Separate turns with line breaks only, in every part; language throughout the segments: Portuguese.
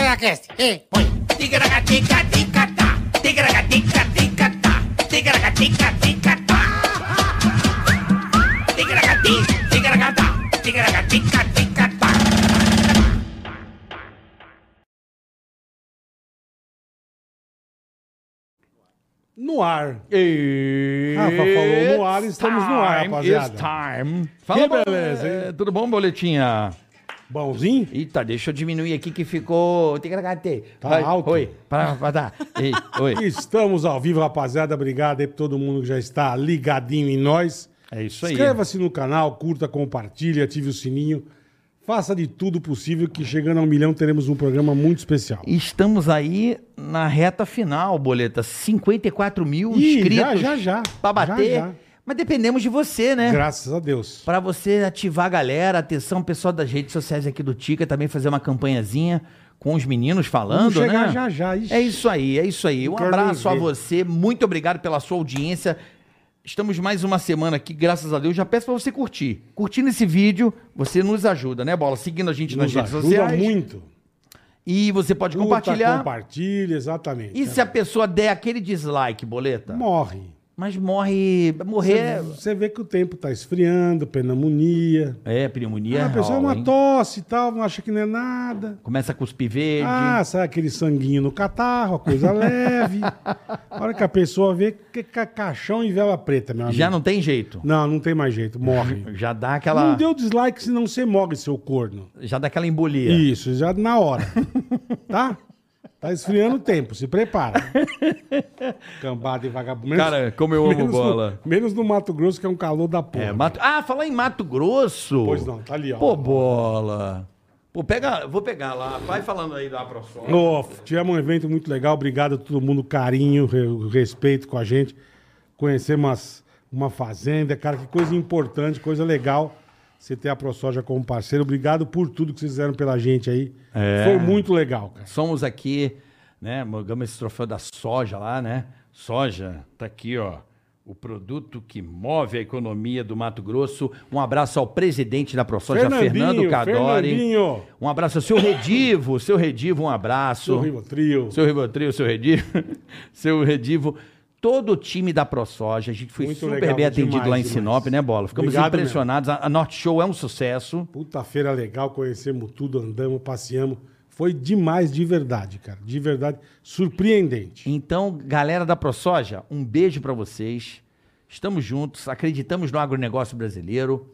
Ticaracast, ei, põe.
Ticaracatica, ticatá. Ticaracatica, ticatá. Ticaracatica, ticatá. Ticaracati, ticaracatá. Ticaracatica, ticatá.
No ar.
E...
Rafa falou no ar, estamos no ar,
time,
rapaziada.
It's time. Fala,
Que beleza,
beleza, Tudo bom, boletinha?
Bonzinho?
Eita, deixa eu diminuir aqui que ficou...
Tá
Vai,
alto.
Oi, para, para, tá. Ei, oi.
Estamos ao vivo, rapaziada. Obrigado aí pra todo mundo que já está ligadinho em nós.
É isso aí.
Inscreva-se no canal, curta, compartilhe, ative o sininho. Faça de tudo possível que chegando a um milhão teremos um programa muito especial.
Estamos aí na reta final, boleta. 54 mil
Ih,
inscritos.
já, já, já.
Pra bater.
Já, já.
Mas dependemos de você, né?
Graças a Deus.
Pra você ativar a galera, atenção, pessoal das redes sociais aqui do Tica, também fazer uma campanhazinha com os meninos falando,
Vamos chegar
né?
já, já, ixi.
É isso aí, é isso aí. Um
quero
abraço
nem
a
ver.
você, muito obrigado pela sua audiência. Estamos mais uma semana aqui, graças a Deus. Já peço pra você curtir. Curtindo esse vídeo, você nos ajuda, né, Bola? Seguindo a gente nas
Nos
redes
ajuda
sociais.
muito.
E você pode
Curta,
compartilhar.
Compartilha, exatamente. É.
E se a pessoa der aquele dislike, boleta?
Morre.
Mas morre. Morrer.
Você vê que o tempo tá esfriando, pneumonia.
É, pneumonia.
a pessoa é
rola,
uma
hein?
tosse e tal, não acha que não é nada.
Começa a cuspir verde.
Ah, sai aquele sanguinho no catarro, a coisa leve. A hora que a pessoa vê que ca- caixão e vela preta, meu amigo.
Já não tem jeito.
Não, não tem mais jeito, morre.
Já dá aquela.
Não deu dislike senão você morre, seu corno.
Já dá aquela embolia.
Isso, já na hora. tá? Tá esfriando o tempo, se prepara. Cambada e vagabundo. Menos-
Cara, como eu amo
menos no-
bola.
menos no Mato Grosso, que é um calor da porra.
É, Mato- Ah, falar em Mato Grosso.
Pois não, tá ali, ó.
Pô, bola. Pô, pega. Vou pegar lá. Vai falando aí da ProSol.
Ô, tivemos um evento muito legal. Obrigado a todo mundo, carinho, re- respeito com a gente. Conhecemos uma fazenda, cara, que coisa importante, coisa legal. Você ter a ProSoja como parceiro. Obrigado por tudo que vocês fizeram pela gente aí.
É.
Foi muito legal, cara.
Somos aqui, né? Morgamos esse troféu da soja lá, né? Soja, tá aqui, ó. O produto que move a economia do Mato Grosso. Um abraço ao presidente da ProSoja, Fernando
Fernandinho,
Cadori.
Fernandinho.
Um abraço ao seu Redivo, seu Redivo, um abraço.
Seu Rivotril.
Seu Rivotril, seu Redivo, seu Redivo, todo o time da ProSoja, a gente foi
Muito
super
legal,
bem atendido
demais,
lá em
demais.
Sinop, né, Bola? Ficamos
Obrigado
impressionados. A, a Norte Show é um sucesso.
Puta feira legal, conhecemos tudo, andamos, passeamos. Foi demais, de verdade, cara. De verdade, surpreendente.
Então, galera da ProSoja, um beijo pra vocês. Estamos juntos, acreditamos no agronegócio brasileiro.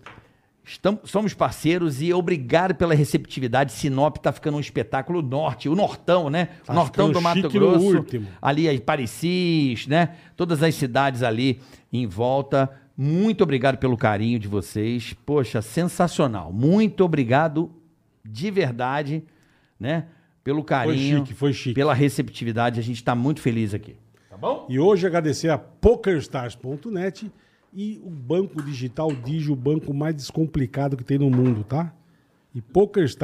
Estamos, somos parceiros e obrigado pela receptividade. Sinop tá ficando um espetáculo o norte, o nortão, né?
Tá
o nortão
ficando
do Mato
chique no
Grosso.
último.
Ali as Parecis, né? Todas as cidades ali em volta. Muito obrigado pelo carinho de vocês. Poxa, sensacional. Muito obrigado de verdade, né? Pelo carinho.
chique, foi chique.
Pela receptividade, a gente está muito feliz aqui. Tá bom?
E hoje agradecer a PokerStars.net e o Banco Digital Digio, o banco mais descomplicado que tem no mundo, tá? E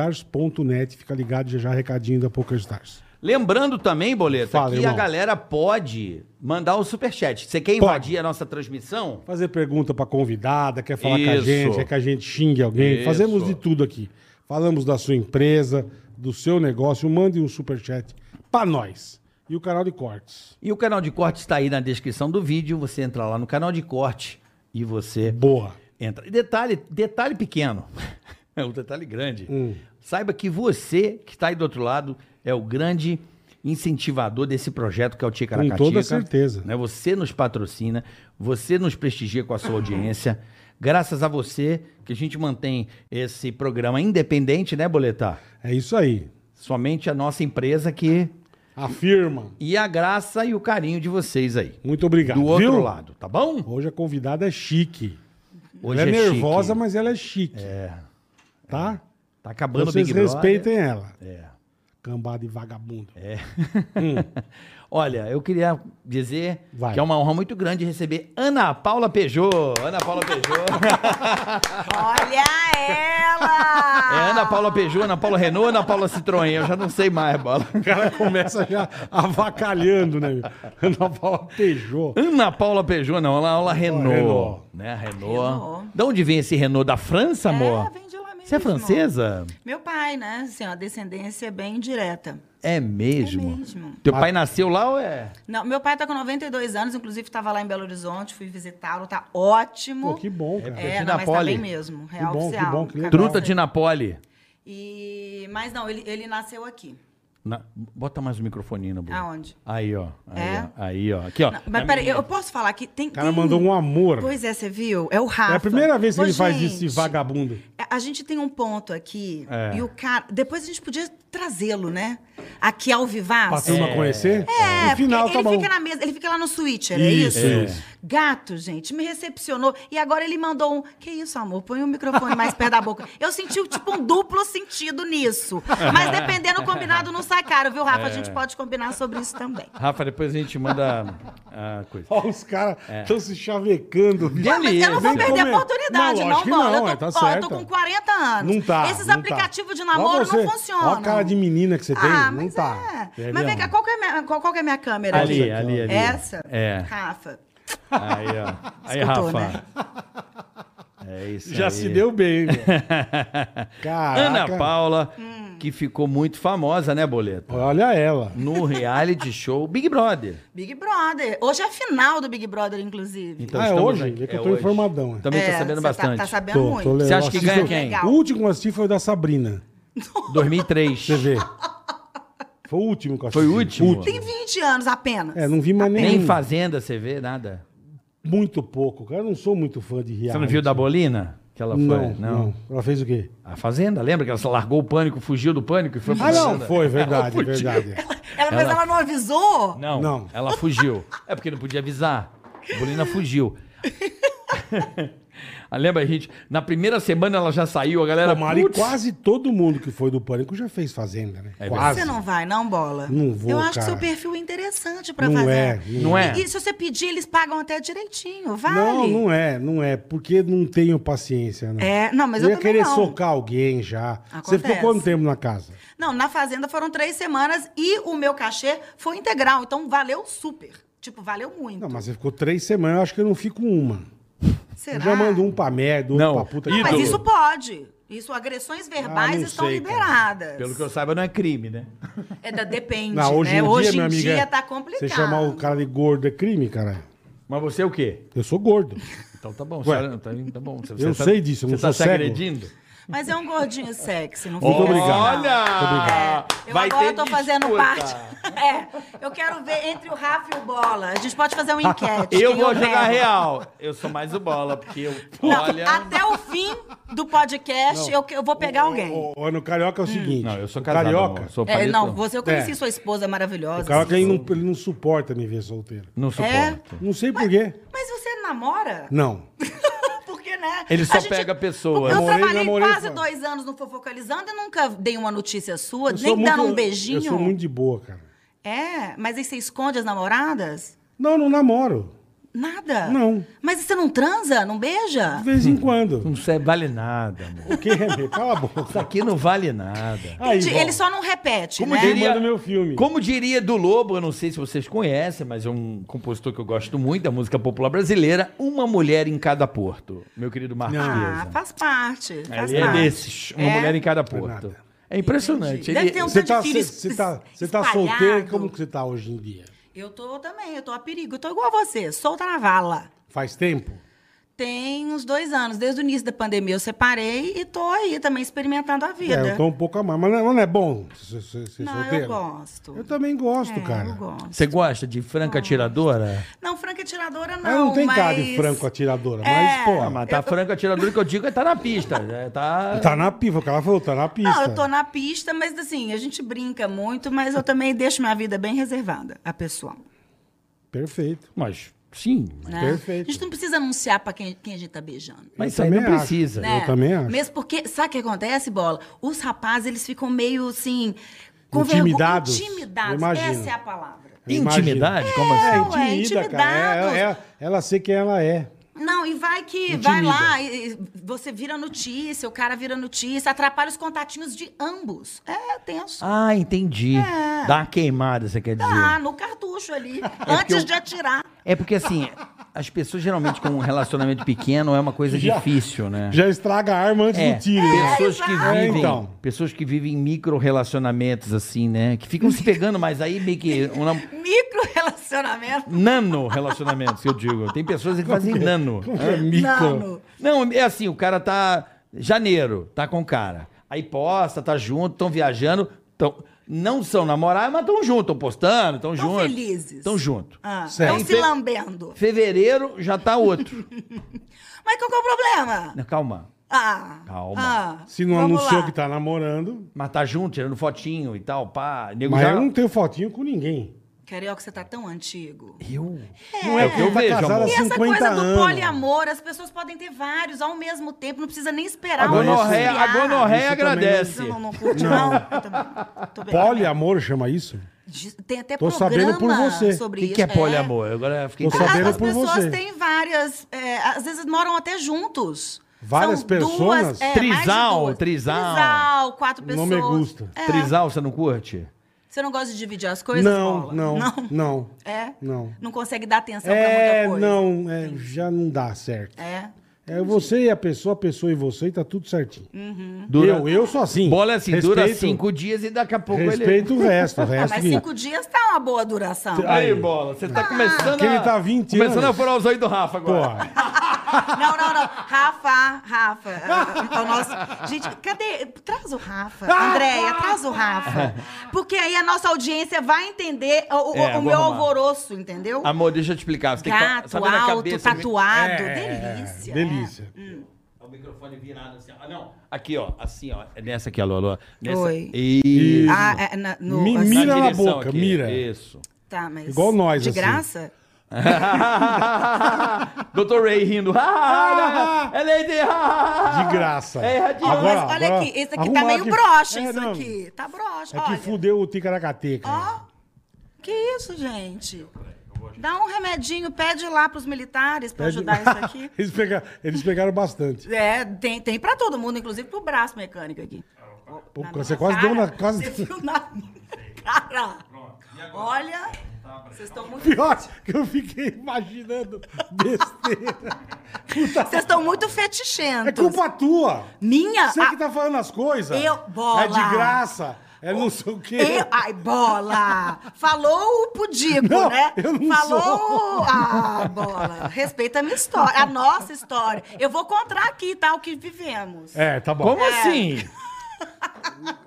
PokerStars.net, fica ligado já já recadinho da PokerStars.
Lembrando também, Boleta,
Fala,
que
irmão.
a galera pode mandar o superchat. Você quer invadir a nossa transmissão?
Fazer pergunta pra convidada, quer falar com a
Isso.
gente, quer que a gente xingue alguém,
Isso.
fazemos de tudo aqui. Falamos da sua empresa, do seu negócio, mande um superchat pra nós. E o canal de cortes.
E o canal de corte está aí na descrição do vídeo. Você entra lá no canal de corte e você
Boa.
entra. E detalhe, detalhe pequeno. É um detalhe grande.
Hum.
Saiba que você que está aí do outro lado é o grande incentivador desse projeto que é o Ticaracatica.
Com toda certeza.
né? Você nos patrocina, você nos prestigia com a sua audiência. Graças a você que a gente mantém esse programa independente, né, Boletar?
É isso aí.
Somente a nossa empresa que...
Afirma.
E a graça e o carinho de vocês aí.
Muito obrigado.
Do outro
viu?
lado, tá bom?
Hoje a convidada é chique.
Hoje
ela é,
chique.
nervosa, mas ela é chique. É. Tá?
Tá acabando o
Vocês
Big Brother.
respeitem ela.
É.
Cambada e vagabundo.
É. Olha, eu queria dizer
Vai.
que é uma honra muito grande receber Ana Paula Peugeot. Ana Paula Peugeot.
Olha
É
ela!
Ana Paula Peugeot, Ana Paula Renault, Ana Paula Citroën. Eu já não sei mais, bola.
O cara começa já avacalhando, né? meu? Ana Paula Peugeot.
Ana Paula Peugeot, não. Ana Paula Renault.
Renault.
Né? Renault.
Renault.
De onde vem esse Renault? Da França, amor?
É, vende lá mesmo.
Você é francesa?
Meu pai, né? Assim, ó, a descendência é bem direta.
É mesmo.
É mesmo.
Teu pai nasceu lá ou é?
Não, meu pai tá com 92 anos, inclusive estava lá em Belo Horizonte, fui visitá-lo, tá ótimo.
Pô, que bom, cara.
É,
Tina
não, mas tá
Poli.
bem mesmo, real
bom, que
oficial.
bom, que legal.
Acabou
Truta
de-
de Napoli.
E... Mas não, ele, ele nasceu aqui.
Na- Bota mais o microfoninho na boca.
Aonde?
Aí, ó. Aí,
É?
ó. Aí, ó. Aqui, ó.
Não, mas
Na
peraí,
minha-
eu posso falar que tem...
O cara mandou um amor.
Pois é, você viu? É o Rafa.
É a primeira vez que
Ô,
ele faz
gente,
isso, esse vagabundo.
A a gente tem um ponto aqui,
É.
e o cara... Depois a gente podia trazê-lo, né? Aqui ao vivaço.
Pra turma conhecer.
É,
No final
porque
tá
ele
bom.
fica na mesa, ele fica lá no switcher,
Isso,
é isso?
isso.
Gato, gente, me recepcionou. E agora ele mandou um. Que isso, amor? Põe o microfone mais perto da boca. Eu senti tipo um duplo sentido nisso. Mas dependendo, o combinado não sai caro, viu, Rafa? A
É.
gente pode combinar sobre isso também.
Rafa, depois a gente manda a coisa.
Ó, os caras
É.
estão se chavecando. bicho.
Ah, mas eu não vou
Vem
perder
É comer.
a oportunidade,
Não,
não,
lógico que
bola.
não, é,
eu, tô,
tá
ó, eu
certo.
tô com 40 anos.
Não tá.
Esses
não tá.
aplicativos de
Ó
namoro
você,
não funcionam.
Ó a cara de menina que você tem.
Ah,
não
mas
tá.
é.
É
mas vem
mesmo.
cá, qual que é a minha, qual, qual que é a minha câmera?
Ali,
gente?
ali, ali.
Essa?
É.
Rafa.
Aí, ó. Aí,
Escutou, né?
Rafa. É isso
Já
aí.
se deu bem, velho. Caraca.
Ana Paula,
Hum.
que ficou muito famosa, né, Boleto?
Olha ela.
No reality show Big Brother.
Big Brother. Hoje é a final do Big Brother, inclusive.
Ah, é
Então, estamos
hoje? É que eu tô
hoje.
informadão, é.
Também
É,
Então, tô sabendo
cê tá-
bastante.
Tá, sabendo
Tô,
muito.
tô lendo.
Você acha que
Assisti
ganha
o-
quem? Uh!
Legal.
O último que eu assisti foi o da Sabrina.
2003.
Você vê. Foi o último que eu assisti.
Foi o último?
Tem 20 anos apenas.
É, não vi mais nenhum.
Nem Fazenda você vê, nada.
Muito pouco, cara. Eu não sou muito fã de reality.
Você não viu da Bolina? Que ela foi?
Não, não. Ela fez o quê?
A Fazenda, lembra que ela largou o pânico, fugiu do pânico e foi pra
Ah, não,
Fazenda?
foi, verdade, verdade.
Ela, mas
Ela-
ela não avisou?
Não,
Não.
ela fugiu. É porque não podia avisar. A Bolina fugiu. Ah, lembra, gente? Na primeira semana ela já saiu, a galera...
Pô, Mari,
putz,
quase todo mundo que foi do Pânico já fez Fazenda, né?
É
quase.
Você não vai, não, bola?
Não vou,
Eu acho
cara.
que seu perfil é interessante pra
Não
fazer.
é,
Não é?
E se você pedir, eles pagam até direitinho, vale.
Não, não é, não é. Porque não tenho paciência, né?
É, não, mas eu,
ia
também
querer
não.
socar alguém já. Você ficou
Acontece.
quanto tempo na casa?
Não, na Fazenda foram três semanas e o meu cachê foi integral. Então, valeu super. Tipo, valeu muito.
Não, mas você ficou três semanas, eu acho que eu não fico uma. Eu
Será?
já mando um pra merda, outro
Não,
pra puta
ídolo.
Mas
pariu.
isso pode. Isso, agressões
Ah,
verbais
não
estão
sei, cara.
liberadas.
Pelo que eu saiba, não é crime, né?
É, da- depende,
Não, hoje
né?
em
hoje
dia, minha
em
amiga,
dia tá complicado.
Você chamar o cara de gordo é crime, cara.
Mas você é o quê?
Eu sou gordo.
Então tá bom,
Ué.
senhora, tá, tá bom. Você,
Eu sei disso, eu não
Você tá
sou
se
cego.
agredindo?
Mas é um gordinho sexy, não
Muito
fica assim,
obrigado.
não.
Olha!
É, Eu
Vai
agora
ter
tô fazendo
disputa.
parte. É, eu quero ver entre o Rafa e o Bola. A gente pode fazer uma enquete.
Eu
quem
vou jogar
pego.
real. Eu sou mais o bola, porque eu.
Não,
olha.
até o fim do podcast, eu, eu vou pegar alguém.
O, o, no carioca é o
Hum.
seguinte.
Não, eu sou
o
casado.
Carioca,
amor, Sou
É,
palito.
não, você, eu conheci
É.
sua esposa maravilhosa.
o carioca ele
assim.
não, ele não suporta me ver solteiro.
Não suporto.
É?
Não sei por quê.
Mas você namora?
Não.
Porque, né?
Ele só
a gente-
pega pessoas.
Eu
Namorei,
trabalhei
namorei,
quase
fa-
dois anos no Fofocalizando e nunca dei uma notícia sua,
Eu
nem
sou muito-
dando um
Eu
beijinho.
sou muito de boa, cara.
É, mas aí você esconde as namoradas?
Não, não namoro.
Nada?
Não.
Mas você não transa? Não beija?
De vez em quando.
Não serve, vale nada, amor.
O que, Renê? Cala a boca.
Isso aqui não vale nada.
Aí,
Entendi,
bom.
ele só não repete,
Como
né?
Quem
diria-
manda meu filme?
Como diria do Lobo, eu não sei se vocês conhecem, mas é um compositor que eu gosto muito da música popular brasileira, Uma Mulher em Cada Porto. Meu querido Marquinhos.
Ah, faz parte. Faz
Ele é
parte.
desses, Uma
É.
Mulher em Cada
Foi
Porto.
nada.
É impressionante.
Entendi. Deve ter um-
Você tá,
de filho
você- você tá, você tá
espalhado.
solteiro? Como que você tá hoje em dia?
Eu tô também, eu tô a perigo. Eu tô igual a você, solta na vala.
Faz tempo?
Tem uns dois anos, desde o início da pandemia eu separei e tô aí também experimentando a vida.
É, eu tô um pouco a mais. Mas não é, mas não é bom ser, ser- ser
Não,
solteiro?
eu gosto.
Eu também gosto,
É,
cara.
Eu gosto.
Você gosta de Franca Tiradora?
Não, franca atiradora não.
Mas não tem
mas...
cara de franco atiradora, mas,
É.
Ah,
pô,
mas tá Franca Tiradora que eu digo é tá na pista. né? Tá...
tá na pista. O cara falou, tá na pista.
Não, eu tô na pista, mas assim, a gente brinca muito, mas eu também deixo minha vida bem reservada, a pessoal.
Perfeito.
Mas sim. mas-
né?
Perfeito.
A gente não precisa anunciar pra quem, quem a gente tá beijando.
Mas isso
Eu
aí não
também acho.
precisa.
né?
Eu também acho.
Mesmo porque, sabe o que acontece, Bola? Os rapazes, eles ficam meio assim... com vergonha-
Intimidados?
Intimidados,
Imagino.
essa é a palavra.
Eu imagino.
Intimidade? Como assim?
É,
Não, é
intimida, cara. É,
intimidados.
ela- ela sei quem ela é.
Não, e vai que
Intimida.
vai lá, e, e você vira notícia, o cara vira notícia, atrapalha os contatinhos de ambos. É tenso.
Ah, entendi. Dá uma queimada, você quer dizer.
Ah, no cartucho ali,
É
porque
antes
eu-
de atirar.
É porque assim, as pessoas geralmente com um relacionamento pequeno é uma coisa
Já-
difícil, né?
Já estraga a arma antes
É,
do tiro. né?
pessoas que
exato.
É,
vivem,
então.
pessoas que vivem em micro-relacionamentos assim, né? Que ficam se pegando, mas aí meio que um nam-
Micro relacionamento.
nano-relacionamentos, que eu digo. Tem pessoas que fazem nano.
É mico.
Nano.
Não, é assim, o cara tá. Janeiro, tá com o cara. Aí posta, tá junto, estão viajando. Tão, não são namorados, mas estão juntos, estão postando, estão
Tão
juntos.
felizes.
Estão juntos.
Ah,
Certo.
Estão se lambendo.
Fevereiro já tá outro.
Mas qual que é o problema?
Não, Calma.
Ah,
Calma.
ah,
Se não
vamos
anunciou
lá.
que tá namorando,
Mas tá junto, tirando fotinho e tal, pá. Nego
mas
já-
eu não tenho fotinho com ninguém.
Carioca, você tá tão antigo.
Eu?
Não é porque eu
Eu
tá
vejo,
casada há
amor.
E essa
50
coisa
anos.
do poliamor, as pessoas podem ter vários ao mesmo tempo, não precisa nem esperar
A
um
gonorreia, a
criar.
gonorreia
Isso também
agradece.
Não, não, não curte,
Não.
não. Eu também- tô bem.
Poliamor chama isso?
De- Tem até
Tô
programa
sabendo por você.
O
sobre
que,
isso.
que é poliamor? Eu Agora fiquei
Tô
As-
sabendo
As
por
pessoas
você.
têm várias. é, às vezes moram até juntos.
Várias
São
pessoas?
Duas, é, mais
Trisal,
de duas.
trisal.
Trisal, quatro
Não
pessoas.
me gusta.
É.
Trisal, você não curte?
Você não gosta de dividir as coisas?
Não,
Bola?
não,
Não.
não.
É?
Não.
Não consegue dar atenção
É,
pra muita coisa.
não, é, já não dá certo.
É.
É você e a pessoa, a pessoa e você, e tá tudo certinho.
Hum.
Dura-
Eu, eu sou assim.
Bola é assim, dura
Respeito-
cinco dias e daqui a pouco
Respeito o resto, o
Ah,
resto
mas
que-
cinco dias tá uma boa duração.
ele...
Ah.
Aí, bola, você tá começando
Porque
a...
ele tá há 20
Começando
anos.
a furar os olhos do Rafa agora.
Porra.
Não, não, não. Rafa, Rafa. é, é o nosso... Gente, cadê? Traz o Rafa. Andréia, traz o Rafa. Porque aí a nossa audiência vai entender o, o-
É,
o
vou
meu
arrumar.
alvoroço, entendeu?
Amor, deixa eu te explicar. Você tem que...
Gato,
tá- sabe na
alto,
cabeça,
tatuado.
É,
delícia.
Delícia.
Hum.
É o microfone virado assim. Ah, não. Aqui, ó. Assim, ó. É Nessa aqui, alô, alô. Nessa...
Oi.
E...
É. Ah, é, na- no,
Mi-
assim,
Na
mira na
direção
boca, mira.
Isso.
tá, mas
Igual nós,
De
assim.
graça?
Dr. Ray rindo. Ah, é leite. ah.
De graça.
É erradinho.
Ó,
Agora,
mas olha
agora,
aqui, esse aqui tá
arruma
meio
aqui.
broxa,
É,
isso
não.
aqui. Tá broxa,
É que
olha.
fudeu o ticaracate, cara.
Ó, que isso, gente? Dá um remedinho, pede lá pros militares pra
Pede-
ajudar isso aqui.
É eles, pegaram, eles pegaram bastante.
É, tem, tem pra todo mundo, inclusive pro braço mecânico aqui.
Pô,
Na
você
minha
quase
cara,
deu na casa.
Você viu na minha cara? Olha,
Tá,
vocês estão muito,
Pior que eu fiquei imaginando besteira. Puta,
vocês estão muito
é
fetichentos.
culpa tua.
Minha?
Você
Ah,
que tá falando as coisas.
Eu- bola.
É de graça. É não sei o quê.
eu- ai, bola! Falou o pudico,
Não,
né?
eu não
Falou.
sou.
Ah, bola. Respeita a minha história, a nossa história. Eu vou contar aqui, tá? O que vivemos.
É, tá bom.
Como assim?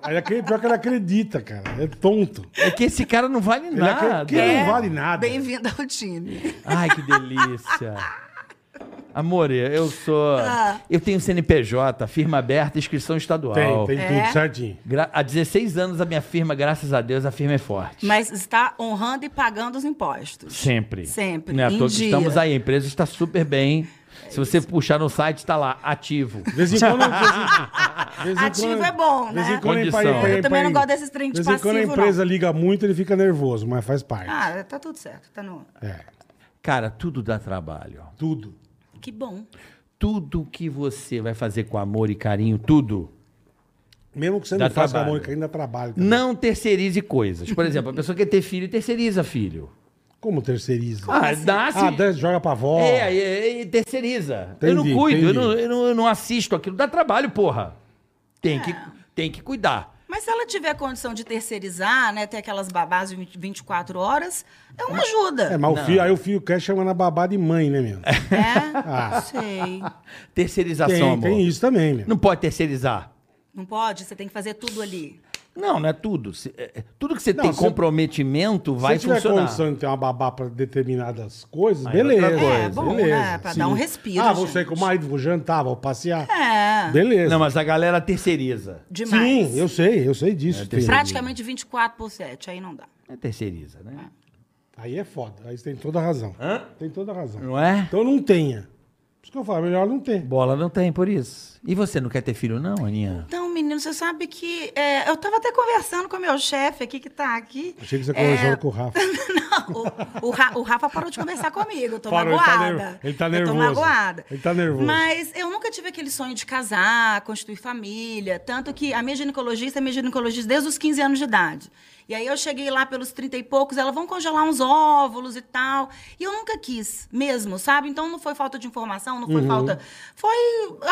Aí aquele, pior que ele acredita, cara. É tonto.
É que esse cara não vale
Ele acredita
nada.
que
É.
não vale nada.
Bem-vindo ao time.
Ai, que delícia. Amor, eu sou.
Ah.
Eu tenho CNPJ, firma aberta, inscrição estadual.
Tem, tem
É?
tudo certinho.
Gra- Há 16 anos a minha firma, graças a Deus, a firma é forte.
Mas está honrando e pagando os impostos.
Sempre.
Sempre,
é
Né?
em
Todos
dia.
estamos aí, a empresa está super bem. Se você puxar no site, está lá, ativo.
De vez em quando. de vez em- de vez em
Ativo
quando-
é bom,
de vez em
né?
quando a empresa-
Condição.
Eu também não gosto desses trem de
De vez em quando a
passivo,
empresa liga muito, ele fica nervoso, mas faz parte.
Ah, tá tudo certo. Tá no...
É,
Cara, tudo dá trabalho.
tudo.
Que bom.
Tudo que você vai fazer com amor e carinho, tudo.
Mesmo que você
Dá
não faça
trabalho.
amor, que ainda trabalha. também.
Não terceirize coisas. Por exemplo, a pessoa quer ter filho, terceiriza filho.
Como terceiriza?
Ah, nasce.
Ah, desce, joga pra vó.
É, aí é, é, terceiriza. eu não
Entendi,
cuido, eu
entendi.
não, eu, não, eu não assisto aquilo. Dá trabalho, porra. Tem, que, tem que cuidar.
Mas se ela tiver condição de terceirizar, né? Ter aquelas babás de 20 24 horas, é uma ajuda.
É, mas o filho, aí o filho quer chamando a babá de mãe, né, meu?
É,
né?
Ah.
Não sei.
Terceirização,
Tem,
amor.
tem isso também, meu.
Não pode terceirizar.
Não pode? Você tem que fazer tudo ali.
Não, não é tudo. Se- é- é- Tudo que você
Não,
tem
se-
comprometimento vai
Se tiver
funcionar.
condição de ter uma babá pra determinadas coisas,
Aí é
beleza.
outra coisa. É,
bom,
beleza.
né? Pra dar um respiro,
Ah, vou sair
gente.
com o marido, vou jantar, vou passear.
É.
Beleza.
Não, mas a galera terceiriza.
Demais.
Sim, eu sei, eu sei disso. filho.
Praticamente 24 por 7, aí não dá.
É terceiriza, né?
Aí é foda. Aí você tem toda a razão. Tem toda a razão.
Não é?
Então não tenha. Por isso que eu falo, melhor não ter.
Bola não tem, por isso. E você não quer ter filho, não, Aninha?
Então, menino, você sabe que é, eu tava até conversando com o meu chefe aqui, que tá aqui.
Achei que você
É,
conversou com o Rafa.
não, o, o Ra- o Rafa parou de conversar comigo. Eu tô
Parou, ele tá nervo-
magoada.
ele tá
Eu tô
nervoso.
magoada.
Ele tá nervoso.
Mas eu nunca tive aquele sonho de casar, construir família. Tanto que a minha ginecologista é minha ginecologista desde os 15 anos de idade. E aí eu cheguei lá pelos 30 e poucos, ela vão congelar uns óvulos e tal. E eu nunca quis mesmo, sabe? Então não foi falta de informação, não
Uhum.
foi falta. Foi,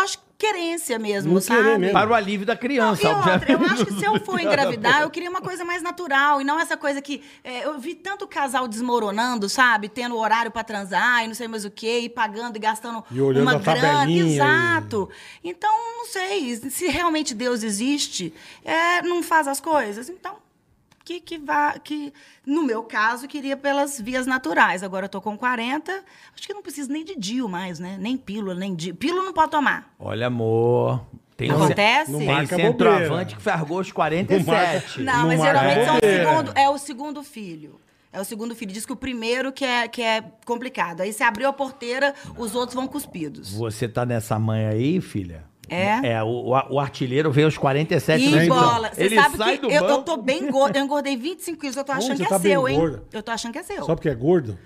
acho que querência mesmo,
Não querer
sabe?
mesmo.
Para o alívio da criança.
E outra, eu
obviamente.
acho que se eu for engravidar, eu queria uma coisa mais natural e não essa coisa que. é, eu vi tanto casal desmoronando, sabe? Tendo horário pra transar e não sei mais o quê, e pagando e gastando
E olhando
uma
a
grana.
tabelinha e-
Exato. Então, não sei. Se realmente Deus existe, é, não faz as coisas. Então. Que, que, vá, que, no meu caso, queria pelas vias naturais. Agora eu tô com 40, acho que não preciso nem de DIU mais, né? Nem pílula, nem DIU. Pílula não pode tomar.
Olha, amor. Tem
Acontece?
Tem
Não marca
centroavante
bobeira.
que fargou os 47.
Não, mas
marca
geralmente são o
bobeira.
segundo, é o segundo filho. É o segundo filho. Diz que o primeiro que é, que é complicado. Aí você abriu a porteira, os outros vão cuspidos.
Você tá nessa mãe aí, filha?
É?
É, o, o- o artilheiro veio aos 47 né,
E
então?
bola. Você
Ele
sabe
sai
que
do
eu,
banco.
eu tô bem gorda. Eu engordei 25 quilos, eu tô achando
você
que é
tá bem
seu, hein?
gorda.
Eu tô achando que é seu.
Só porque é gordo?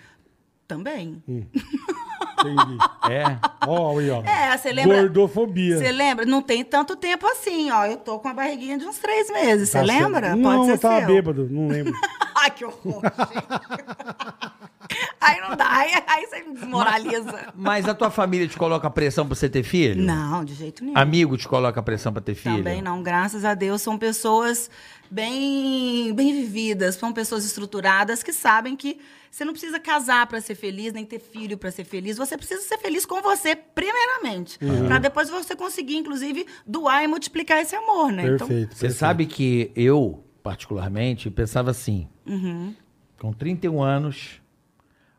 Também.
Entendi.
É.
Ó, aí, ó.
É, você lembra?
Gordofobia.
Você lembra? Não tem tanto tempo assim, ó. Eu tô com a barriguinha de uns três meses. Você
Tá certo.
lembra?
Não, eu tava
seu. É,
bêbado, não lembro.
Ai, que horror, gente. aí não dá. Aí, aí você me desmoraliza.
Mas a tua família te coloca pressão pra você ter filho?
Não, de jeito nenhum.
Amigo te coloca pressão pra ter filho?
Também não, graças a Deus, são pessoas bem, bem vividas, são pessoas estruturadas que sabem que você não precisa casar para ser feliz, nem ter filho para ser feliz. Você precisa ser feliz com você, primeiramente. Pra depois você conseguir, inclusive, doar e multiplicar esse amor, né?
Perfeito.
Você
perfeito.
sabe que eu, particularmente, pensava assim.
Uhum.
Com 31 anos,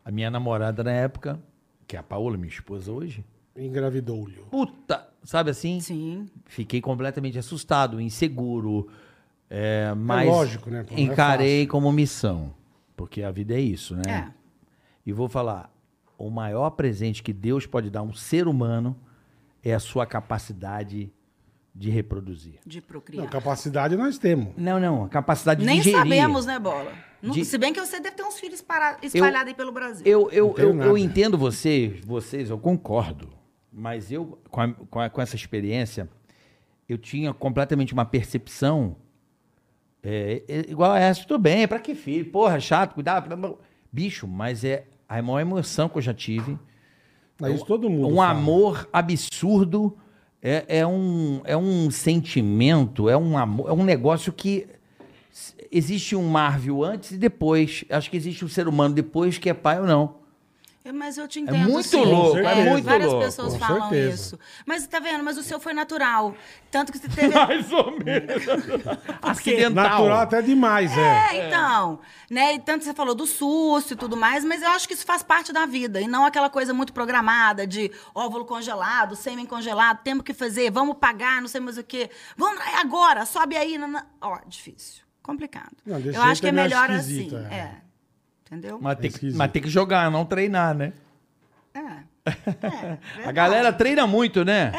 a minha namorada na época, que é a Paola, minha esposa hoje,
Engravidou-lhe.
puta, sabe assim?
Então, sim.
Fiquei completamente assustado, inseguro. É, mas
lógico, né, pô? Não é
encarei como missão. Porque a vida é isso,
É.
né? E vou falar: o maior presente que Deus pode dar a um ser humano é a sua capacidade de reproduzir.
de
Não,
procriar.
capacidade nós temos.
Não, não, a capacidade de
Nem
digerir.
sabemos, né, Bola? Não-
De-
Se bem que você deve ter uns filhos para- espalhados aí pelo Brasil.
Eu, eu,
tenho
eu,
nada.
eu entendo vocês, vocês, eu concordo. Mas eu, com, a- com, a- com essa experiência, eu tinha completamente uma percepção é, é, igual a essa. Tudo bem, é pra que filho? Porra, chato, cuidado. blá, blá, blá. Bicho, mas é a maior emoção que eu já tive.
Mas isso todo mundo.
Um
fala.
amor absurdo. É, é, um, é um sentimento, é um amor, é um negócio que s- existe um Marvel antes e depois. Acho que existe um ser humano depois que é pai ou não.
É, Mas eu te entendo.
muito
sim.
louco,
é muito
Várias
louco.
pessoas
Com
falam
certeza.
isso. Mas tá vendo? Mas o seu foi natural. Tanto que você teve.
Mais ou menos. Acidental.
Natural até demais, é.
É, então. Né? E tanto que você falou do susto e tudo mais, mas eu acho que isso faz parte da vida. E não aquela coisa muito programada de óvulo congelado, sêmen congelado, temos que fazer, vamos pagar, não sei mais o quê. Vamos é agora, sobe aí. nana. Ó, difícil. Complicado.
Não, desse
eu
jeito
acho que
é
é
meio
melhor assim.
esquisito, é.
É. Entendeu?
Mas tem, que,
esquisito.
mas tem que jogar, não treinar, né?
É. É,
A
verdade.
galera treina muito, né?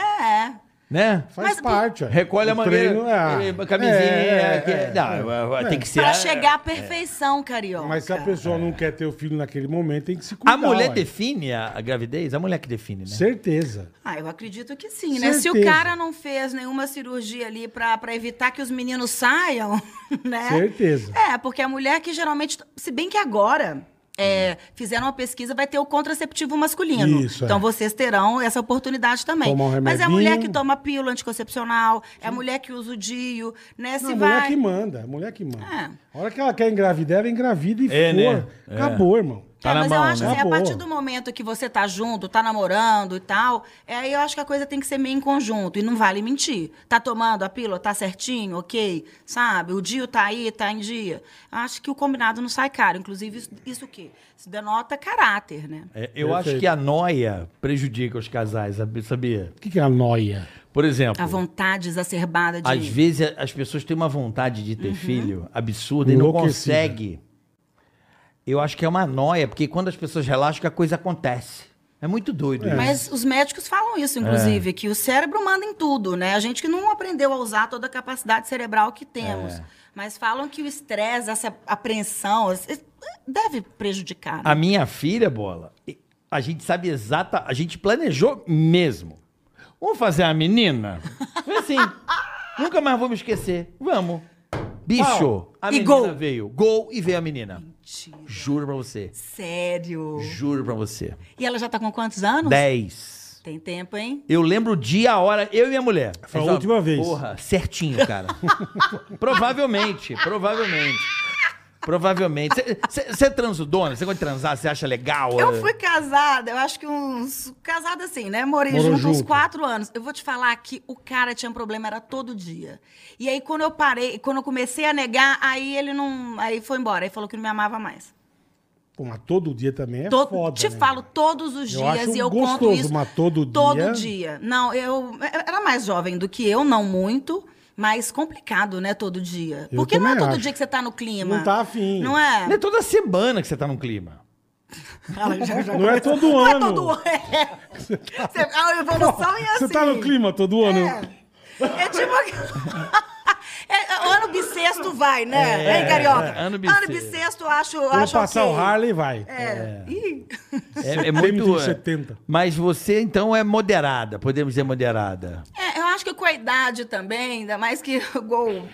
É.
Né?
Faz
Mas-
parte. ó.
Recolhe a
O
maneira.
treino é-
eh, Camisinha.
é,
que-
é,
não,
é.
Tem que ser.
Pra
a-
chegar à perfeição, carioca.
Mas se a pessoa não quer ter o filho naquele momento, tem que se cuidar.
A mulher
ué.
define a a gravidez? A mulher que define, né?
Certeza.
Ah, eu acredito que sim, né? Se o
Certeza.
cara não fez nenhuma cirurgia ali pra pra evitar que os meninos saiam, né?
Certeza.
É, porque a mulher que geralmente. Se bem que agora. é, fizeram uma pesquisa, vai ter o contraceptivo masculino.
Isso, é.
então vocês terão essa oportunidade também.
Tomar um
Mas é a mulher que
remedinho.
toma pílula anticoncepcional, é a mulher que usa o DIU, né? Se
Não, a
vai.
mulher que manda, a mulher que manda.
É.
A hora que ela quer engravidar, ela engravida e
É,
for.
né? É.
Acabou, irmão.
Tá
é,
na
mas
mão,
eu acho
né?
assim, a
Boa.
partir do momento que você tá junto, tá namorando e tal, é, aí eu acho que a coisa tem que ser meio em conjunto. E não vale mentir. Tá tomando a pílula, tá certinho, ok? Sabe? O dia tá aí, tá em dia. Acho que o combinado não sai caro. Inclusive, isso, isso o quê? Isso denota caráter, né?
É, eu acho
Perfeito.
que a noia prejudica os casais, sabe- sabia?
O que, que é a noia?
Por exemplo,
A vontade exacerbada de. Uhum.
às vezes as pessoas têm uma vontade de ter filho absurda e não
Enlouquecida.
consegue. Eu acho que é uma noia, porque quando as pessoas relaxam, que a coisa acontece. É muito doido isso.
Mas os médicos falam isso, inclusive, que o cérebro manda em tudo, né? A gente que não aprendeu a usar toda a capacidade cerebral que temos. Mas falam que o estresse, essa apreensão, es- deve prejudicar. né?
A minha filha, bola, a gente sabe exata, a gente planejou mesmo. Vamos fazer a menina? Foi assim. nunca mais vou me esquecer. Vamos. Bicho, a
E
menina
gol.
veio. Gol e veio a menina.
Mentira.
Juro pra você.
Sério.
Juro pra você.
E ela já tá com quantos anos?
10.
Tem tempo, hein?
Eu lembro o dia, a hora, eu e minha mulher.
Foi a
Mas, ó,
última vez.
Porra, certinho, cara. provavelmente, provavelmente. Provavelmente. Você é transudona? Você gosta de transar? Você acha legal?
Eu
É?
fui casada, eu acho que uns. Casada assim, né? Morei
Morou
junto, uns
junto.
quatro anos. Eu vou te falar que o cara tinha um problema, era todo dia. E aí, quando eu parei, quando eu comecei a negar, aí ele não. Aí foi embora, aí falou que não me amava mais.
Pô, mas todo dia também é
To-
foda.
te
né?
falo todos os
Eu
dias
acho
e eu conto
gostoso,
isso.
mas todo dia-
Todo dia. Não, eu eu era mais jovem do que eu, não muito, mas complicado, né, todo dia.
Eu
Porque não é
também
todo
acho.
dia que você tá no clima.
Não tá afim.
Não é?
Não é toda semana que você tá num clima.
Ela já- já-
Não é todo
Não é
ano.
todo ano. Você- A evolução é assim.
Você tá no clima todo ano?
É tipo. É, o ano bissexto vai, né? É, hein, Carioca?
é, ano
Ano
bissexto.
bissexto eu acho, eu
Vou
acho
passar
ok.
o Harley e vai.
É. Ih,
É, é
Setembro
muito.
de 70.
Mas você, então, é moderada, podemos dizer moderada.
é, eu acho que com a idade também, ainda mais que o gol.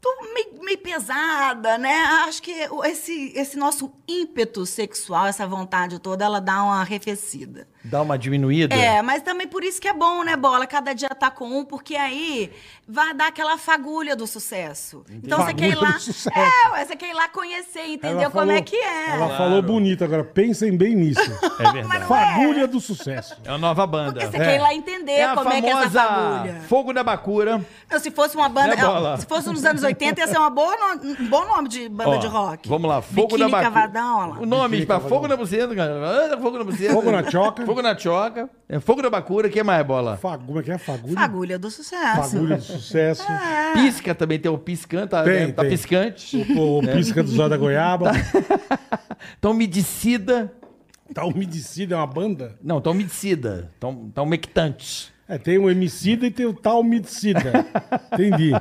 Tô meio, meio pesada, né? Acho que o- esse, esse nosso ímpeto sexual, essa vontade toda, ela dá uma arrefecida.
Dá uma diminuída.
É, mas também por isso que é bom, né, Bola? Cada dia tá com um, porque aí vai dar aquela fagulha do sucesso. Então você quer ir
Fagulha
lá.
do sucesso.
É, ué, você quer ir lá conhecer, entender
Ela
como é
falou-
que é.
Ela falou bonito agora. Pensem bem nisso.
É verdade.
Fagulha do sucesso.
É uma nova banda.
Porque você
é.
quer ir lá entender
É a
como é que é essa
famosa
fagulha.
Fogo da Bacura.
Não, se fosse uma banda. é,
Né, Bola?
Se fosse nos anos 80, ia ser uma boa no- um bom nome de banda
Ó,
de rock.
Vamos lá, Fogo
Biquíni
da Bacura.
Cavadão, olha lá.
O nome,
Biquíni
pra
Cavadão.
Fogo na Buceta, cara. Ah, Fogo na Buceta.
Fogo na Choca.
Fogo na Choca. É Fogo da Bacura, o que mais, Bola?
Fag... Como é que é? Fagulha?
Fagulha do sucesso.
Fagulha do sucesso.
Ah.
Pisca também, tem o piscante, tá,
Tem,
tá
tem.
piscante.
Tipo O, o pisca do zóio da goiaba.
Tá. Tomidicida.
Tá umedicida, é uma banda.
Não, tomidicida. Tom, tomectante.
É, tem o Emicida e tem o tal umedicida. Entendi.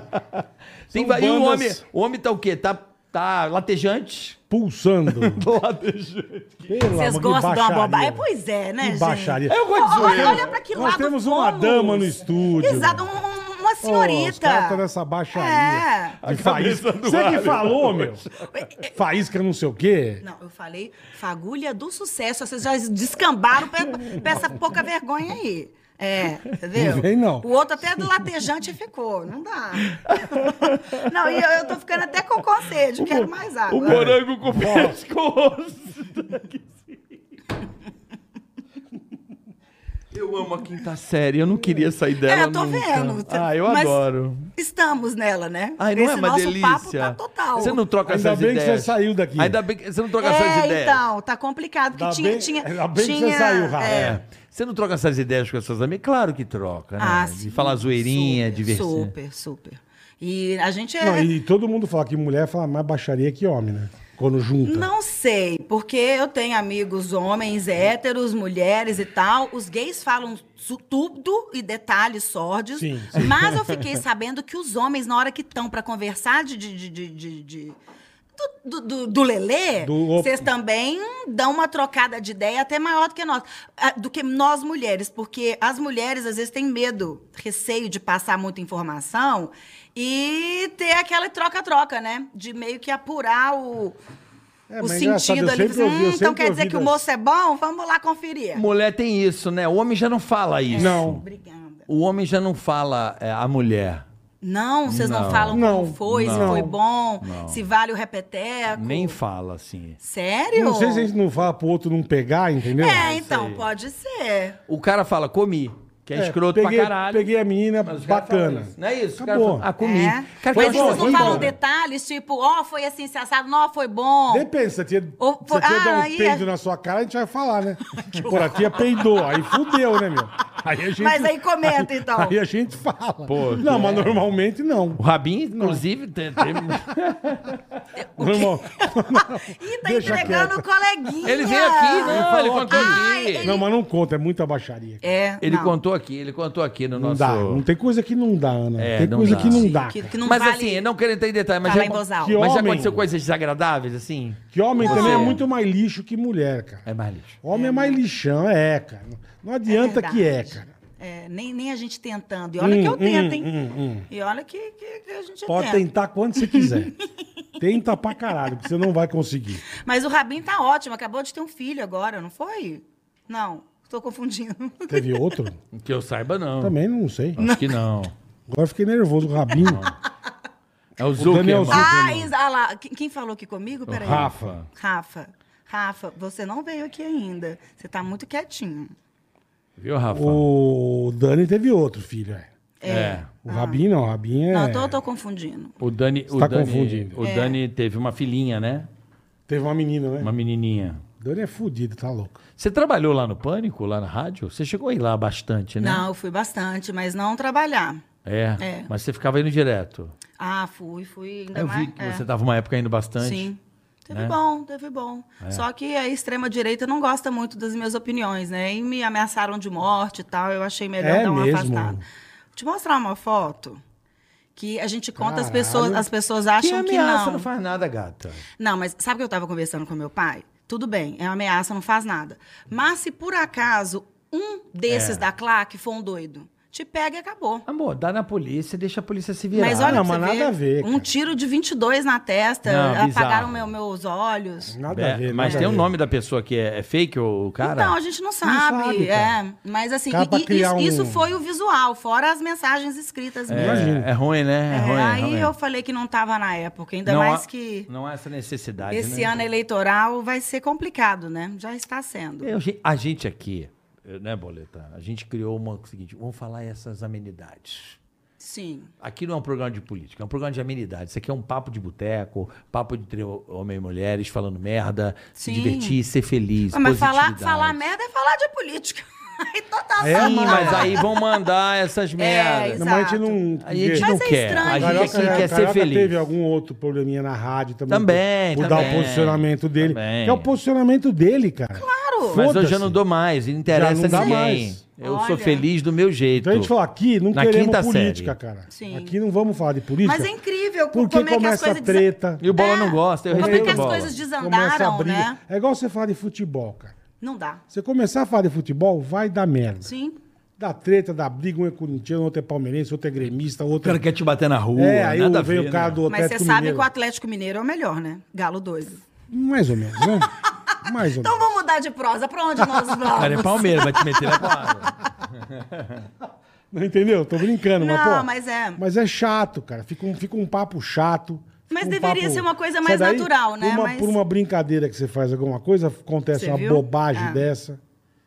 Tem,
São
vai- e o homem,
bandas
o homem tá o quê? Tá, tá latejante?
Pulsando.
Latejante.
Pela,
Vocês gostam de uma bobagem? Pois é, né,
Que
gente?
baixaria.
Eu gosto de
Olha,
zoeira.
olha pra que
Nós
lado
temos uma
fomos.
dama no estúdio.
Exato, um- um- uma
Ô, os caras
senhorita.
estão nessa baixaria.
É.
De faísca.
do
Você que
Alien.
falou, meu. Faísca não sei o quê.
Não, eu falei fagulha do sucesso. Vocês já descambaram pra, pra essa pouca vergonha aí. É, entendeu?
Não vem, não.
O outro até do latejante ficou. Não dá. não, e eu, eu tô ficando até com, com sede. Quero mais água.
O morango com o pescoço. Eu amo a quinta série, eu não queria sair dela.
É, eu tô
nunca.
vendo.
Ah, eu
Mas-
adoro.
Estamos nela, né?
Ai, não
Esse
é uma
nosso
delícia?
papo tá total.
Você não troca
Ainda
essas
bem que
ideias.
você saiu daqui.
Ainda bem que você não troca essas
É,
ideias.
então, tá complicado. Porque
Ainda
tinha,
bem-
tinha.
ainda bem que você
tinha,
saiu, Rafa.
é.
É. Você não troca essas ideias com as suas amigas? Claro que troca, né?
Ah,
de
sim.
falar zoeirinha,
super,
diversão.
Super, super. E a gente é.
Não,
Não,
e todo mundo fala que mulher fala mais baixaria que homem, né? Quando junta.
sei, porque eu tenho amigos homens, héteros, mulheres e tal. Os gays falam su- tudo e detalhes sórdios.
Sim, sim.
Mas eu fiquei sabendo que os homens, na hora que estão pra conversar de. de, de, de, de- de- do, do, do- do Lelê,
Do op-
vocês também dão uma trocada de ideia até maior do que nós, ah, do que nós mulheres, porque as mulheres às vezes têm medo, receio de passar muita informação e ter aquela troca-troca, né? De meio que apurar o,
É,
o
mas é engraçado,
sentido
eu
ali.
sempre
Assim,
ouvi, eu
"Hum, então
sempre
quer dizer
ouvi
que o
das-
moço é bom? Vamos lá conferir.
Mulher tem isso, né? O homem já não fala isso.
Não.
Obrigada.
O homem já não fala é, a mulher.
Não, vocês não,
Não.
falam
Não.
como foi, se
Não.
foi bom,
Não.
se vale o repeteco.
Nem fala assim.
Sério?
Não sei se a gente não fala pro outro não pegar, entendeu?
É, então, pode ser.
O cara fala, comi, que é,
É,
escroto
peguei,
pra caralho.
Peguei a menina,
Mas o cara
bacana.
fala isso, Não é isso? O cara
Acabou.
fala, ah, comi.
É.
Cara,
Mas
foi bom,
vocês não
foi
falam
bom.
detalhes, tipo, ó, foi assim, se assado, não, foi bom.
Depende, se a tia,
Ou
se a
foi-
tia
ah,
dar um
aí é-
peido na sua cara, a gente vai falar, né? Pô, a tia peidou, aí fudeu, né, meu? Aí a gente-
Mas aí comenta, então. é.
Aí a gente fala.
Pô,
não, mas normalmente não.
O Rabin, inclusive, te- te-
Normal-
Ih, tá
Deixa
entregando o coleguinha.
ele veio
Ah,
aqui, né? não, ele
falou
contou
aqui.
aqui.
Ai,
ele
Não, mas não conta, é muita baixaria.
É, não.
contou aqui, ele contou aqui no
não
nosso...
dá, não tem coisa que não dá, Ana.
É,
tem
não
coisa
dá.
que não dá.
Que,
cara.
que não
mas
vale... é
assim, eu não quero entrar em detalhe, mas, já,
Falar em Bozal.
Que
mas já
homem.
aconteceu coisas desagradáveis, assim?
Que homem também é
Você-
muito mais lixo que mulher, cara.
É mais lixo.
Homem é mais lixão, é, cara. Não adianta
É
que é,
verdade.
cara. Hum,
É, nem, nem a gente tentando. E olha
Hum,
que eu tento, hein? E olha que, que- que a gente
Pode
tenta.
tentar quando você quiser. Tenta pra caralho, porque você não vai conseguir.
Mas o Rabin tá ótimo, acabou de ter um filho agora, não foi? Não, tô confundindo.
Teve outro?
Que eu saiba, não.
Também não sei.
Acho que não.
Agora eu fiquei nervoso, o Rabinho.
Ah, É o Zuckerman.
Daniel Zucker.
Ah, Isa, ah lá, quem quem falou aqui comigo? Peraí.
Rafa.
Rafa, Rafa, você não veio aqui ainda. Você tá muito quietinho.
Viu, Rafa?
O Dani teve outro, filho. é.
É.
O Rabinho não, o Rabinho é...
Ah. Não, eu tô, tô confundindo.
O Dani, o
Você tá
Dani,
confundindo.
O
É.
Dani teve uma filhinha, né?
Teve uma menina, né?
É. Uma menininha.
O Dani é fudido, tá louco.
Você trabalhou lá no Pânico, lá na rádio? Você chegou aí lá bastante, né?
Não, eu fui bastante, mas não trabalhar.
É,
É.
mas você ficava indo direto.
Ah, fui, fui. Ainda
Eu
mais,
vi que
é.
você tava uma época indo bastante.
Sim. Teve
né?
bom, teve bom.
É.
Só que a extrema-direita não gosta muito das minhas opiniões, né? E me ameaçaram de morte e tal, eu achei melhor
É
dar uma
mesmo?
afastada. Vou te mostrar uma foto que a gente conta, as
Caralho.
pessoas, as pessoas acham
que
que,
ameaça
não.
não faz nada, gata.
Não, mas sabe que eu tava conversando com meu pai? Tudo bem, é uma ameaça, não faz nada. Mas se por acaso um desses
É.
da claque for um doido, te pega e acabou.
Amor, dá na polícia, deixa a polícia se virar.
Mas olha,
não,
pra
mas
você
nada a ver,
Um
cara.
tiro de 22 na testa,
Não,
apagaram
bizarro.
meu- meus olhos.
Nada
É,
a ver,
mas
nada
tem
a
o
ver.
nome da pessoa que é, é fake ou o cara?
Então, a gente não sabe.
sabe, cara.
é. Mas assim,
Cara, pra
e- e
criar
isso, isso
um-
foi o visual, fora as mensagens escritas
é,
mesmo.
Imagina.
é ruim, né? É, ruim. é
aí
ruim.
eu falei que não tava na época, ainda mais
há,
que
Não há essa necessidade.
esse
né?
ano eleitoral vai ser complicado, né? Já está sendo.
Eu- É, a gente aqui, né, Boleta? A gente criou uma o seguinte: vamos falar essas amenidades.
Sim.
Aqui não é um programa de política, é um programa de amenidade. Isso aqui é um papo de boteco, papo entre homem e mulheres falando merda, se
Sim. Ah,
divertir, ser feliz.
Mas falar,
positividade.
falar merda é falar de política. Aí tá, total
É,
Sim,
mano.
mas aí vão mandar essas merdas.
É,
Não,
isso.
mas a gente
Exato.
não...
a gente
Mas
não
é
quer.
estranho.
A gente
Carioca-
aqui quer ser
Carioca
feliz.
teve algum outro probleminha na rádio também.
Também,
Por, por dar
também.
o posicionamento dele.
Também.
Que é o posicionamento dele, cara.
Claro.
Mas hoje
Foda-se.
eu não dou mais, não interessa
Já não dá
ninguém.
mais.
Eu sou
Olha.
feliz do meu jeito.
Então a gente falou, aqui não
Na
queremos
quinta
política,
série.
cara.
Sim.
Aqui não vamos falar de política.
Mas é incrível
Por que
como é que as
começa
coisas
a
desa-
treta?
E o Bola
É,
não gosta, eu
como é
respeito
que
o
as
Bola.
coisas
Começa a
desandaram,
briga.
né?
É igual você falar de futebol, cara.
Não dá.
Você começar a falar de futebol, vai dar merda.
Sim.
Dá treta, dá briga, um é corintiano, outro é palmeirense, outro é gremista,
O
outro
cara quer te bater na rua,
É, aí
nada a
veio
ver,
o cara
né?
do
Mas você
Atlético
sabe
Mineiro.
que o Atlético Mineiro é o melhor, né? Galo doido.
Mais ou menos, né? Mais ou
Então
menos.
vamos mudar de prosa. Pra onde nós
O cara é
vamos?
palmeira, vai te meter na porrada.
Não entendeu? Tô brincando, mas
Não,
pô.
mas é.
Mas é chato, cara. Fica um, fica um papo chato. fica
Mas
um
deveria ser uma coisa mais
Sabe
natural, né?
Por uma,
Mas-
por uma brincadeira que você faz alguma coisa, acontece
Você
uma
viu?
bobagem
Ah.
dessa,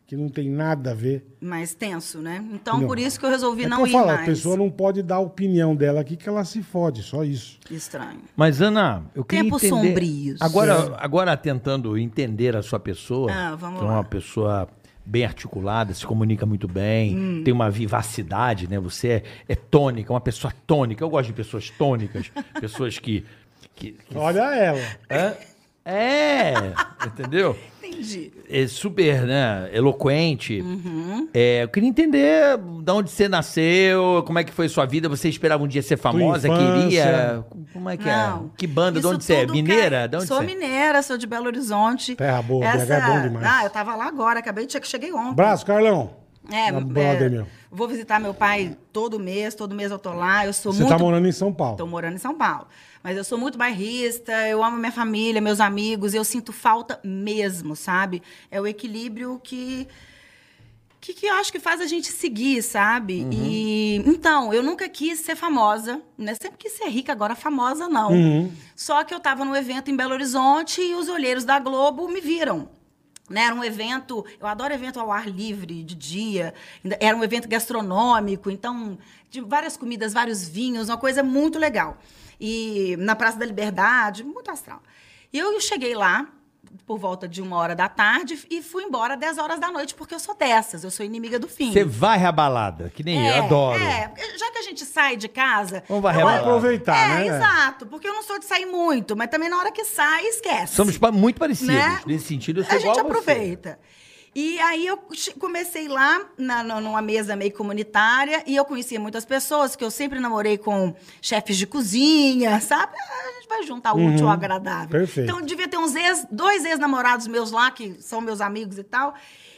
que não tem nada a ver.
Mais tenso, né? Então,
Não.
por isso que eu resolvi
é
não
que eu
ir
falo,
mais.
a pessoa não pode dar a opinião dela aqui que ela se fode, só isso.
Estranho.
Mas, Ana, eu queria
Tempos
entender...
sombrios.
Agora, agora, tentando entender a sua pessoa,
Ah, vamos
que é
lá.
uma pessoa bem articulada, se comunica muito bem,
Hum.
tem uma vivacidade, né? Você é, é tônica, uma pessoa tônica. Eu gosto de pessoas tônicas, pessoas que... que, que-
Olha ela.
Hã? É, entendeu?
Entendi.
é super, né, eloquente.
Uhum.
É, eu queria entender de onde você nasceu, como é que foi sua vida. Você esperava um dia ser famosa,
infância.
queria? Como é que
Não.
é? Que banda? De
Isso
onde você é?
tudo cai-
Mineira? De onde
sou
você é?
mineira, sou de Belo Horizonte.
Terra boa, BH é bom demais.
Ah, eu tava lá agora, acabei de chegar, cheguei ontem.
Braço, Carlão.
É,
Na
é,
brother, meu.
Vou visitar meu pai todo mês, todo mês eu tô lá. Eu sou
Você
muito.
tá morando em São Paulo.
Tô morando em São Paulo. Mas eu sou muito bairrista, eu amo minha família, meus amigos, eu sinto falta mesmo, sabe? É o equilíbrio que. Que, que eu acho que faz a gente seguir, sabe? E então, eu nunca quis ser famosa, né? Sempre quis ser rica, agora famosa não. Só que eu tava num evento em Belo Horizonte e os olheiros da Globo me viram. Né? Era um evento, eu adoro evento ao ar livre, de dia. Ainda- Era um evento gastronômico, então, de várias comidas, vários vinhos, uma coisa muito legal. E na Praça da Liberdade, muito astral. E eu cheguei lá, por volta de uma hora da tarde e fui embora 10 horas da noite, porque eu sou dessas, eu sou inimiga do fim.
Você varre a balada, que nem eu,
É,
adoro.
É, porque já que a gente sai de casa.
Vamos varrer
eu-
a balada.
Aproveitar,
É,
né?
exato, porque eu não sou de sair muito, mas também na hora que sai, esquece.
Somos pa- muito parecidos.
Né?
Nesse sentido, eu sou
A
igual
gente
você.
aproveita. E aí eu che- comecei lá na, na- numa mesa meio comunitária e eu conhecia muitas pessoas que eu sempre namorei com chefes de cozinha, sabe? A gente vai juntar o
Uhum.
útil ao agradável.
Perfeito.
Então devia ter uns ex, dois ex-namorados meus lá que são meus amigos e tal.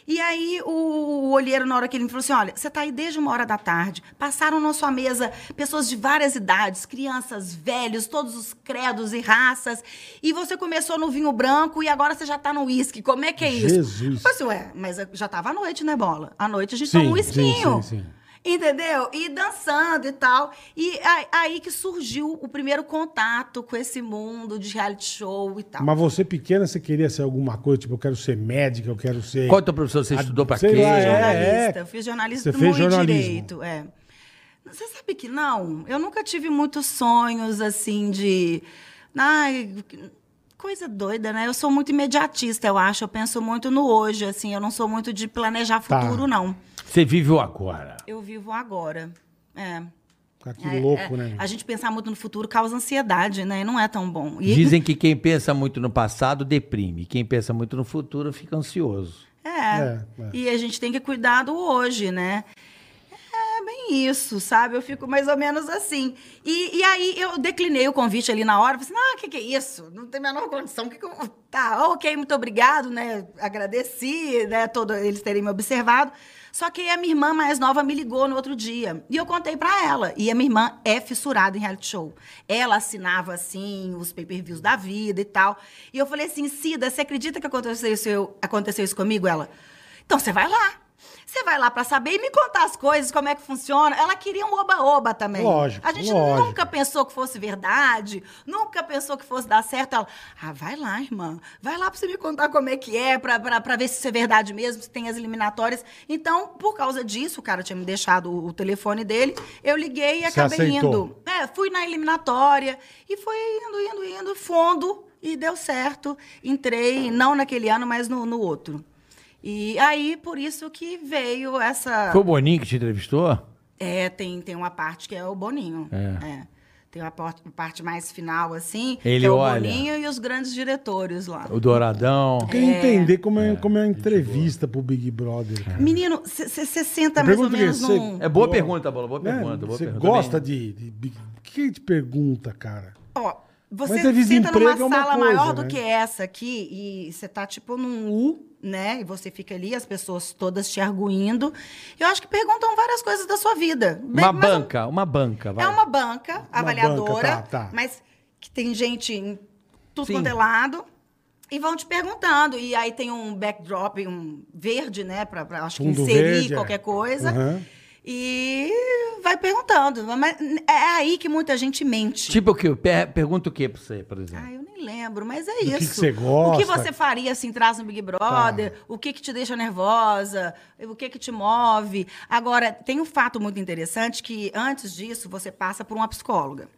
E aí o, o olheiro na hora que ele me falou assim, olha, você tá aí desde uma hora da tarde. Passaram na sua mesa pessoas de várias idades, crianças, velhos, todos os credos e raças. E você começou no vinho branco e agora você já tá no uísque. Como é que é isso?
Jesus.
Eu falei assim, ué, mas já tava à noite, né, Bola? À noite a gente
Sim,
toma um
sim,
esquinho.
sim, sim.
Entendeu? E dançando e tal. E aí, aí que surgiu o primeiro contato com esse mundo de reality show e tal.
Mas você pequena, você queria ser alguma coisa? Tipo, eu quero ser médica, eu quero ser...
Qual é o teu professor? Você
Ah,
estudou pra
sei
quê?
lá, é.
jornalista. Eu fiz jornalista
Você fez
muito
jornalismo.
direito. É. Você sabe que não? Eu nunca tive muitos sonhos assim de. Ai, coisa doida, né? Eu sou muito imediatista, eu acho. Eu penso muito no hoje, assim. Eu não sou muito de planejar
Tá.
futuro, não.
Você vive o agora.
Eu vivo agora. É.
Tá Que
É,
louco,
é.
né?
A gente pensar muito no futuro causa ansiedade, né? E não é tão bom. E-
Dizem que quem pensa muito no passado deprime. Quem pensa muito no futuro fica ansioso.
É.
É, é.
E a gente tem que cuidar do hoje, né? É bem isso, sabe? Eu fico mais ou menos assim. E, e aí eu declinei o convite ali na hora, falei assim, ah, o que, que é isso? Não tem a menor condição. Que que eu... Tá, ok, muito obrigado, né? Agradeci, né? Todo, eles terem me observado. Só que aí a minha irmã mais nova me ligou no outro dia. E eu contei pra ela. E a minha irmã é fissurada em reality show. Ela assinava, assim, os pay-per-views da vida e tal. E eu falei assim, Cida, você acredita que aconteceu isso, eu- aconteceu isso comigo? Ela, então você vai lá. Você vai lá pra saber e me contar as coisas, como é que funciona. Ela queria um oba-oba também.
Lógico,
A gente
lógico.
nunca pensou que fosse verdade, nunca pensou que fosse dar certo. Ela, ah, vai lá, irmã. Vai lá pra você me contar como é que é, pra, pra, pra ver se isso é verdade mesmo, se tem as eliminatórias. Então, por causa disso, o cara tinha me deixado o, o telefone dele, eu liguei e
Você
acabei
aceitou.
indo. É, fui na eliminatória e foi indo, indo, indo, fundo e deu certo. Entrei, não naquele ano, mas no, no outro. E aí, por isso que veio essa.
Foi o Boninho que te entrevistou?
É, tem, tem uma parte que é o Boninho.
É.
É. Tem uma por- parte mais final, assim,
Ele
que é o
olha.
Boninho e os grandes diretores lá.
O Douradão?
Eu queria entender como é, como é uma entrevista pro Big Brother. cara.
Menino, você senta
Eu
mais
pergunto
ou menos
pra você,
num.
É boa pergunta, Bola. Boa
Né?
pergunta. boa
Você
pergunta.
gosta
Bem-
de... de Big- O que ele te pergunta, cara?
Ó,
Mas
você
entrevista de
senta numa
emprego é uma
sala
coisa,
maior
né?
do que essa aqui e você tá tipo num U, né? E você fica ali, as pessoas todas te arguindo. Eu acho que perguntam várias coisas da sua vida. Bem-
Uma
mais ou
banca, uma banca. Vai.
um É uma banca avaliadora,
banca, tá, tá.
mas que tem gente em tudo
Sim.
quanto é lado. E vão te perguntando. E aí tem um backdrop, um verde, né? Pra, pra, acho que
Fundo
inserir
verde, é.
qualquer coisa.
Aham.
E vai perguntando. Mas é aí que muita gente mente.
Tipo o quê? Per- Pergunta o quê pra você, por exemplo?
Ah, eu nem lembro, mas é
é. que que
isso.
você
O
gosta? Tá.
que você faria assim, traz no Big Brother? O que que te deixa nervosa? O que que te move? Agora, tem um fato muito interessante que antes disso você passa por uma psicóloga.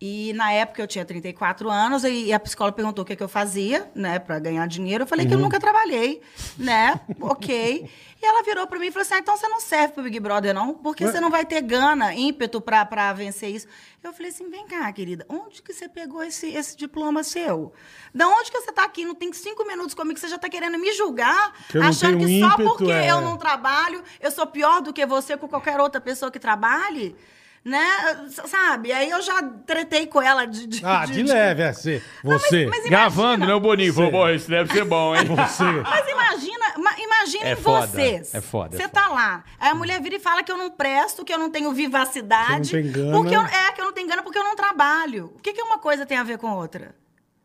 E na época eu tinha 34 anos e a psicóloga perguntou o que, que eu fazia, né, para ganhar dinheiro. Eu falei que eu
Uhum.
nunca trabalhei, né? OK. E ela virou para mim e falou assim: ah, "Então você não serve pro Big Brother não, porque
Ué?
você não vai ter gana, ímpeto pra pra vencer isso". Eu falei assim: "Vem cá, querida, onde que você pegou esse esse diploma seu? Da onde que você tá aqui? Não tem cinco minutos comigo que você já tá querendo me julgar,
Que eu não
achando que
tenho
só
ímpeto,
porque
é.
eu não trabalho, eu sou pior do que você com qualquer outra pessoa que trabalhe?" Né? S- Sabe? Aí eu já tretei com ela de. de-
Ah, de leve, é você. Você.
mas imagina-
Gravando, né, o Boninho? Falou, "Pô, isso deve ser bom, hein?
Você.
Mas imagina, ma- imaginem
É foda,
vocês.
é foda, é
Você
foda.
tá lá. Aí a mulher vira e fala que eu não presto, que eu não tenho vivacidade.
Que eu não tenho gana.
Porque eu, é, que eu não tenho gana porque eu não trabalho. O que, que uma coisa tem a ver com outra?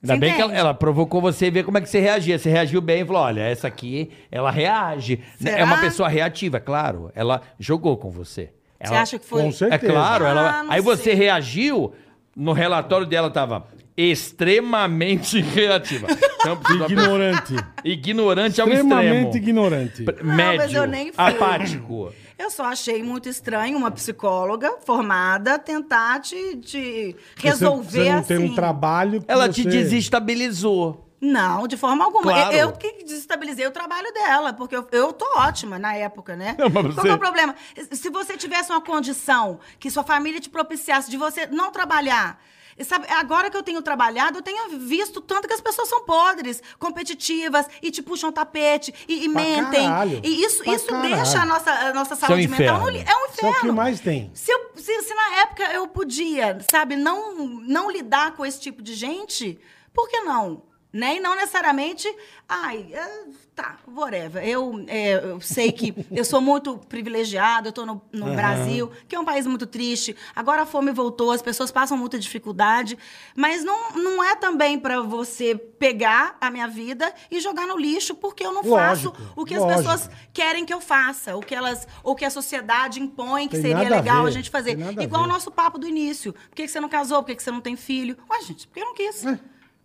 Ainda
Você
bem que ela,
entende?
ela provocou você e ver como é que você reagia. Você reagiu bem e falou: olha, essa aqui, ela reage.
Será?
É uma pessoa reativa, claro. Ela jogou com você.
Você
Ela-
acha que foi.
Com certeza.
É claro, ela.
Ah, não
Aí você
sei.
reagiu, no relatório dela tava extremamente reativa. Então, precisa-
Ignorante.
ignorante ao é um extremo.
Extremamente ignorante.
P-
Não,
Médio,
mas eu nem fui.
apático.
Eu só achei muito estranho uma psicóloga formada tentar te, te resolver
Você, você não
assim.
tem um trabalho que
Ela
você...
te desestabilizou.
Não, de forma alguma.
Claro.
Eu, eu que desestabilizei o trabalho dela, porque eu, eu tô ótima na época, né?
Não, mas
Qual
você-
que é o problema? Se você tivesse uma condição que sua família te propiciasse de você não trabalhar. e sabe, agora que eu tenho trabalhado, eu tenho visto tanto que as pessoas são podres, competitivas, e te puxam tapete, e, e
Pra
mentem.
caralho.
E isso,
Pra
isso
caralho.
deixa a nossa, a nossa
é um
saúde mental.
inferno.
no li- É um
Isso é
inferno.
o que mais tem.
Se, eu- se- se na época eu podia, sabe, não, não lidar com esse tipo de gente, por que não? Né? E não necessariamente, ai, é, tá, whatever. Eu, é, eu sei que eu sou muito privilegiada, eu tô no, no Brasil, que é um país muito triste. Agora a fome voltou, as pessoas passam muita dificuldade. Mas não, não é também para você pegar a minha vida e jogar no lixo, porque eu não
Lógico,
faço o que
lógico.
as pessoas querem que eu faça, o que elas, ou que a sociedade impõe que
Tem
seria
nada a
legal a,
ver,
gente fazer.
tem nada a
Igual o
ver.
nosso papo do início. Por que que você não casou? Por que que você não tem filho? Ué, gente, porque eu não quis.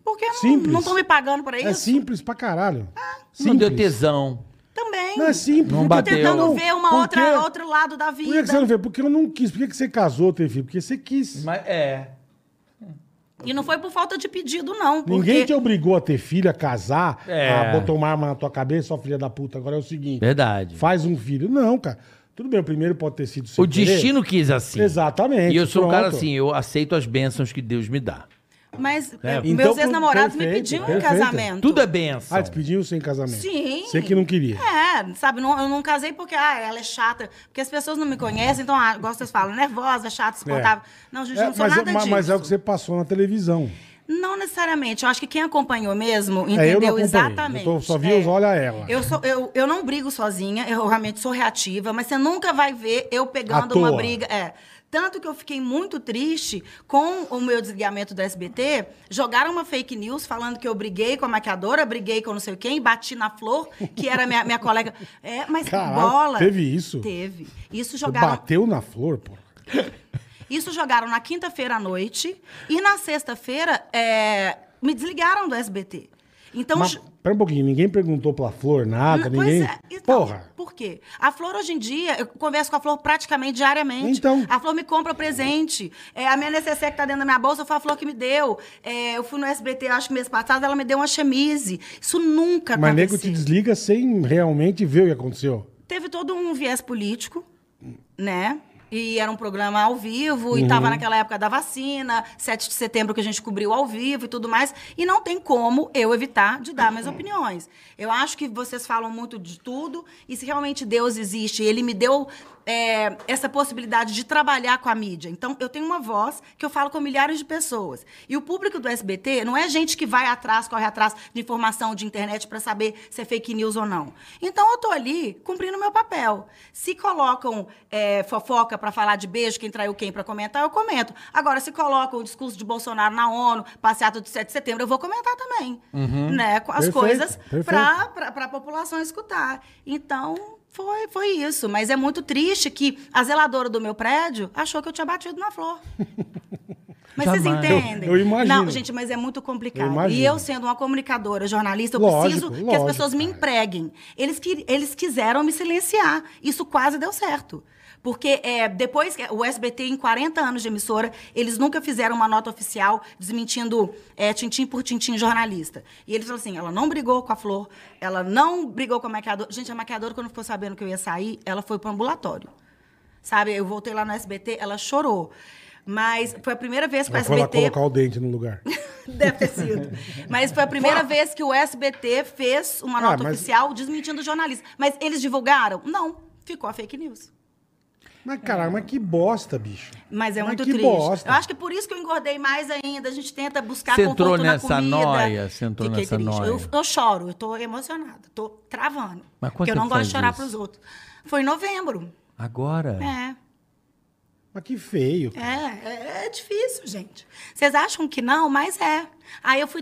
Porque não-
É. Simples.
não estão me pagando pra isso?
É simples pra caralho. Simples.
Não deu tesão.
Também.
Não é simples.
Não
Por que-
Tô
bateu.
tentando
Não,
ver uma
por quê?
outra, outro lado da
Por que, que
vida.
você não fez? Porque eu não quis. Por que, que você casou, teve filho? Porque você quis.
Mas é.
E não foi por falta de pedido, não. Porque...
Ninguém te obrigou a ter filho, a casar,
É.
a botar uma arma na tua cabeça, ó, filha da puta. Agora é o seguinte:
Verdade.
faz um filho. Não, cara. Tudo bem, o primeiro pode ter sido sem
O
querer.
destino quis assim.
Exatamente,
E eu sou um
pronto.
cara assim, eu aceito as bênçãos que Deus me dá.
Mas
É.
eh,
Então,
meus ex-namorados me
perfeito,
pediam em
perfeito.
casamento.
Tudo é bênção.
Ah, despediu sem casamento.
Sim.
Você que não queria.
É, sabe, não- eu não casei porque ah, ela é chata, porque as pessoas não me conhecem, então, ah, igual vocês falam, nervosa, chata, insuportável. Não, gente, eu
É,
não sou
mas,
nada
é,
disso.
mas- mas é o que você passou na televisão.
Não necessariamente. Eu acho que quem acompanhou mesmo entendeu
É, eu não acompanhei.
exatamente.
Eu tô- só vi
É.
os olha ela.
Eu, sou, eu, eu não brigo sozinha, eu realmente sou reativa, mas você nunca vai ver eu
À
pegando
toa.
uma briga. É. Tanto que eu fiquei muito triste com o meu desligamento do SBT. Jogaram uma fake news falando que eu briguei com a maquiadora, briguei com não sei quem, bati na flor, que era minha, minha colega. É, mas
Caralho,
bola.
teve isso?
Teve. Isso
Você
jogaram.
bateu na flor, pô.
Isso jogaram na quinta-feira à noite e na sexta-feira é, me desligaram do SBT. Então,
Mas,
ju-
pera um pouquinho, ninguém perguntou pela flor, nada,
pois
ninguém.
é, então,
Porra.
Por quê? A Flor hoje em dia, eu converso com a Flor praticamente diariamente.
Então.
A Flor me compra presente. É, a minha necessaire que tá dentro da minha bolsa foi a Flor que me deu. É, eu fui no SBT, acho que mês passado, ela me deu uma chemise. Isso nunca
Mas
aconteceu.
nego te desliga sem realmente ver o que aconteceu.
Teve todo um viés político, né? E era um programa ao vivo, e estava naquela época da vacina, 7 de setembro que a gente cobriu ao vivo e tudo mais. E não tem como eu evitar de dar minhas opiniões. Eu acho que vocês falam muito de tudo, e se realmente Deus existe, ele me deu é, essa possibilidade de trabalhar com a mídia. Então, eu tenho uma voz que eu falo com milhares de pessoas. E o público do SBT não é gente que vai atrás, corre atrás de informação de internet para saber se é fake news ou não. Então, eu tô ali cumprindo meu papel. Se colocam é, fofoca para falar de beijo, quem traiu quem para comentar, eu comento. Agora, se colocam o discurso de Bolsonaro na ONU, passeata do 7 de setembro, eu vou comentar também. Né? Com as
Uhum. Perfeito,
coisas
perfeito.
para para a população escutar. Então, foi, foi isso. Mas é muito triste que a zeladora do meu prédio achou que eu tinha batido na flor. Mas vocês
Jamais.
entendem?
Eu- eu imagino.
Não, gente, mas é muito
Eu
complicado.
imagino.
e eu, sendo uma comunicadora, jornalista, eu
Lógico,
preciso que as
lógico,
pessoas me
cara.
empreguem. Eles, que, eles quiseram me silenciar. Isso quase deu certo. Porque é, depois, que- o SBT, em 40 anos de emissora, eles nunca fizeram uma nota oficial desmentindo é, tintim por tintim jornalista. E eles falaram assim, ela não brigou com a Flor, ela não brigou com a maquiadora. Gente, a maquiadora, quando ficou sabendo que eu ia sair, ela foi pro ambulatório. Sabe, eu voltei lá no SBT, ela chorou. Mas foi a primeira vez que o
Ela foi lá
SBT...
colocar o dente no lugar.
Deve ter sido. Mas foi a primeira vez que o SBT fez uma
Ah,
nota
mas-
oficial desmentindo o jornalista. Mas eles divulgaram? Não. Ficou a fake news.
Mas, caralho, mas que bosta, bicho.
Mas é
Mas
muito
que
triste.
bosta.
Eu acho que por isso que eu engordei mais ainda. A gente tenta buscar
Você
conforto
entrou
na
nessa
comida.
noia, você entrou
Fiquei
nessa
triste.
noia.
Eu, eu choro, eu tô emocionada, tô travando.
Mas quanto
porque eu
tempo
não gosto
faz
de chorar
isso?
pros outros. Foi em novembro.
Agora.
É.
Mas que feio. cara.
É, é, é difícil, gente. Vocês acham que não, mas é. Aí eu fui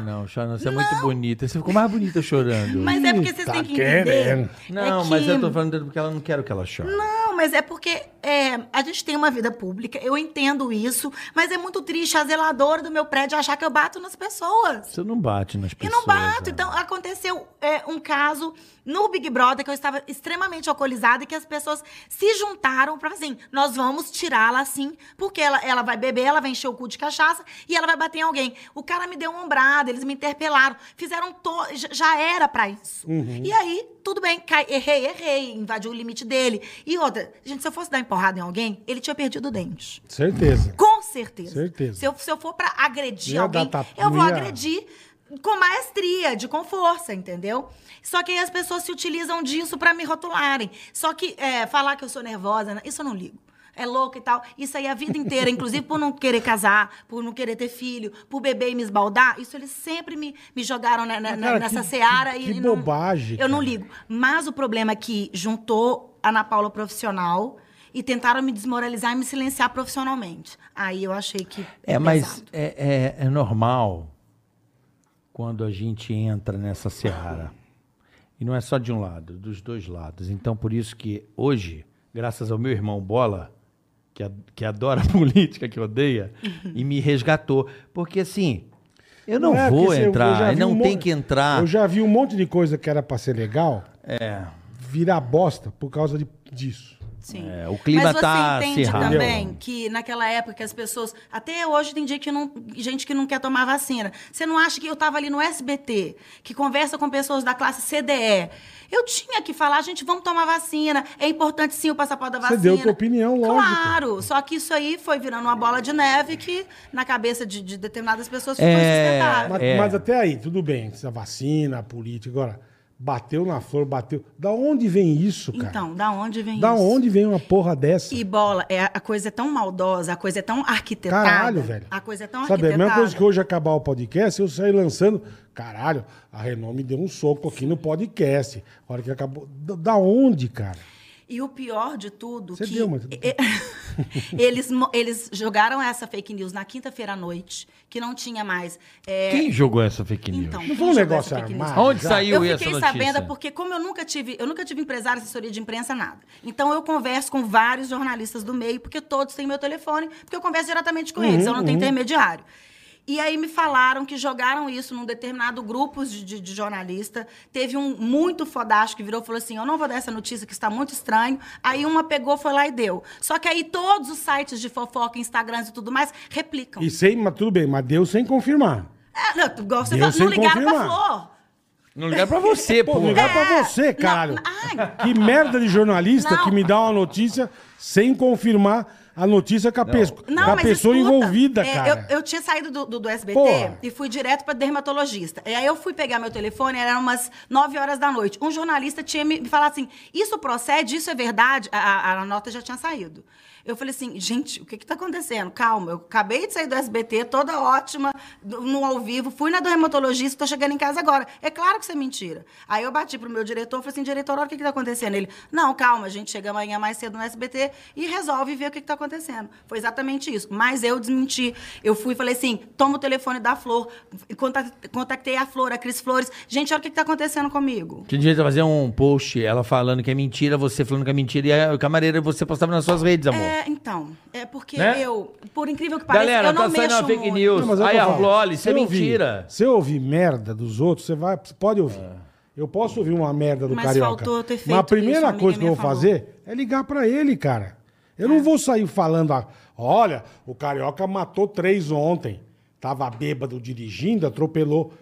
Chora não, chora não. Você é muito bonita. Você ficou mais bonita chorando.
tá. Mas é porque vocês
Tá
têm que
querendo.
entender.
Não,
é
mas
que-
eu tô falando porque ela não quero que ela chore.
Não, mas é porque é, a gente tem uma vida pública, eu entendo isso, mas é muito triste a zeladora do meu prédio achar que eu bato nas pessoas.
Você não bate nas
E
pessoas.
não bato.
né?
Então, aconteceu é, um caso no Big Brother que eu estava extremamente alcoolizada e que as pessoas se juntaram para assim: nós vamos tirá-la assim, porque ela, ela vai beber, ela vai encher o cu de cachaça e ela vai bater em alguém. O cara me deu uma ombrada, eles me interpelaram, fizeram. To... já- Já era para isso. E aí, tudo bem, cai- errei, errei, invadiu o limite dele. E outra, gente, se eu fosse dar empurrada em alguém, ele tinha perdido o dente.
Certeza.
Com certeza.
Certeza.
Se eu, se eu for pra agredir
Ia
alguém,
dar tapa-
eu vou
ia-
agredir com maestria, de com força, entendeu? Só que aí as pessoas se utilizam disso pra me rotularem. Só que é, falar que eu sou nervosa, né, isso eu não ligo. É louca e tal. Isso aí a vida inteira, inclusive por não querer casar, por não querer ter filho, por beber e me esbaldar, isso eles sempre me, me jogaram na- na-
Mas, cara,
nessa
que-
seara.
que-
e,
que
e não-
bobagem,
Eu não
cara.
ligo comigo. Mas o problema é que juntou a Ana Paula profissional e tentaram me desmoralizar e me silenciar profissionalmente. Aí eu achei que.
É, mas
pesado.
é, é- é normal quando a gente entra nessa seara. E não é só de um lado, dos dois lados. Então, por isso que hoje, graças ao meu irmão Bola, que, a- que adora a política, que odeia, e me resgatou. Porque assim, eu não
É, porque
vou
você- eu já
entrar, eu
vi
não
um
tem
monte-
que entrar. É.
Eu já vi um monte de coisa que era pra ser legal virar bosta por causa de- disso.
Sim.
É, o clima
Mas você
tá
entende
acirrado.
também que naquela época que as pessoas. Até hoje tem dia que não, gente que não quer tomar vacina. Você não acha que eu tava ali no SBT, que conversa com pessoas da classe CDE? Eu tinha que falar, gente, vamos tomar vacina. É importante sim o passaporte da
Você
vacina.
deu tua opinião, lógico.
Claro, só que isso aí foi virando uma bola de neve que na cabeça de, de determinadas pessoas ficou
É,
sustentável.
Mas,
É.
mas até aí, tudo bem. Essa vacina, a política, agora, bateu na flor, bateu. Da onde vem isso, cara?
Então, da onde vem
da
isso?
onde vem uma porra dessa?
E bola, é, a coisa é tão maldosa, a coisa é tão arquitetada.
Caralho, velho.
A coisa é tão
Sabe, a
arquitetada.
mesma coisa que hoje acabar o podcast, eu saí lançando. Caralho, a Renault me deu um soco aqui no podcast. A hora que acabou. Da da onde, cara?
E o pior de tudo,
Você
que
deu, mas-
e- eles, mo- eles jogaram essa fake news na quinta-feira à noite, que não tinha mais. é,
Quem jogou essa fake news?
então,
Não
quem
foi um
jogou
negócio
essa fake news?
armado?
Aonde
já?
saiu
eu
essa
fiquei
notícia?
sabendo porque como eu nunca tive, eu nunca tive empresário, assessoria de imprensa, nada. Então eu converso com vários jornalistas do meio, porque todos têm meu telefone, porque eu converso diretamente com
Uhum,
eles, eu não tenho intermediário. E aí me falaram que jogaram isso num determinado grupo de, de, de jornalista. Teve um muito fodástico que virou e falou assim: Eu não vou dar essa notícia que está muito estranho. Aí uma pegou, foi lá e deu. Só que aí todos os sites de fofoca, Instagrams e tudo mais, replicam.
E sem, mas tudo bem, mas deu sem confirmar.
É, não, igual você
Deu
falou, não
sem
ligaram pra
confirmar.
flor.
Não ligar pra você,
Pô, não
pô.
ligar pra
É,
você,
não,
caralho.
ai.
Que merda de jornalista
Não.
que me dá uma notícia sem confirmar a notícia com a, pesco- com a pessoa
escuta,
envolvida,
é,
cara.
Eu, eu tinha saído do, do- do SBT
Porra.
e fui direto pra dermatologista. E aí eu fui pegar meu telefone, eram umas 9 horas da noite. Um jornalista tinha me me falado assim: isso procede, isso é verdade? A, a- a nota já tinha saído. Eu falei assim, gente, o que que tá acontecendo? Calma, eu acabei de sair do SBT, toda ótima, do- no ao vivo, fui na dermatologista, tô chegando em casa agora. É claro que isso é mentira. Aí eu bati pro meu diretor, falei assim, diretor, olha o que que tá acontecendo. Ele, não, calma, a gente chega amanhã mais cedo no SBT e resolve ver o que que tá acontecendo. Foi exatamente isso. Mas eu desmenti. Eu fui e falei assim, toma o telefone da Flor. Conta- Contactei a Flor, a Cris Flores. Gente, olha o que que tá acontecendo comigo.
Tinha direito a fazer um post, ela falando que é mentira, você falando que é mentira, e a camareira você postava nas suas redes, amor.
É, então, é porque
Né?
eu, por incrível que pareça,
Galera,
eu não
tá saindo
mexo
uma fake
muito.
news.
Não, mas é o que
Aí
eu
a
falo.
Loli, isso
Se
é
eu ouvir-
mentira. É.
Se eu ouvir merda dos outros, você vai, você pode ouvir. Eu posso ouvir uma merda do
Mas
carioca.
faltou eu ter
Mas a
feito isso,
primeira
uma amiga
coisa que eu
minha
vou
falou. É.
fazer é ligar pra ele, cara. Eu não vou sair falando, ah, olha, o carioca matou três ontem. Tava bêbado dirigindo, atropelou.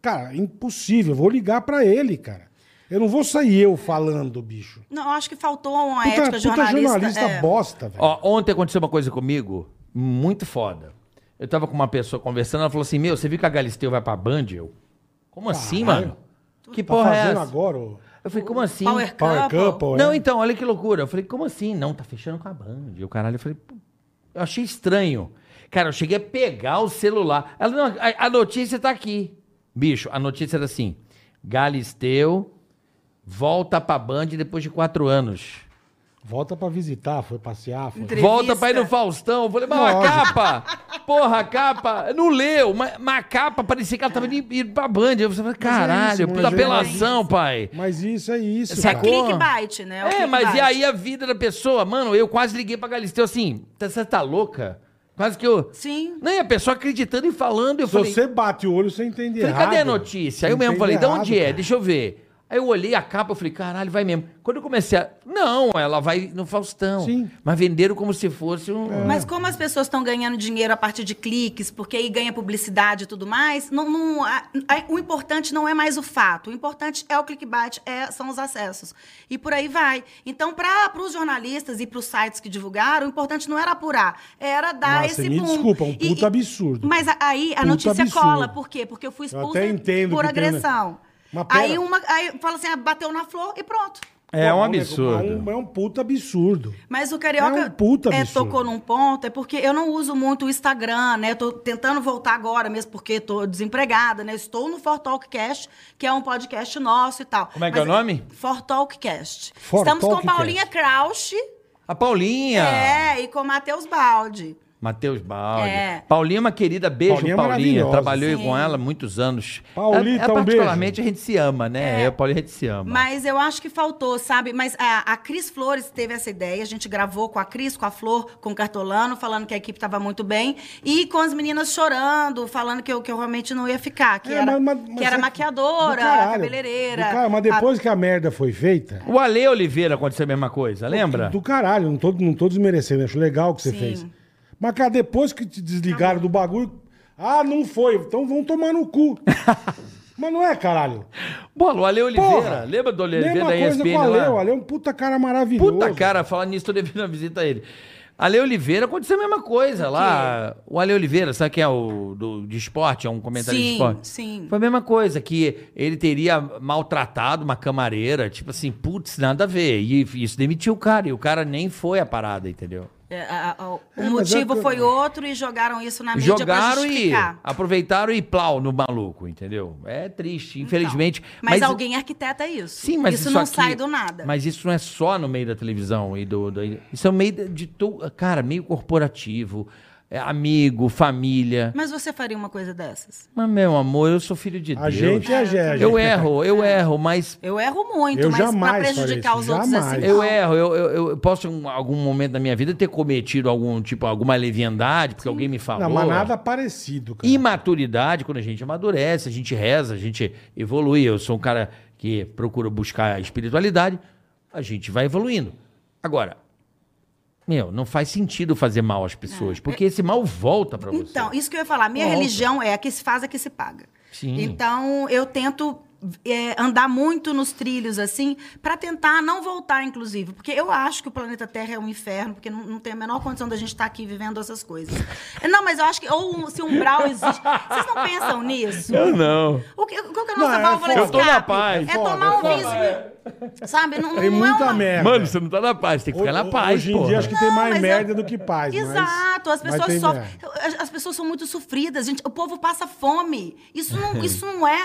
Cara, impossível. Eu vou ligar pra ele, cara. Eu não vou sair eu falando, bicho.
Não, eu acho que faltou uma
Puta,
ética
puta
jornalista.
jornalista
é.
bosta, velho.
Ó, ontem aconteceu uma coisa comigo muito foda. Eu tava com uma pessoa conversando, ela falou assim: Meu, você viu que a Galisteu vai pra Band? Eu, como assim,
Caralho.
mano? Que
Tá
porra é
fazendo
essa?
agora o
Eu falei, como assim?
Power,
Power
Couple.
Couple,
Não,
é?
então, olha que loucura. Eu falei, como assim? Não, tá fechando com a Band. E o caralho, eu falei, pô, eu achei estranho. Cara, eu cheguei a pegar o celular. Ela, não, a, a notícia tá aqui. Bicho, a notícia era assim: Galisteu volta pra Band depois de quatro anos.
Volta pra visitar, foi passear, foi.
Entrevista.
Volta pra ir no Faustão. Vou levar uma
Lógico.
capa. Porra, a capa. Não leu. Uma, uma capa parecia que ela tava indo indo pra Band. Eu falei, caralho,
mas
puta
é isso.
apelação, pai.
Mas isso é isso,
Essa
cara.
cor-
Clickbait, né? O
É, mas
clickbait.
e aí a vida da pessoa? Mano, eu quase liguei pra Galisteu assim, "Tá- você tá louca? Quase que eu...
Sim.
Nem a pessoa acreditando e falando, eu
Se
falei...
você bate o olho, você entende
Falei,
errado.
cadê a notícia? Aí eu mesmo
Entende
falei, de
errado,
onde é?
cara.
Deixa eu ver. Aí eu olhei a capa, eu falei, caralho, vai mesmo. Quando eu comecei a... Não, ela vai no Faustão.
Sim. É.
Mas venderam como se fosse um...
Mas como as pessoas estão ganhando dinheiro a partir de cliques, porque aí ganha publicidade e tudo mais, não, não- a- a- o importante não é mais o fato. O importante é o clickbait, é- são os acessos. E por aí vai. Então, para os jornalistas e para os sites que divulgaram, o importante não era apurar, era dar
Nossa,
esse
me
boom.
desculpa, um
E-
puta
e-
absurdo.
Mas a- aí a
Puta
notícia
absurdo.
cola. Por quê? Porque eu fui
Eu
expulsa
até entendo
por
que tem, né?
agressão.
Mas pera.
Aí, uma, aí fala assim, ah, bateu na flor e pronto.
É um
Pô,
absurdo.
É um, é um puta absurdo.
Mas o Carioca
É um puta
é,
absurdo.
tocou num ponto, é porque eu não uso muito o Instagram, né? Tô tentando voltar agora, mesmo porque tô desempregada, né? Estou no Fortalkcast, que é um podcast nosso e tal.
Como é que é o nome?
Fortalkcast.
For
Estamos com
Talkcast.
Paulinha Krausch,
A Paulinha!
é, e com Matheus Baldi.
Matheus Balde.
É.
Paulinha é uma querida, beijo,
Paulinha é
Paulinha.
maravilhosa.
Trabalhei
Sim.
com ela há muitos anos.
Paulita,
ela,
um
particularmente a gente se ama, né? Eu, a Paulinha, a gente se ama.
É. Mas eu acho que faltou, sabe? Mas a, a Cris Flores teve essa ideia. A gente gravou com a Cris, com a Flor, com o Cartolano, falando que a equipe estava muito bem. E com as meninas chorando, falando que eu, que eu realmente não ia ficar. Que
É,
era,
mas- mas- mas
que era
é-
maquiadora,
do caralho.
cabeleireira.
Do cara- mas depois que a merda foi feita,
O Ale Oliveira aconteceu a mesma coisa, lembra?
do caralho, não tô, não tô desmerecendo, acho legal o que você
Sim.
fez. Mas, cara, depois que te desligaram do bagulho, ah, não foi, então vão tomar no cu. mas não é, caralho.
Bola, o Ale Oliveira.
Porra!
lembra do Ale Oliveira
Mesma
da
coisa
ESPN
com o Ale,
lá?
o Ale é um puta cara maravilhoso.
Puta cara, falar nisso, tô devendo uma visita a ele. Ale Oliveira aconteceu a mesma coisa lá. O Ale Oliveira, sabe quem é o do, de esporte? É um comentarista de
Sim,
esporte.
sim.
Foi a mesma coisa, que ele teria maltratado uma camareira, tipo assim, putz, nada a ver. E isso demitiu o cara, e o cara nem foi a parada, entendeu?
É, a- a- o
É, mas é
motivo
que-
foi outro e jogaram isso na mídia pra
Jogaram e
justificar.
aproveitaram e plau no maluco, entendeu? É triste, infelizmente.
Então, Mas, alguém arquiteta é isso.
Sim, mas
isso, não
aqui-
sai do nada.
Mas isso não é só no meio da televisão e do, do- isso é o meio de, de to- cara, meio corporativo, é, amigo, família.
Mas você faria uma coisa dessas?
Mas meu amor, eu sou filho de
A
Deus.
gente é a gente.
eu erro, eu erro, mas
Eu erro muito,
Eu
mas pra
jamais faria
prejudicar
isso,
os outros
jamais.
assim.
Eu
eu
não.
erro, eu, eu, eu posso em algum momento da minha vida ter cometido algum tipo alguma leviandade porque alguém me falou.
Não, mas nada parecido, cara.
Imaturidade, quando a gente amadurece, a gente reza, a gente evolui. Eu sou um cara que procura buscar a espiritualidade, a gente vai evoluindo. Agora, meu, não faz sentido fazer mal às pessoas, porque esse mal volta pra você.
É. Então, isso que eu ia falar. Minha
Volta.
religião é a que se faz, a que se paga.
Sim.
Então, eu tento é, andar muito nos trilhos, assim, pra tentar não voltar, inclusive. Porque eu acho que o planeta Terra é um inferno, porque não, não tem a menor condição da gente estar aqui vivendo essas coisas. Não, mas eu acho que... Ou um- se um umbral existe... Vocês não pensam nisso?
Eu não.
O que, qual que é a nossa
Não, é
válvula de
foda.
é
Eu tô
um escape?
na
paz,
É
foda,
tomar
foda.
um vinho. Sabe? Não,
Tem
não é
muita
uma...
merda.
Mano, você não tá na paz, tem que ficar na
Ho-
paz,
Hoje
porra.
em dia acho que tem mais
mas eu-
merda do que paz. mas-
Exato, as
mas
pessoas
tem
sofrem.
merda.
As- As pessoas são muito sofridas, gente. O povo passa fome. Isso não, isso não é.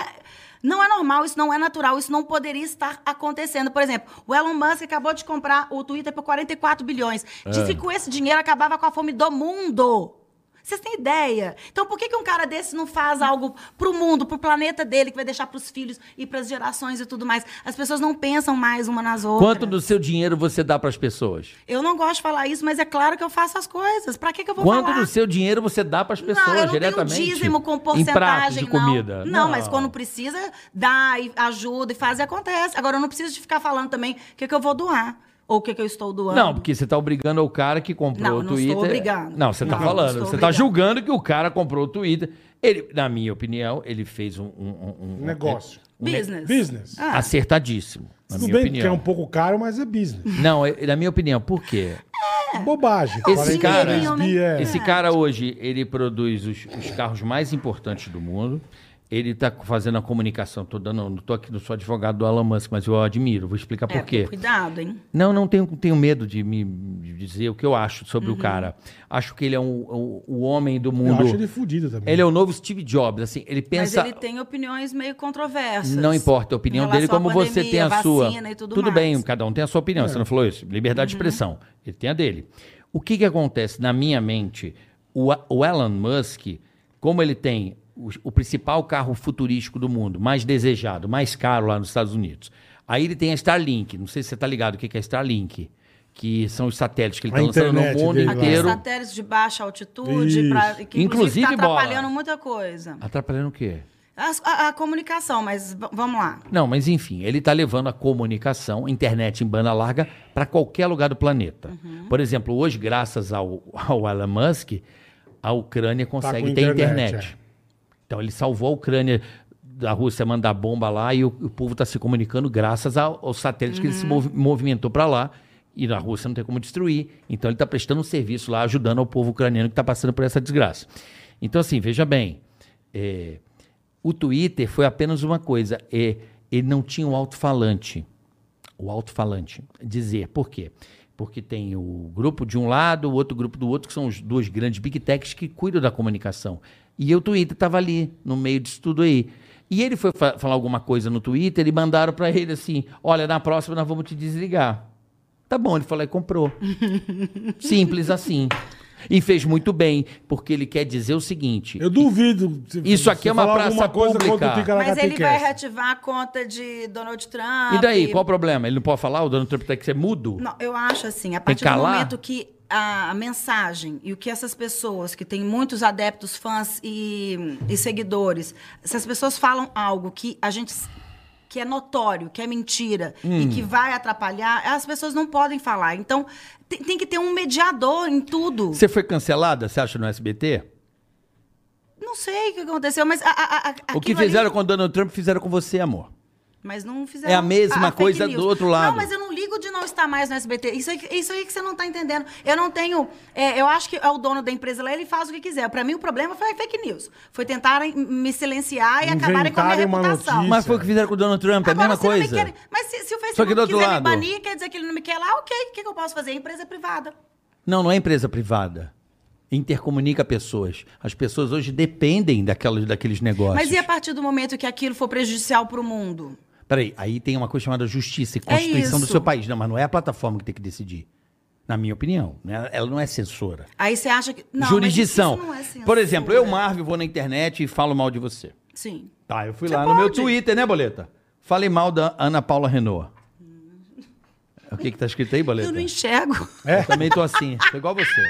Não é normal, isso não é natural, isso não poderia estar acontecendo. Por exemplo, o Elon Musk acabou de comprar o Twitter por 44 bilhões.
É.
Disse que com esse dinheiro acabava com a fome do mundo. Vocês têm ideia? Então, por que, que um cara desse não faz algo pro mundo, pro planeta dele, que vai deixar pros filhos e pras gerações e tudo mais? As pessoas não pensam mais uma nas outras.
Quanto do seu dinheiro você dá pras pessoas?
Eu não gosto de falar isso, mas é claro que eu faço as coisas. Pra que, que eu vou
Quanto
falar?
do seu dinheiro você dá pras pessoas
não, eu não
diretamente?
tenho um dízimo com
Em pratos
porcentagem,
de
não.
comida.
Não, mas quando precisa, dá e ajuda e faz e acontece. Agora, eu não preciso de ficar falando também o que, que eu vou doar ou o que, que eu estou doando.
Não, porque você tá obrigando o cara que comprou
Não,
o
não
Twitter.
estou obrigando.
Não, você tá
Não,
falando.
não estou
você tá
obrigando.
julgando que o cara comprou o Twitter. Ele, na minha opinião, ele fez um, um- um- um-
Negócio.
Business.
Business.
Ah,
Assim, acertadíssimo. Na
Tudo
minha
bem que é
opinião.
um pouco caro, mas é business.
Não, é- na minha opinião, por quê?
É.
Bobagem.
Esse
43
cara,
Dinheirinho, né?
bi, é.
esse cara hoje, ele produz os, os carros mais importantes do mundo. Ele está fazendo a comunicação. Tô dando, não tô aqui, não sou advogado do Elon Musk, mas eu admiro. Vou explicar
É,
por quê.
Cuidado, hein?
Não, não tenho, tenho medo de me de dizer o que eu acho sobre
Uhum.
o cara. Acho que ele é um, um- o homem do
Eu
mundo.
acho
ele...
ele fudido também.
é o novo Steve Jobs, assim. Ele pensa.
Mas ele tem opiniões meio controversas.
Não importa a opinião
Em
dele,
relação à
como você
pandemia,
tem a sua.
vacina e tudo
bem,
mais. Uhum.
cada um tem a sua opinião. Você não falou isso. Liberdade de expressão. Ele tem a dele. O que que acontece? Na minha mente, o, o Elon Musk, como ele tem o, o principal carro futurístico do mundo, mais desejado, mais caro lá nos Estados Unidos. Aí ele tem a Starlink. Não sei se você está ligado o que que é Starlink. Que são os satélites que ele
A
está lançando no
internet
mundo
dele lá.
Aqueles
inteiro.
satélites de baixa altitude,
Isso.
pra, que inclusive
Inclusive,
está
bola.
atrapalhando muita coisa.
Atrapalhando o quê?
As- A, a comunicação, mas v- vamos lá.
Não, mas enfim, ele está levando a comunicação, internet em banda larga, para qualquer lugar do planeta. Por exemplo, hoje, graças ao, ao Elon Musk, a Ucrânia consegue
com
ter
internet,
internet. Então, ele salvou a Ucrânia da Rússia mandar bomba lá e o, o povo está se comunicando graças ao, aos satélites que ele se movi- movimentou para lá. E na Rússia não tem como destruir. Então, ele está prestando um serviço lá, ajudando ao povo ucraniano que está passando por essa desgraça. Então, assim, veja bem. é, o Twitter foi apenas uma coisa, é, ele não tinha um alto-falante. O alto-falante. Dizer por quê? Porque tem o grupo de um lado, o outro grupo do outro, que são os dois grandes big techs que cuidam da comunicação. E o Twitter estava ali, no meio disso tudo aí. E ele foi fa- falar alguma coisa no Twitter e mandaram para ele assim: olha, na próxima nós vamos te desligar. Tá bom, ele falou e comprou. Simples assim. E fez muito bem, porque ele quer dizer o seguinte:
Eu duvido. se-
Isso aqui
se
é uma
falar
praça
alguma coisa
pública.
contra o Ticaracati
Mas ele vai
Cast.
reativar a conta de Donald Trump.
E daí, qual o problema? Ele não pode falar? O Donald Trump tá tem que ser é mudo?
Não, eu acho assim, a
Tem que
partir do
calar?
momento que a, a mensagem e o que essas pessoas, que têm muitos adeptos, fãs e, e seguidores, se as pessoas falam algo que a gente s- que é notório, que é mentira e
Hum.
que vai atrapalhar, as pessoas não podem falar. Então, tem, tem que ter um mediador em tudo.
Você foi cancelada, você acha, no SBT?
Não sei o que aconteceu, mas a, a- a-
o que
aquilo ali-
fizeram com o Donald Trump fizeram com você, amor.
Mas não fizeram.
É
Ah,
a mesma
fake
coisa
news.
do outro lado.
Não, mas eu não ligo de não estar mais no SBT. Isso aí, isso aí que você não tá entendendo. Eu não tenho. é, eu acho que é o dono da empresa lá, ele faz o que quiser. Pra mim, o problema foi a fake news. Foi tentarem me silenciar e acabarem com a minha
Inventarem uma
reputação.
notícia.
Mas foi o que fizeram com o Donald Trump, é a
Agora,
mesma
se não me
coisa.
querem- mas se, se o
Só que
Facebook
do outro
quiser me
lado.
banir, quer dizer que ele não me quer lá, ok. O que, que eu posso fazer? É empresa privada.
Não, não é empresa privada. Intercomunica pessoas. As pessoas hoje dependem daquelas, daqueles negócios.
Mas e a partir do momento que aquilo for prejudicial pro mundo?
Peraí, aí tem uma coisa chamada justiça e constituição do
É isso.
seu país. Não, mas não é a plataforma que tem que decidir. Na minha opinião. né? Ela não é censora.
Aí você acha que. Não, mas
Jurisdição.
isso não é
Por exemplo, eu,
censura.
Marvel, vou na internet e falo mal de você.
Sim.
Tá, eu fui
Você
lá no meu
pode.
Twitter, né, Boleta? Falei mal da Ana Paula Renault. O que que tá escrito aí, Boleta?
Eu não enxergo.
Eu também tô assim, tô igual você.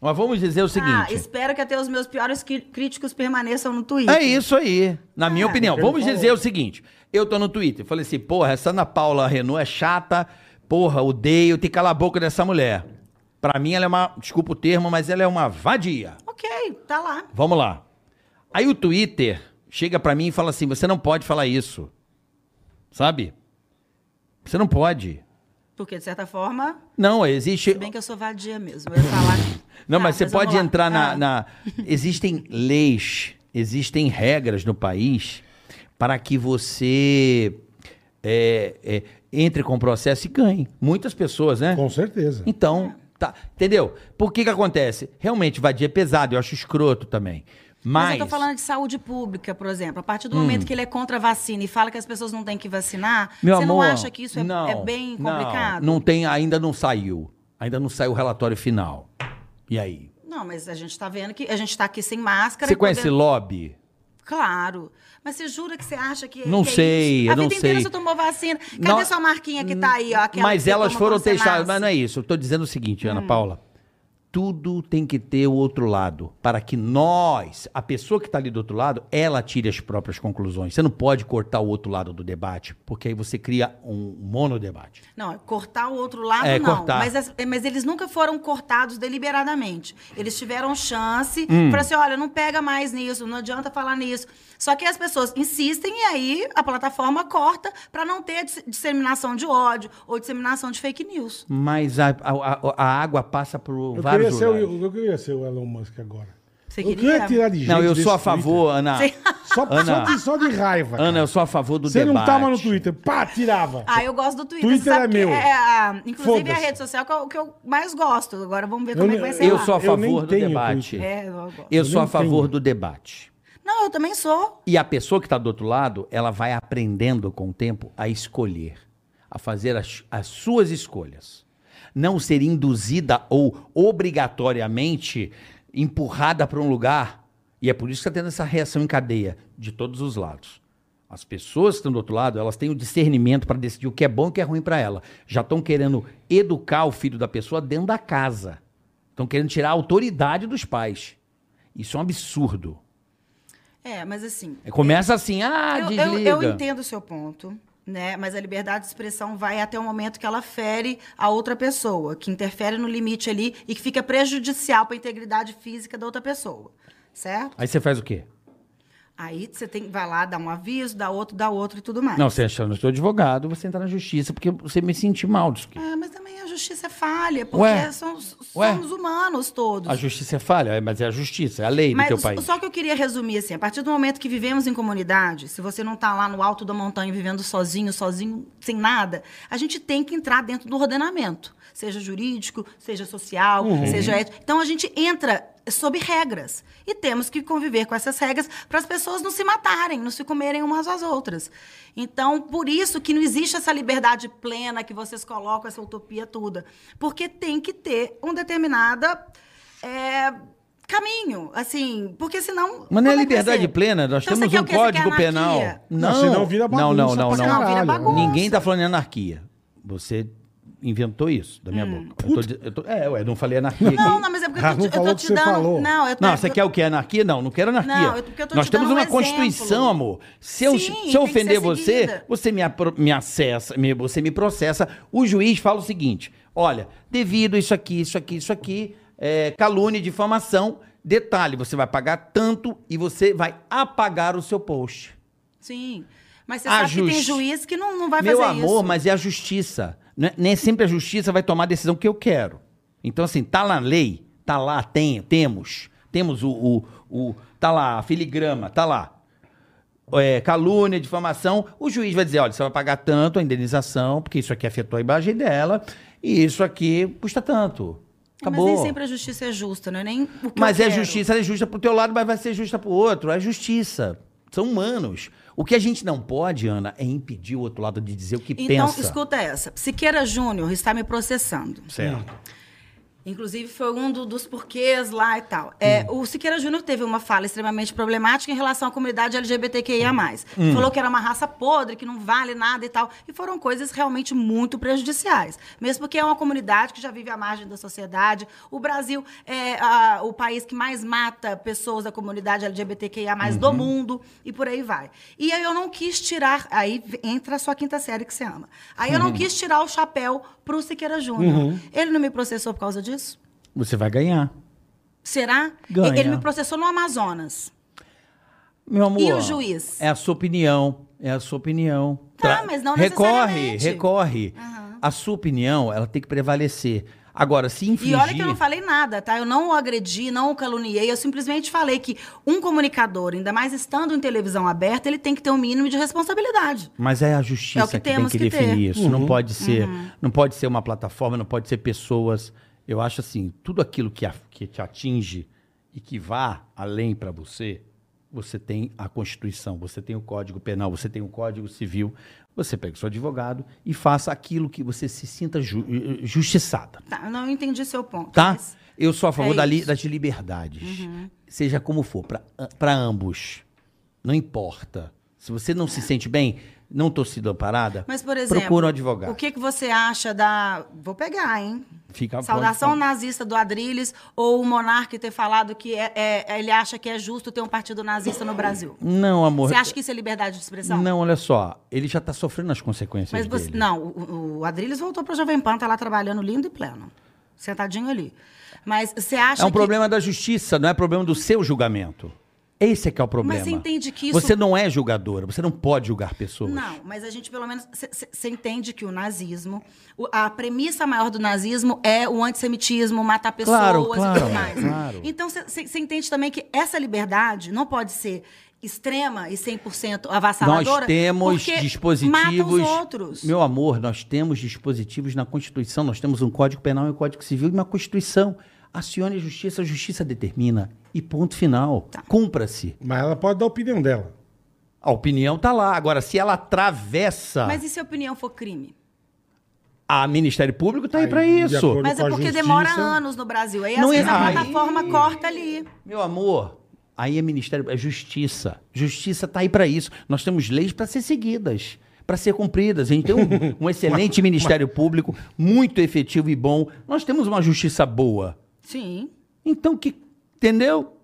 Mas vamos dizer o
Ah,
seguinte.
espero que até os meus piores cri- críticos permaneçam no Twitter. Ah.
É isso aí, na minha opinião. Vamos dizer o seguinte, eu tô no Twitter, falei assim, porra, essa Ana Paula Renault é chata, porra, odeio, tem que calar a boca dessa mulher. Pra mim ela é uma, desculpa o termo, mas ela é uma vadia.
Ok, tá lá.
Vamos lá. Aí o Twitter chega pra mim e fala assim: você não pode falar isso. Sabe? Você não pode.
Porque, de certa forma,
Não, existe.
se bem que eu sou vadia mesmo. Eu ia falar.
Não,
Tá,
mas você
vamos
pode
lá.
entrar na,
Ah,
na- Existem leis, existem regras no país para que você é, é, entre com o processo e ganhe. Muitas pessoas, né?
Com certeza.
Então, tá. Entendeu? Por que que acontece? Realmente, vadia é pesado, eu acho escroto também.
Mas,
Mas.
eu tô falando de saúde pública, por exemplo. A partir
Hum.
do momento que ele é contra a vacina e fala que as pessoas não têm que vacinar,
Meu
você
amor,
não acha que isso é,
não,
é bem
não,
complicado?
Não, tem, ainda não saiu. Ainda não saiu o relatório final. E aí?
Não, mas a gente tá vendo que a gente tá aqui sem máscara.
Você
e
conhece
podendo-
lobby?
Claro. Mas você jura que você acha que.
Não
que é
sei,
isso?
eu
A
não
vida inteira
sei.
você tomou vacina. Cadê
Não-
sua marquinha que tá aí, ó? aquela que
mas
você
elas
toma Hum.
foram
quando você
testadas.
nasce?
Mas não é isso. Eu tô dizendo o seguinte, Ana Paula. Tudo tem que ter o outro lado. Para que nós, a pessoa que está ali do outro lado, ela tire as próprias conclusões. Você não pode cortar o outro lado do debate, porque aí você cria um monodebate.
Não, é cortar o outro lado
É,
não.
cortar.
Mas, as- é, mas eles nunca foram cortados deliberadamente. Eles tiveram chance
Hum.
para assim, olha, não pega mais nisso, não adianta falar nisso. Só que as pessoas insistem e aí a plataforma corta para não ter dis- disseminação de ódio ou disseminação de fake news.
Mas a, a- a- a água passa por
Eu
vários
queria, ser,
lugares.
o- eu queria ser o Elon Musk agora.
Você
Eu queria
queria?
tirar de jeito
Não, eu
desse
sou a
Twitter.
favor, Ana.
Você-
Só,
Ana.
só de, só de raiva.
Ana,
cara.
eu sou a favor do
Você
debate.
não tava no Twitter. Pá, tirava.
Ah, eu gosto do Twitter.
Twitter
Você sabe
é
que
meu.
a- inclusive é a
Foda-se.
rede social que eu, que eu mais gosto. Agora vamos ver
Eu
como é
nem-
que vai ser
Eu
lá.
sou a
Eu nem
favor do
tenho
debate.
É, eu gosto.
Eu sou a
nem
favor
tenho.
do debate.
Não, eu também sou.
E a pessoa que está do outro lado, ela vai aprendendo com o tempo a escolher, a fazer as, as suas escolhas. Não ser induzida ou obrigatoriamente empurrada para um lugar. E é por isso que está tendo essa reação em cadeia de todos os lados. As pessoas que estão do outro lado, elas têm o discernimento para decidir o que é bom e o que é ruim para ela. Já estão querendo educar o filho da pessoa dentro da casa. Estão querendo tirar a autoridade dos pais. Isso é um absurdo.
É, mas assim.
É, Começa assim, ah,
eu, eu-
desliga.
eu entendo o seu ponto, né? Mas a liberdade de expressão vai até o momento que ela fere a outra pessoa, que interfere no limite ali e que fica prejudicial para a integridade física da outra pessoa, certo?
Aí você faz o quê?
Aí você tem vai lá dar um aviso, dá outro, dá outro e tudo mais.
Não, você achando, eu sou advogado, você entrar na justiça porque você me sentir mal disso aqui.
É, mas também a justiça é falha, porque
Ué?
são- somos
Ué?
humanos todos.
A justiça é falha, é, mas é a justiça, é a lei do
Mas
teu
s-
país.
só que eu queria resumir assim, a partir do momento que vivemos em comunidade, se você não está lá no alto da montanha vivendo sozinho, sozinho, sem nada, a gente tem que entrar dentro do ordenamento, seja jurídico, seja social,
Uhum.
seja ético. Então a gente entra sob regras e temos que conviver com essas regras para as pessoas não se matarem, não se comerem umas às outras. Então, por isso que não existe essa liberdade plena que vocês colocam essa utopia toda, porque tem que ter uma determinada é, caminho, assim, porque senão.
Mas não é
como que vai
liberdade
ser?
plena, nós
Então,
temos
você quer
um
o quê? Você quer
código penal.
anarquia?
Não, senão vira
Não, não,
bagunça
não,
pra
não.
Senão vira
caralho.
bagunça.
Ninguém tá falando em anarquia. Você inventou isso da minha boca. Eu tô, di- eu tô- é, ué, não falei anarquia aqui.
Hum. Não, não, mas é porque
Ah,
eu
não
tô, te- eu
falou
tô
o que
te
você
dando.
falou.
Não, eu tô,
Não, você
eu-
quer o que? Anarquia? Não, não quero anarquia.
Não, eu- porque eu tô te
Nós temos
dando um
uma
exemplo.
Constituição, amor. Se eu,
Sim,
se eu
tem que ser
ofender você,
seguida.
você me, apro- me acessa, me- você me processa. O juiz fala o seguinte: olha, devido a isso aqui, isso aqui, isso aqui, é, calúnia e difamação, detalhe, você vai pagar tanto e você vai apagar o seu post.
Sim. Mas você
Ah,
sabe que tem
justi-
juiz que não, não vai
Meu
fazer
amor,
isso.
mas é a justiça. Não é- Nem sempre a justiça vai tomar a decisão que eu quero. Então, assim, tá na lei, tá lá, tem, temos. Temos o, o, o- Tá lá, a filigrama, tá lá. É, calúnia, difamação. O juiz vai dizer: olha, você vai pagar tanto a indenização, porque isso aqui afetou a imagem dela, e isso aqui custa tanto. Acabou.
É, Mas nem sempre a justiça é justa, não é nem o que
Mas
eu
é
quero.
justiça, ela é justa pro teu lado, mas vai ser justa pro outro. É justiça. São humanos. O que a gente não pode, Ana, é impedir o outro lado de dizer o que
Então,
pensa.
escuta essa. Siqueira Júnior está me processando.
Hum.
Inclusive, foi um do- dos porquês lá e tal. É, O Siqueira Júnior teve uma fala extremamente problemática em relação à comunidade LGBTQIA. Falou que era uma raça podre, que não vale nada e tal. E foram coisas realmente muito prejudiciais. Mesmo porque é uma comunidade que já vive à margem da sociedade. O Brasil é a- o país que mais mata pessoas da comunidade LGBTQIA, do mundo, e por aí vai. E aí eu não quis tirar. Aí entra a sua quinta série que você ama. Aí eu não quis tirar o chapéu pro Siqueira Júnior. Ele não me processou por causa disso?
Você vai ganhar.
Será?
Ganha.
Ele me processou no Amazonas.
Meu amor.
E o juiz?
É a sua opinião. É a sua opinião.
Tá, mas não
Recorre,
necessariamente.
recorre. A sua opinião, ela tem que prevalecer. Agora, se infringir...
E olha que eu não falei nada, tá? Eu não o agredi, não o caluniei, eu simplesmente falei que um comunicador, ainda mais estando em televisão aberta, ele tem que ter um mínimo de responsabilidade.
Mas é a justiça
É o
que,
que
tem
temos
que,
que ter. Uhum.
definir isso. Não pode ser, não pode ser uma plataforma, não pode ser pessoas. Eu acho assim, tudo aquilo que, a- que te atinge e que vá além para você, você tem a Constituição, você tem o Código Penal, você tem o Código Civil. Você pega o seu advogado e faça aquilo que você se sinta ju- eh, justiçada,
Tá, eu não entendi seu ponto.
tá?
mas-
Eu sou a favor
É
da li-
isso. Uhum.
das liberdades, seja como for, para ambos. Não importa. Se você não se sente bem, não estou sendo amparada,
Mas, por exemplo,
Procura um advogado.
o que, que você acha da. Vou pegar, hein?
Fica à
Saudação
vontade.
nazista do Adrilles ou o monarca ter falado que é- é- ele acha que é justo ter um partido nazista no Brasil?
Não, amor.
Você acha que isso é liberdade de expressão?
Não, olha só. Ele já tá sofrendo as consequências
Mas você,
dele.
não, o, o Adrilles voltou para Jovem Pan, tá lá trabalhando lindo e pleno. Sentadinho ali. Mas você acha
É um
que...
problema da justiça, não é problema do seu julgamento. Esse é que é o problema.
Mas você entende que isso-
Você não é julgadora, você não pode julgar pessoas.
Não, mas a gente pelo menos. Você entende que o nazismo. o- a premissa maior do nazismo é o antissemitismo, matar pessoas
Claro,
e
claro,
tudo mais.
claro.
Então você entende também que essa liberdade não pode ser extrema e 100% avassaladora.
Nós temos
porque
dispositivos.
Mata os outros.
Meu amor, nós temos dispositivos na Constituição, nós temos um Código Penal e um Código Civil e uma Constituição. Acione a justiça, a justiça determina. E ponto final.
Tá.
Cumpra-se.
Mas ela pode dar a opinião dela.
A opinião tá lá. Agora, se ela atravessa
Mas e se a opinião for crime?
a Ministério Público, tá aí,
Aí,
pra
de
isso.
acordo-
Mas é
com a
porque
justiça-
demora anos no Brasil. Aí
Não
às vezes
é-
a plataforma corta ali.
Meu amor, aí é Ministério, é Justiça. Justiça tá aí pra isso. Nós temos leis pra ser seguidas, pra ser cumpridas. A gente tem um, um excelente Ministério Público, muito efetivo e bom. Nós temos uma justiça boa.
Sim.
Então que, entendeu?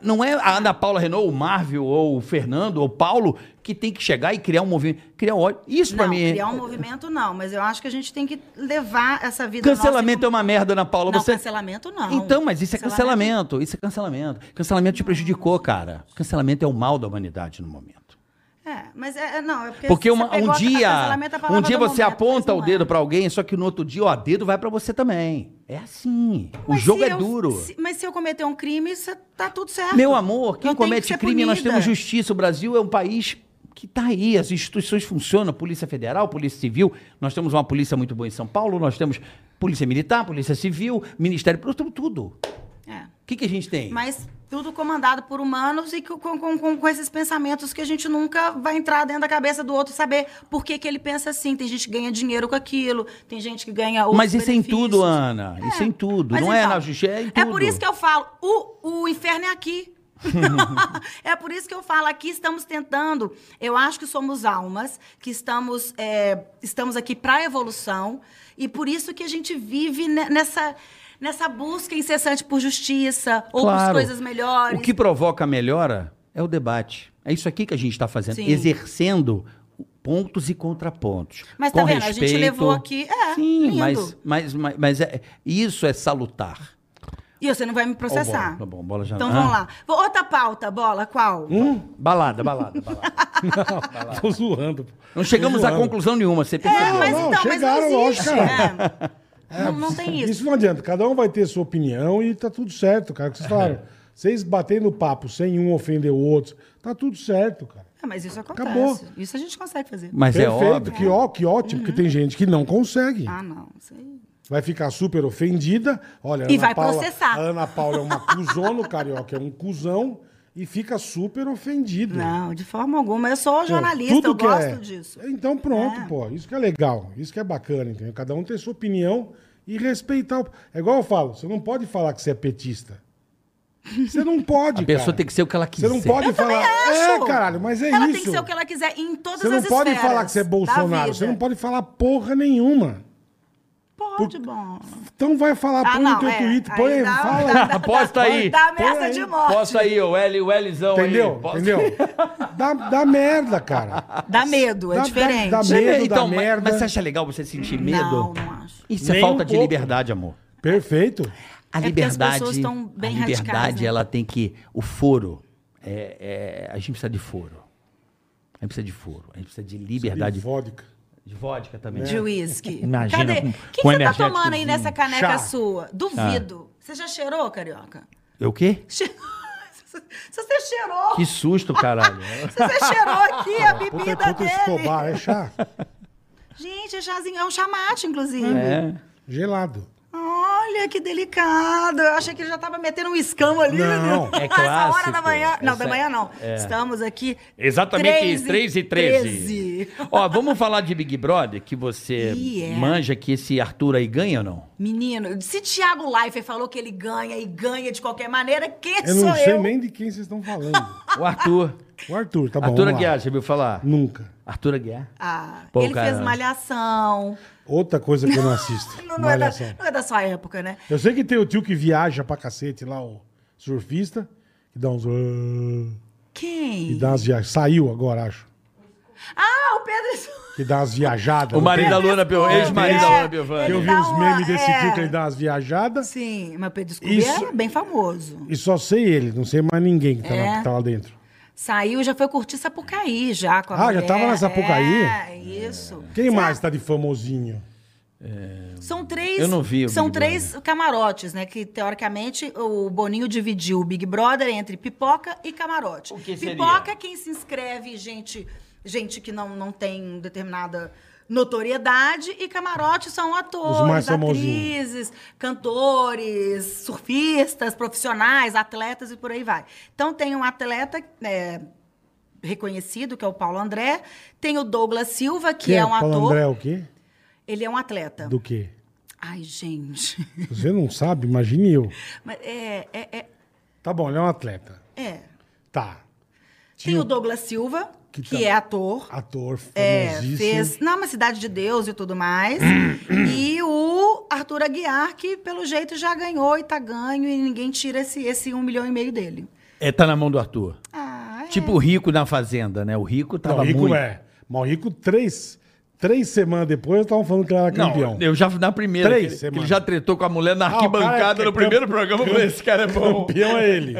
Não é a Ana Paula Renault, o Marvel, ou o Fernando, ou o Paulo, que tem que chegar e criar um movimento, criar um ódio. Isso pra
Não,
mim é-
criar um movimento não, mas eu acho que a gente tem que levar essa vida
Cancelamento é uma merda, Ana Paula.
nossa... Não,
você...
cancelamento não.
Então, mas isso é cancelamento. Isso é cancelamento. Cancelamento te prejudicou, cara. Cancelamento é o mal da humanidade no momento.
É, mas é, é- não, é porque
Porque
você
uma-
pegou
um
a-
dia,
cancelamento é a
um
palavra
dia
do
você
momento,
aponta
mas
o
não
dedo
é.
pra alguém, só que no outro dia, ó, dedo vai pra você também. É assim. O
Mas
jogo
se
é
eu-
duro.
se- mas se eu cometer um crime, cê- tá tudo certo.
Meu amor, quem
Eu tenho que
comete
ser
crime, nós
punida.
temos justiça. O Brasil é um país que tá aí, as instituições funcionam, Polícia Federal, Polícia Civil, nós temos uma polícia muito boa em São Paulo, nós temos Polícia Militar, Polícia Civil, Ministério Público, temos tudo.
É,
O que, que a gente tem?
mas tudo comandado por humanos e com, com- com- com esses pensamentos que a gente nunca vai entrar dentro da cabeça do outro saber por que, que ele pensa assim. Tem gente que ganha dinheiro com aquilo, tem gente que ganha outros
Mas isso é em
benefícios.
tudo, Ana. Isso é em tudo.
Mas
não é
então,
na justiça, é em tudo.
É por isso que eu falo, o, o inferno é aqui. é por isso que eu falo, aqui estamos tentando. Eu acho que somos almas, que estamos, é, estamos aqui para a evolução, e por isso que a gente vive ne- nessa, nessa busca incessante por justiça, ou por
Claro.
coisas melhores.
O que provoca a melhora é o debate. É isso aqui que a gente está fazendo.
Sim.
Exercendo pontos e contrapontos.
Mas
com
tá vendo? A gente
respeito.
levou aqui- é,
Sim,
lindo.
mas, mas, mas, mas é- isso é salutar.
E você não vai me processar.
Ó, bola, tá bom, bola já-
então
Ah.
vamos lá. Vou- Outra pauta, bola, qual?
Hum? Balada, balada, balada.
Tô zoando. pô.
Não chegamos
Tô
a
zoando.
conclusão nenhuma. Você percebeu?
É, mas
Não,
então,
chegaram,
mas não
lógico,
existe. é. Não, não tem
Isso não adianta. Cada um vai ter sua opinião e tá tudo certo, cara. O
É.
que vocês falaram? Vocês batendo papo sem um ofender o outro, tá tudo certo, cara.
É, mas isso acontece.
Acabou.
Isso a gente consegue fazer.
Mas é
Perfeito,
óbvio.
que, ó, que ótimo, porque tem gente que não consegue.
Uhum. Ah, não. Isso aí.
Vai ficar super ofendida. Olha,
E vai processar.
A Ana Paula é uma cuzona, o Carioca é um cuzão e fica super ofendido.
Não, de forma alguma. Eu sou
É. Pô,
jornalista, eu
que
gosto
é-
disso.
Então pronto,
É.
pô. Isso que é legal, isso que é bacana, entendeu? Cada um tem sua opinião e respeitar. o- É igual eu falo, você não pode falar que você é petista. Você não pode,
A pessoa
cara.
tem que ser o que ela
Você
quiser.
não pode falar. É,
acho.
caralho, mas é
ela
isso.
tem que ser o que ela quiser em todas
Você
as
não pode
esferas
falar que você é
da
Bolsonaro,
vida.
você não pode falar porra nenhuma.
Pode, bom. é,
Então vai falar, põe no teu Twitter, põe,
Ah, Aí dá- um
fala.
dá- dá-
Posta
dá-
aí.
Dá
Põe
ameaça
aí.
de morte.
Posta aí, o L, o Lzão aí.
Entendeu?
Posta-
Entendeu? Dá, dá merda, cara.
Dá medo, é
Dá- dá-
diferente.
dá
Você
medo
vê? Então,
da
mas-
merda.
Mas você acha legal você sentir medo?
Não, não acho.
Isso é
Nem
falta
um
de
pouco.
liberdade, amor.
Perfeito.
A
É porque as
liberdade,
pessoas estão bem
a liberdade,
radicais, né?
ela tem que o foro. é- é- a gente precisa de foro. A gente precisa de foro. A gente precisa de liberdade.
E vodka.
De vodka
É.
também.
De uísque.
Imagina
Cadê?
com-
O que,
com
que você tá
energéticozinho.
tomando aí nessa caneca
Chá.
sua? Duvido.
Ah.
Você já cheirou, carioca?
Eu o quê?
Che- Se você cheirou,
É. Que susto, caralho.
se você cheirou aqui a bebida
Ah, Puta, puta
dele.
escobar, é chá.
Gente, é chazinho, é um chamate, inclusive.
é.
Gelado.
Olha que delicado. Eu achei que ele já tava metendo um escamo ali.
Não,
é
Essa hora da
clássico.
manhã. Não,
Essa- é.
da manhã não. Estamos aqui.
Exatamente
13,
3 e 13.
Ó, vamos falar de Big Brother, que você
Ih, é.
manja que esse Arthur aí ganha ou não?
Menino, se Thiago Leifert falou que ele ganha e ganha de qualquer maneira, quem
Eu
sou
não sei
eu?
nem de quem vocês estão falando.
O Arthur.
O Arthur, tá bom.
Arthur
vamos lá.
Aguiar, já viu falar?
Nunca.
Arthur Aguiar.
Ah,
Pô,
ele
cara.
fez malhação.
Outra coisa que eu não assisto.
Não, não é da,
Malhação.
não é da sua época, né?
Eu sei que tem o tio que viaja pra cacete lá, o surfista, que dá uns. "Ah", E
Quem?
dá umas viagens. Saiu agora, acho.
Ah, o Pedro Mas.
que dá umas viajadas.
O marido da
da
Luana Piovani, ex-marido da
É,
Luana
Que
Piovani.
eu vi
Dá
uns
uma-
memes desse
é.
dia que ele dá umas viajadas.
Sim, mas Assim, Pedro Scooby
Isso-
é bem famoso.
E só sei ele, não sei mais ninguém que tá, lá,
É.
que tá lá dentro.
Saiu, já foi curtir Sapucaí, já com a
Ah, já
mulher.
tava na Sapucaí?
É, isso.
Quem mais tá de famosinho?
São três.
Eu não vi o
São
Big
três camarotes, né? Que teoricamente o Boninho dividiu o Big Brother entre pipoca e camarote.
O que seria?
Pipoca é quem se inscreve, gente, gente que não, não tem determinada notoriedade e camarote são atores,
famosinhos.
atrizes, cantores, surfistas, profissionais, atletas e por aí vai. Então tem um atleta é, reconhecido que é o Paulo André, tem o Douglas Silva que
Quem
é um
Paulo
ator,
André, o quê?
ele é um atleta.
Do quê?
Ai, gente.
Você não sabe, imagine eu.
Mas é, é, é,
Tá bom, ele é um atleta.
é.
Tá.
Tem o Douglas Silva,
Que
que,
tá-
é ator.
Ator
É,
famosíssimo.
fez na Cidade de Deus e tudo mais. e o Arthur Aguiar, que pelo jeito já ganhou e tá ganho, e ninguém tira esse, esse um milhão e meio dele.
É, tá na mão do Arthur.
Ah, é.
Tipo o rico na fazenda, né? O rico
Não,
tava
rico
muito.
é. Mas o rico, três, três semanas depois, eu tava falando que ele era campeão.
Não, eu já na primeira.
Três
que ele- que
semanas.
ele já tretou com a mulher na
Ah, o cara
arquibancada
é
no
campeão-
primeiro programa. Eu falei, esse cara é bom.
Campeão é ele.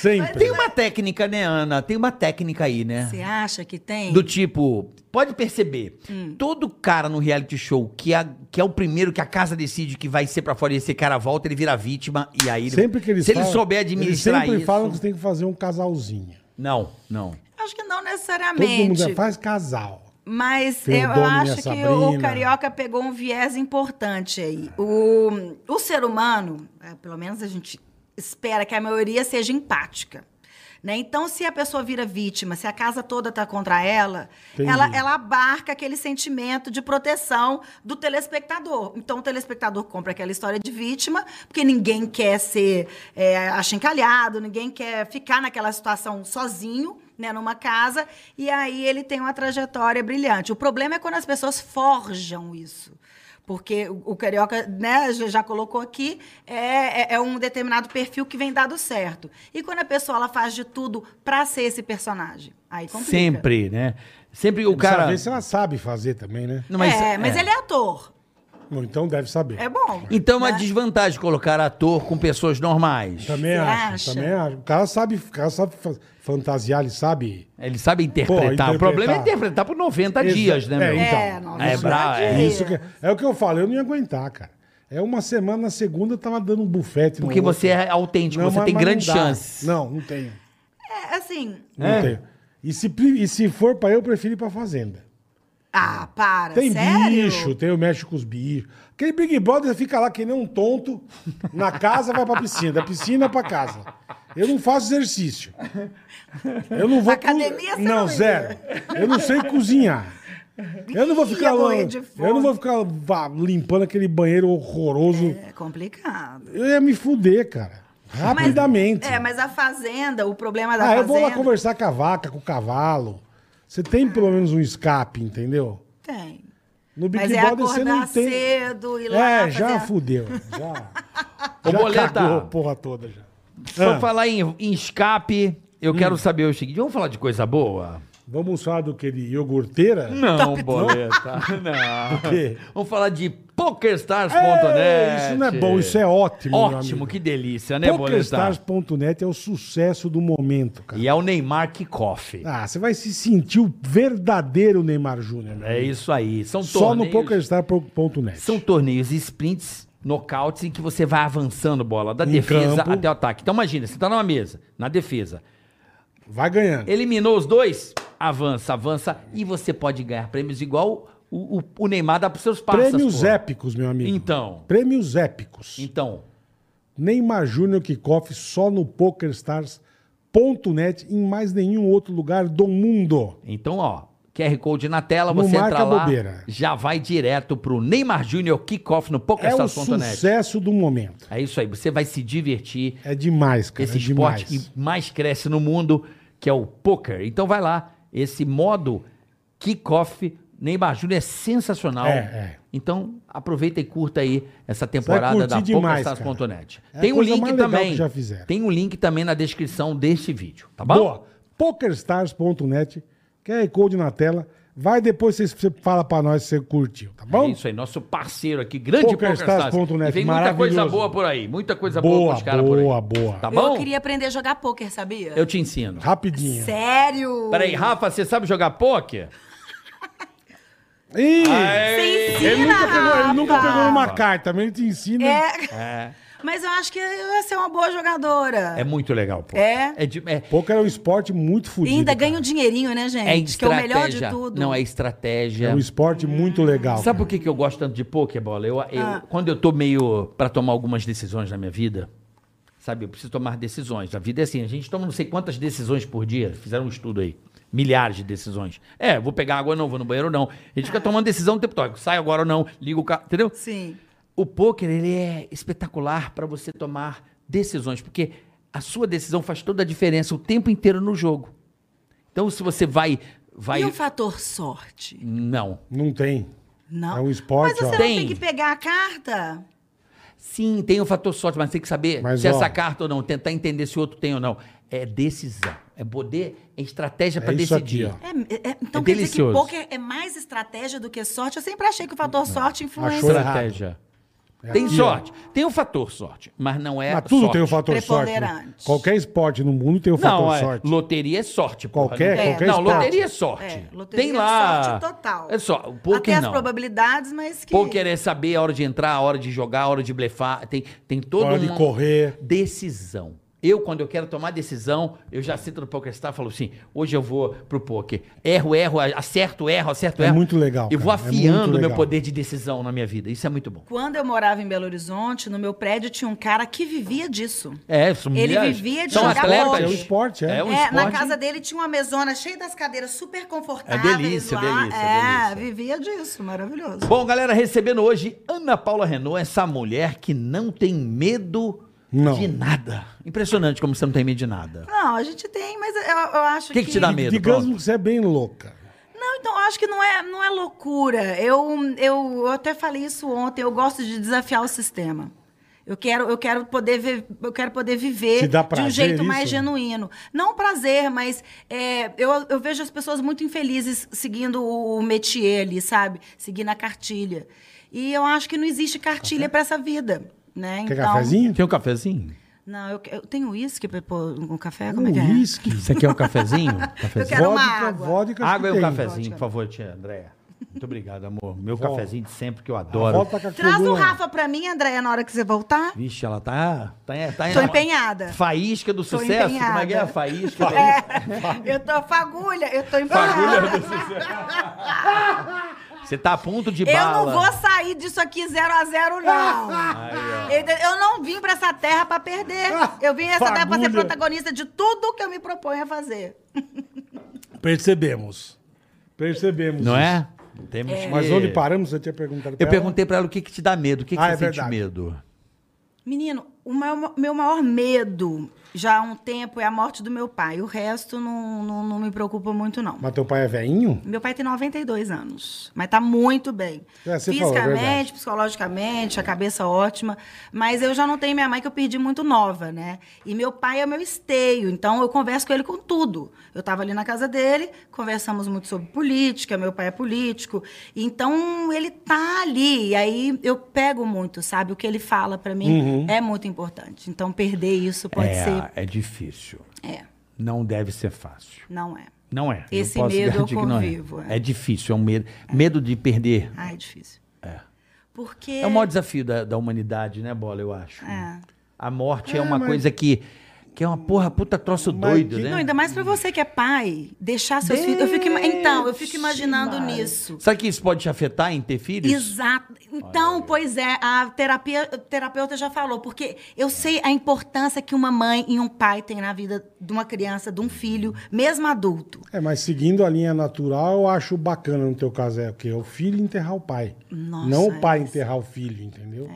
Sempre.
Tem uma técnica, né, Ana? Tem uma técnica aí, né?
Você acha que tem?
Do tipo, pode perceber,
Hum.
todo cara no reality show que, a- que é o primeiro que a casa decide que vai ser pra fora e esse cara volta, ele vira vítima e aí ele,
Sempre que eles
se ele
falam-
souber administrar
Eles sempre
isso.
falam que você tem que fazer um casalzinho.
Não, não.
Acho que não
Todo mundo é
necessariamente.
já faz casal.
Mas
Tem o
eu
Domini, a
acho que
Sabrina.
o carioca pegou um viés importante aí. O, o ser humano, é, pelo menos a gente espera que a maioria seja empática. Né? Então, se a pessoa vira vítima, se a casa toda está contra ela,
Entendi.
ela, ela abarca aquele sentimento de proteção do telespectador. Então, o telespectador compra aquela história de vítima, porque ninguém quer ser é, achincalhado, ninguém quer ficar naquela situação sozinho, né, numa casa, e aí ele tem uma trajetória brilhante. O problema é quando as pessoas forjam isso. Porque o o carioca, né, já já colocou aqui, é, é- é um determinado perfil que vem dado certo. E quando a pessoa ela faz de tudo para ser esse personagem, aí complica.
Sempre, né? Sempre o cara.
Saber se ela sabe fazer também, né?
Não, mas-
é, mas
é.
ele é ator.
Ou então deve saber.
É bom.
Então é uma
né?
desvantagem colocar ator com pessoas normais.
Também
Você
acho,
acha?
também acho. O cara sabe, o cara sabe fa- fantasiar, ele sabe.
Ele sabe interpretar.
interpretar.
O problema é interpretar por 90
Exa-
dias, né,
É,
meu?
então.
É, não,
É,
isso
bra-
é
é
de-
Isso que- é o que eu falo, eu não ia aguentar, cara. É uma semana, na segunda eu tava dando um bufete. no
Porque
outro.
você é autêntico,
Não,
você
mas-
tem
mas não
grandes
dá.
chances.
Não, não tenho.
É, assim.
Não tenho. E se, pri- e se for pra eu, eu prefiro ir pra fazenda.
Ah, para.
Tem
sério?
bicho, tem o México com os bichos. Aquele Big Brother fica lá que nem um tonto. Na casa vai pra piscina, da piscina pra casa. Eu não faço exercício. Eu não vou.
Academia, você
não,
não ia.
zero. Eu não sei cozinhar. Eu não vou
Ih,
ficar
ia morrer
lá-
de fome.
Eu não vou ficar vá, limpando aquele banheiro horroroso.
É complicado.
Eu ia me fuder, cara. Rapidamente.
É, mas a fazenda, o problema da
ah,
fazenda.
eu vou lá conversar com a vaca, com o cavalo. Você tem pelo menos um escape, entendeu?
Tem.
No Big
Mas é
Brother você
acordar
não tem.
cedo, ir lá
é,
fazer
já
a-
fudeu. Já.
Ô,
já
Boleta.
cagou a porra toda já.
Por
Ah, Hum.
falar em, em escape, eu quero saber o seguinte: vamos falar de coisa boa? Tá
Vamos falar do que de iogurteira?
Não, boleta. Não.
Que-
Vamos falar de PokerStars.net.
É, isso não é bom, isso é ótimo, meu
Ótimo,
amigo.
que delícia, né, Boleta?
PokerStars.net é o sucesso do momento, cara.
E é o Neymar Kickoff.
Ah, você vai se sentir o verdadeiro Neymar Júnior. meu
É
amigo.
isso aí. São
Só no
torneios-
PokerStars.net.
São torneios e sprints, nocautes, em que você vai avançando bola, da defesa
campo.
até o ataque. Então imagina, você tá numa mesa, na defesa.
Vai ganhando.
Eliminou os dois, avança, avança, e você pode ganhar prêmios igual o, o- o Neymar dá pros seus parceiros.
Prêmios épicos, meu amigo.
Então.
Prêmios épicos.
Então,
Neymar Júnior Kickoff só no PokerStars.net em mais nenhum outro lugar do mundo.
Então, ó, QR Code na tela,
Não
você
marca
entra lá,
bobeira.
já vai direto pro Neymar Júnior Kickoff no
É o
PokerStars.net.
sucesso do momento.
É, isso aí, você vai se divertir.
É demais, cara.
esse
é
esporte
demais.
que mais cresce no mundo, que é o poker. Então vai lá, esse modo Kickoff Neymar Júnior é sensacional.
É, é.
Então aproveita e curta aí essa
Você
temporada
vai
da
curtir demais,
PokerStars.net.
cara. É a
Tem um
coisa
link
mais legal
também.
que já fizeram.
Tem um link também na descrição deste vídeo, tá bom?
Boa. PokerStars.net, QR Code na tela, Vai depois você, você fala pra nós se você curtiu, tá bom?
É isso aí, nosso parceiro aqui, grande
PokerStars.net,
PokerStars. E vem muita coisa
maravilhoso.
boa por aí, muita coisa boa,
boa,
pros caras por aí.
boa, boa.
Tá bom?
Eu queria aprender a jogar pôquer, sabia?
Eu te ensino.
Rapidinho.
Sério?
Peraí, Rafa, você sabe jogar pôquer?
Ih,
Você ensina,
ele, nunca pegou, ele nunca
Rafa.
pegou numa carta, mas ele te ensina.
É,
É.
mas eu acho que eu ia ser uma boa jogadora.
É muito legal, pô.
É.
É, de- é,
Poker é um esporte muito
E
fodido.
ainda
cara.
ganha um dinheirinho, né, gente?
é
que é o melhor
estratégia.
de tudo.
Não, é estratégia.
É um esporte muito legal.
Sabe por que, que eu gosto tanto de pôquer, bola? Eu, eu-
Ah.
Quando eu tô meio pra tomar algumas decisões na minha vida, sabe? Eu preciso tomar decisões. A vida é assim, a gente toma não sei quantas decisões por dia. Fizeram um estudo aí. Milhares de decisões. É, vou pegar água ou não, vou no banheiro ou não. A gente fica tomando decisão o tempo todo. Sai agora ou não, liga o carro, entendeu?
Sim.
O pôquer, ele é espetacular pra você tomar decisões, porque a sua decisão faz toda a diferença o tempo inteiro no jogo. Então, se você vai... vai...
E o fator sorte?
Não.
Não tem.
Não.
É um esporte,
Mas você
ó.
não
Tem.
tem que pegar a carta?
Sim, tem o fator sorte, mas tem que saber
Mas,
se
ó.
essa carta ou não, tentar entender se o outro tem ou não. É decisão, é poder, é estratégia pra
É isso
decidir.
aqui,
É, é- é- então
É
quer dizer que
delicioso.
pôquer é mais estratégia do que sorte? Eu sempre achei que o fator sorte
Achou
influencia.
errado. É
Estratégia. tem
aqui, ó.
sorte, tem o fator sorte, mas não é
Mas tudo
sorte.
tem o fator sorte. né?
Preponderante.
Qualquer esporte no mundo tem o fator
Não, é,
sorte.
loteria é sorte. porra.
Qualquer-
não,
qualquer
Não,
esporte.
loteria é sorte.
É, loteria
tem
é
lá...
sorte total.
É só, o poker
Até as
não.
probabilidades, mas que...
Poker é saber a hora de entrar, a hora de jogar, a hora de blefar. Tem, tem todo
Hora de
uma-
correr.
Decisão. Eu, quando eu quero tomar decisão, eu já sinto no PokerStar e falo assim: hoje eu vou pro poker. Erro, erro, acerto, erro, acerto,
É
erro.
muito legal,
Eu vou
cara. É muito
afiando o meu
legal.
poder de decisão na minha vida. Isso é muito bom.
Quando eu morava em Belo Horizonte, no meu prédio tinha um cara que vivia disso.
É, são
Ele
mulheres-
vivia de
são
jogar
atletas.
poker.
É um esporte, é.
um
é, na
esporte.
casa dele tinha uma mesona cheia das cadeiras super confortáveis.
É delícia,
lá.
delícia, delícia.
É, vivia disso, maravilhoso.
Bom, galera, recebendo hoje Ana Paula Renault, essa mulher que não tem medo
Não.
de nada. Impressionante como você não tem medo de nada.
Não, a gente tem, mas eu, eu acho
O que, que te dá medo?
Digamos
Pronto.
que você é bem louca.
Não, então, eu acho que não é, não é loucura. Eu, eu, eu até falei isso ontem, eu gosto de desafiar o sistema. Eu quero, eu quero poder ver, eu quero poder
Te
viver
dá
de
prazer
um jeito mais
isso?
genuíno. Não prazer, mas é, eu, eu vejo as pessoas muito infelizes seguindo o, o métier ali, sabe? Seguindo a cartilha. E eu acho que não existe cartilha para essa vida, né?
Quer cafezinho?
Tem um cafezinho?
Não, eu, eu tenho uísque para pôr um café,
Uh,
como é que é?
Uísque.
Você quer um cafezinho?
Eu quero uma
Vodka,
água.
vodka
Água e um
tem.
cafezinho, por favor, tia Andréia. Muito obrigado, amor. Meu cafezinho de sempre que eu adoro.
Volta com a
Traz o
coluna.
Rafa para mim, Andréia, na hora que você voltar.
Vixe, ela tá. tá, tá
Tô empenhada.
Faísca do
Tô
sucesso. Como é
empenhada.
que é a faísca?
É, eu tô fagulha, eu tô empurrada.
Você tá a ponto de
Eu
bala.
não vou sair disso aqui zero a zero, não. Ente- eu não vim pra essa terra pra perder. Eu vim essa terra pra ser
Fagulha.
protagonista de tudo que eu me proponho a fazer.
Percebemos. Percebemos.
Não
isso.
é? Temos que-
Mas onde paramos? Você tinha perguntado pra
Eu
ela.
perguntei pra ela o que, que te dá medo. O que, que
Ah, é
você sente
verdade.
medo?
Menino, o maior- meu maior medo já há um tempo é a morte do meu pai. O resto não, não, não me preocupa muito, não.
Mas teu pai é veinho?
Meu pai tem 92 anos, mas tá muito bem.
É, você falou, verdade.
Fisicamente, psicologicamente, a cabeça ótima. Mas eu já não tenho minha mãe, que eu perdi muito nova, né? E meu pai é meu esteio, então eu converso com ele com tudo. Eu tava ali na casa dele, conversamos muito sobre política, meu pai é político. Então ele tá ali, e aí eu pego muito, sabe? O que ele fala pra mim
Uhum.
é muito importante. Então perder isso pode ser.
é difícil.
É,
Não deve ser fácil.
não é.
Não é.
Esse
não posso
medo eu
garantir que não
convivo,
é.
é.
é difícil, é um medo. Medo de perder.
Ah, é difícil. É. Porque.
É o maior desafio da, da humanidade, né, Bola, eu acho.
É. Ah,
A morte é, uma coisa que, que é uma porra, puta troço doido, né?
Não, ainda mais pra você que é pai, deixar seus filhos. Eu fico, ima- então, eu fico imaginando nisso.
Sabe que isso pode te afetar em ter filhos?
Exato. Então, pois é, a terapia, o terapeuta já falou, porque eu sei a importância que uma mãe e um pai têm na vida de uma criança, de um filho, mesmo adulto.
É, mas seguindo a linha natural, eu acho bacana no teu caso é o quê? O É filho enterrar o pai.
Nossa,
não o pai
é.
enterrar o filho, entendeu?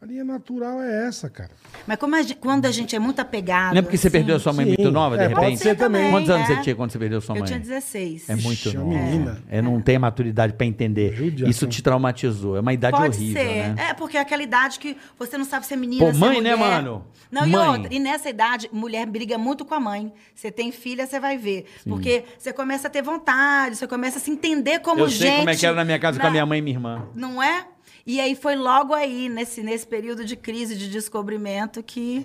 A linha natural é essa, cara.
Mas como a gente- quando a gente é muito apegado.
Não é porque você
assim,
perdeu a sua mãe
Sim.
muito nova, de
É, pode
repente?
ser também,
Quantos anos
é.
você tinha quando você perdeu sua mãe?
Eu tinha 16.
É muito
Ixi, a
nova.
menina.
É, não tem a maturidade pra entender.
Judiação.
Isso te traumatizou. É uma idade
Pode
horrível,
ser.
né?
É, porque é aquela idade que você não sabe se é menina,
Pô,
se
mãe,
é
né,
mulher.
mano?
Não,
Mãe.
e outra, e nessa idade, mulher briga muito com a mãe. Você tem filha, você vai ver. Porque você começa a ter vontade, você começa a se entender como
Eu
gente.
sei como é que era na minha casa com a minha mãe e minha irmã.
Não é? E aí foi logo aí, nesse, nesse período de crise, de descobrimento, que.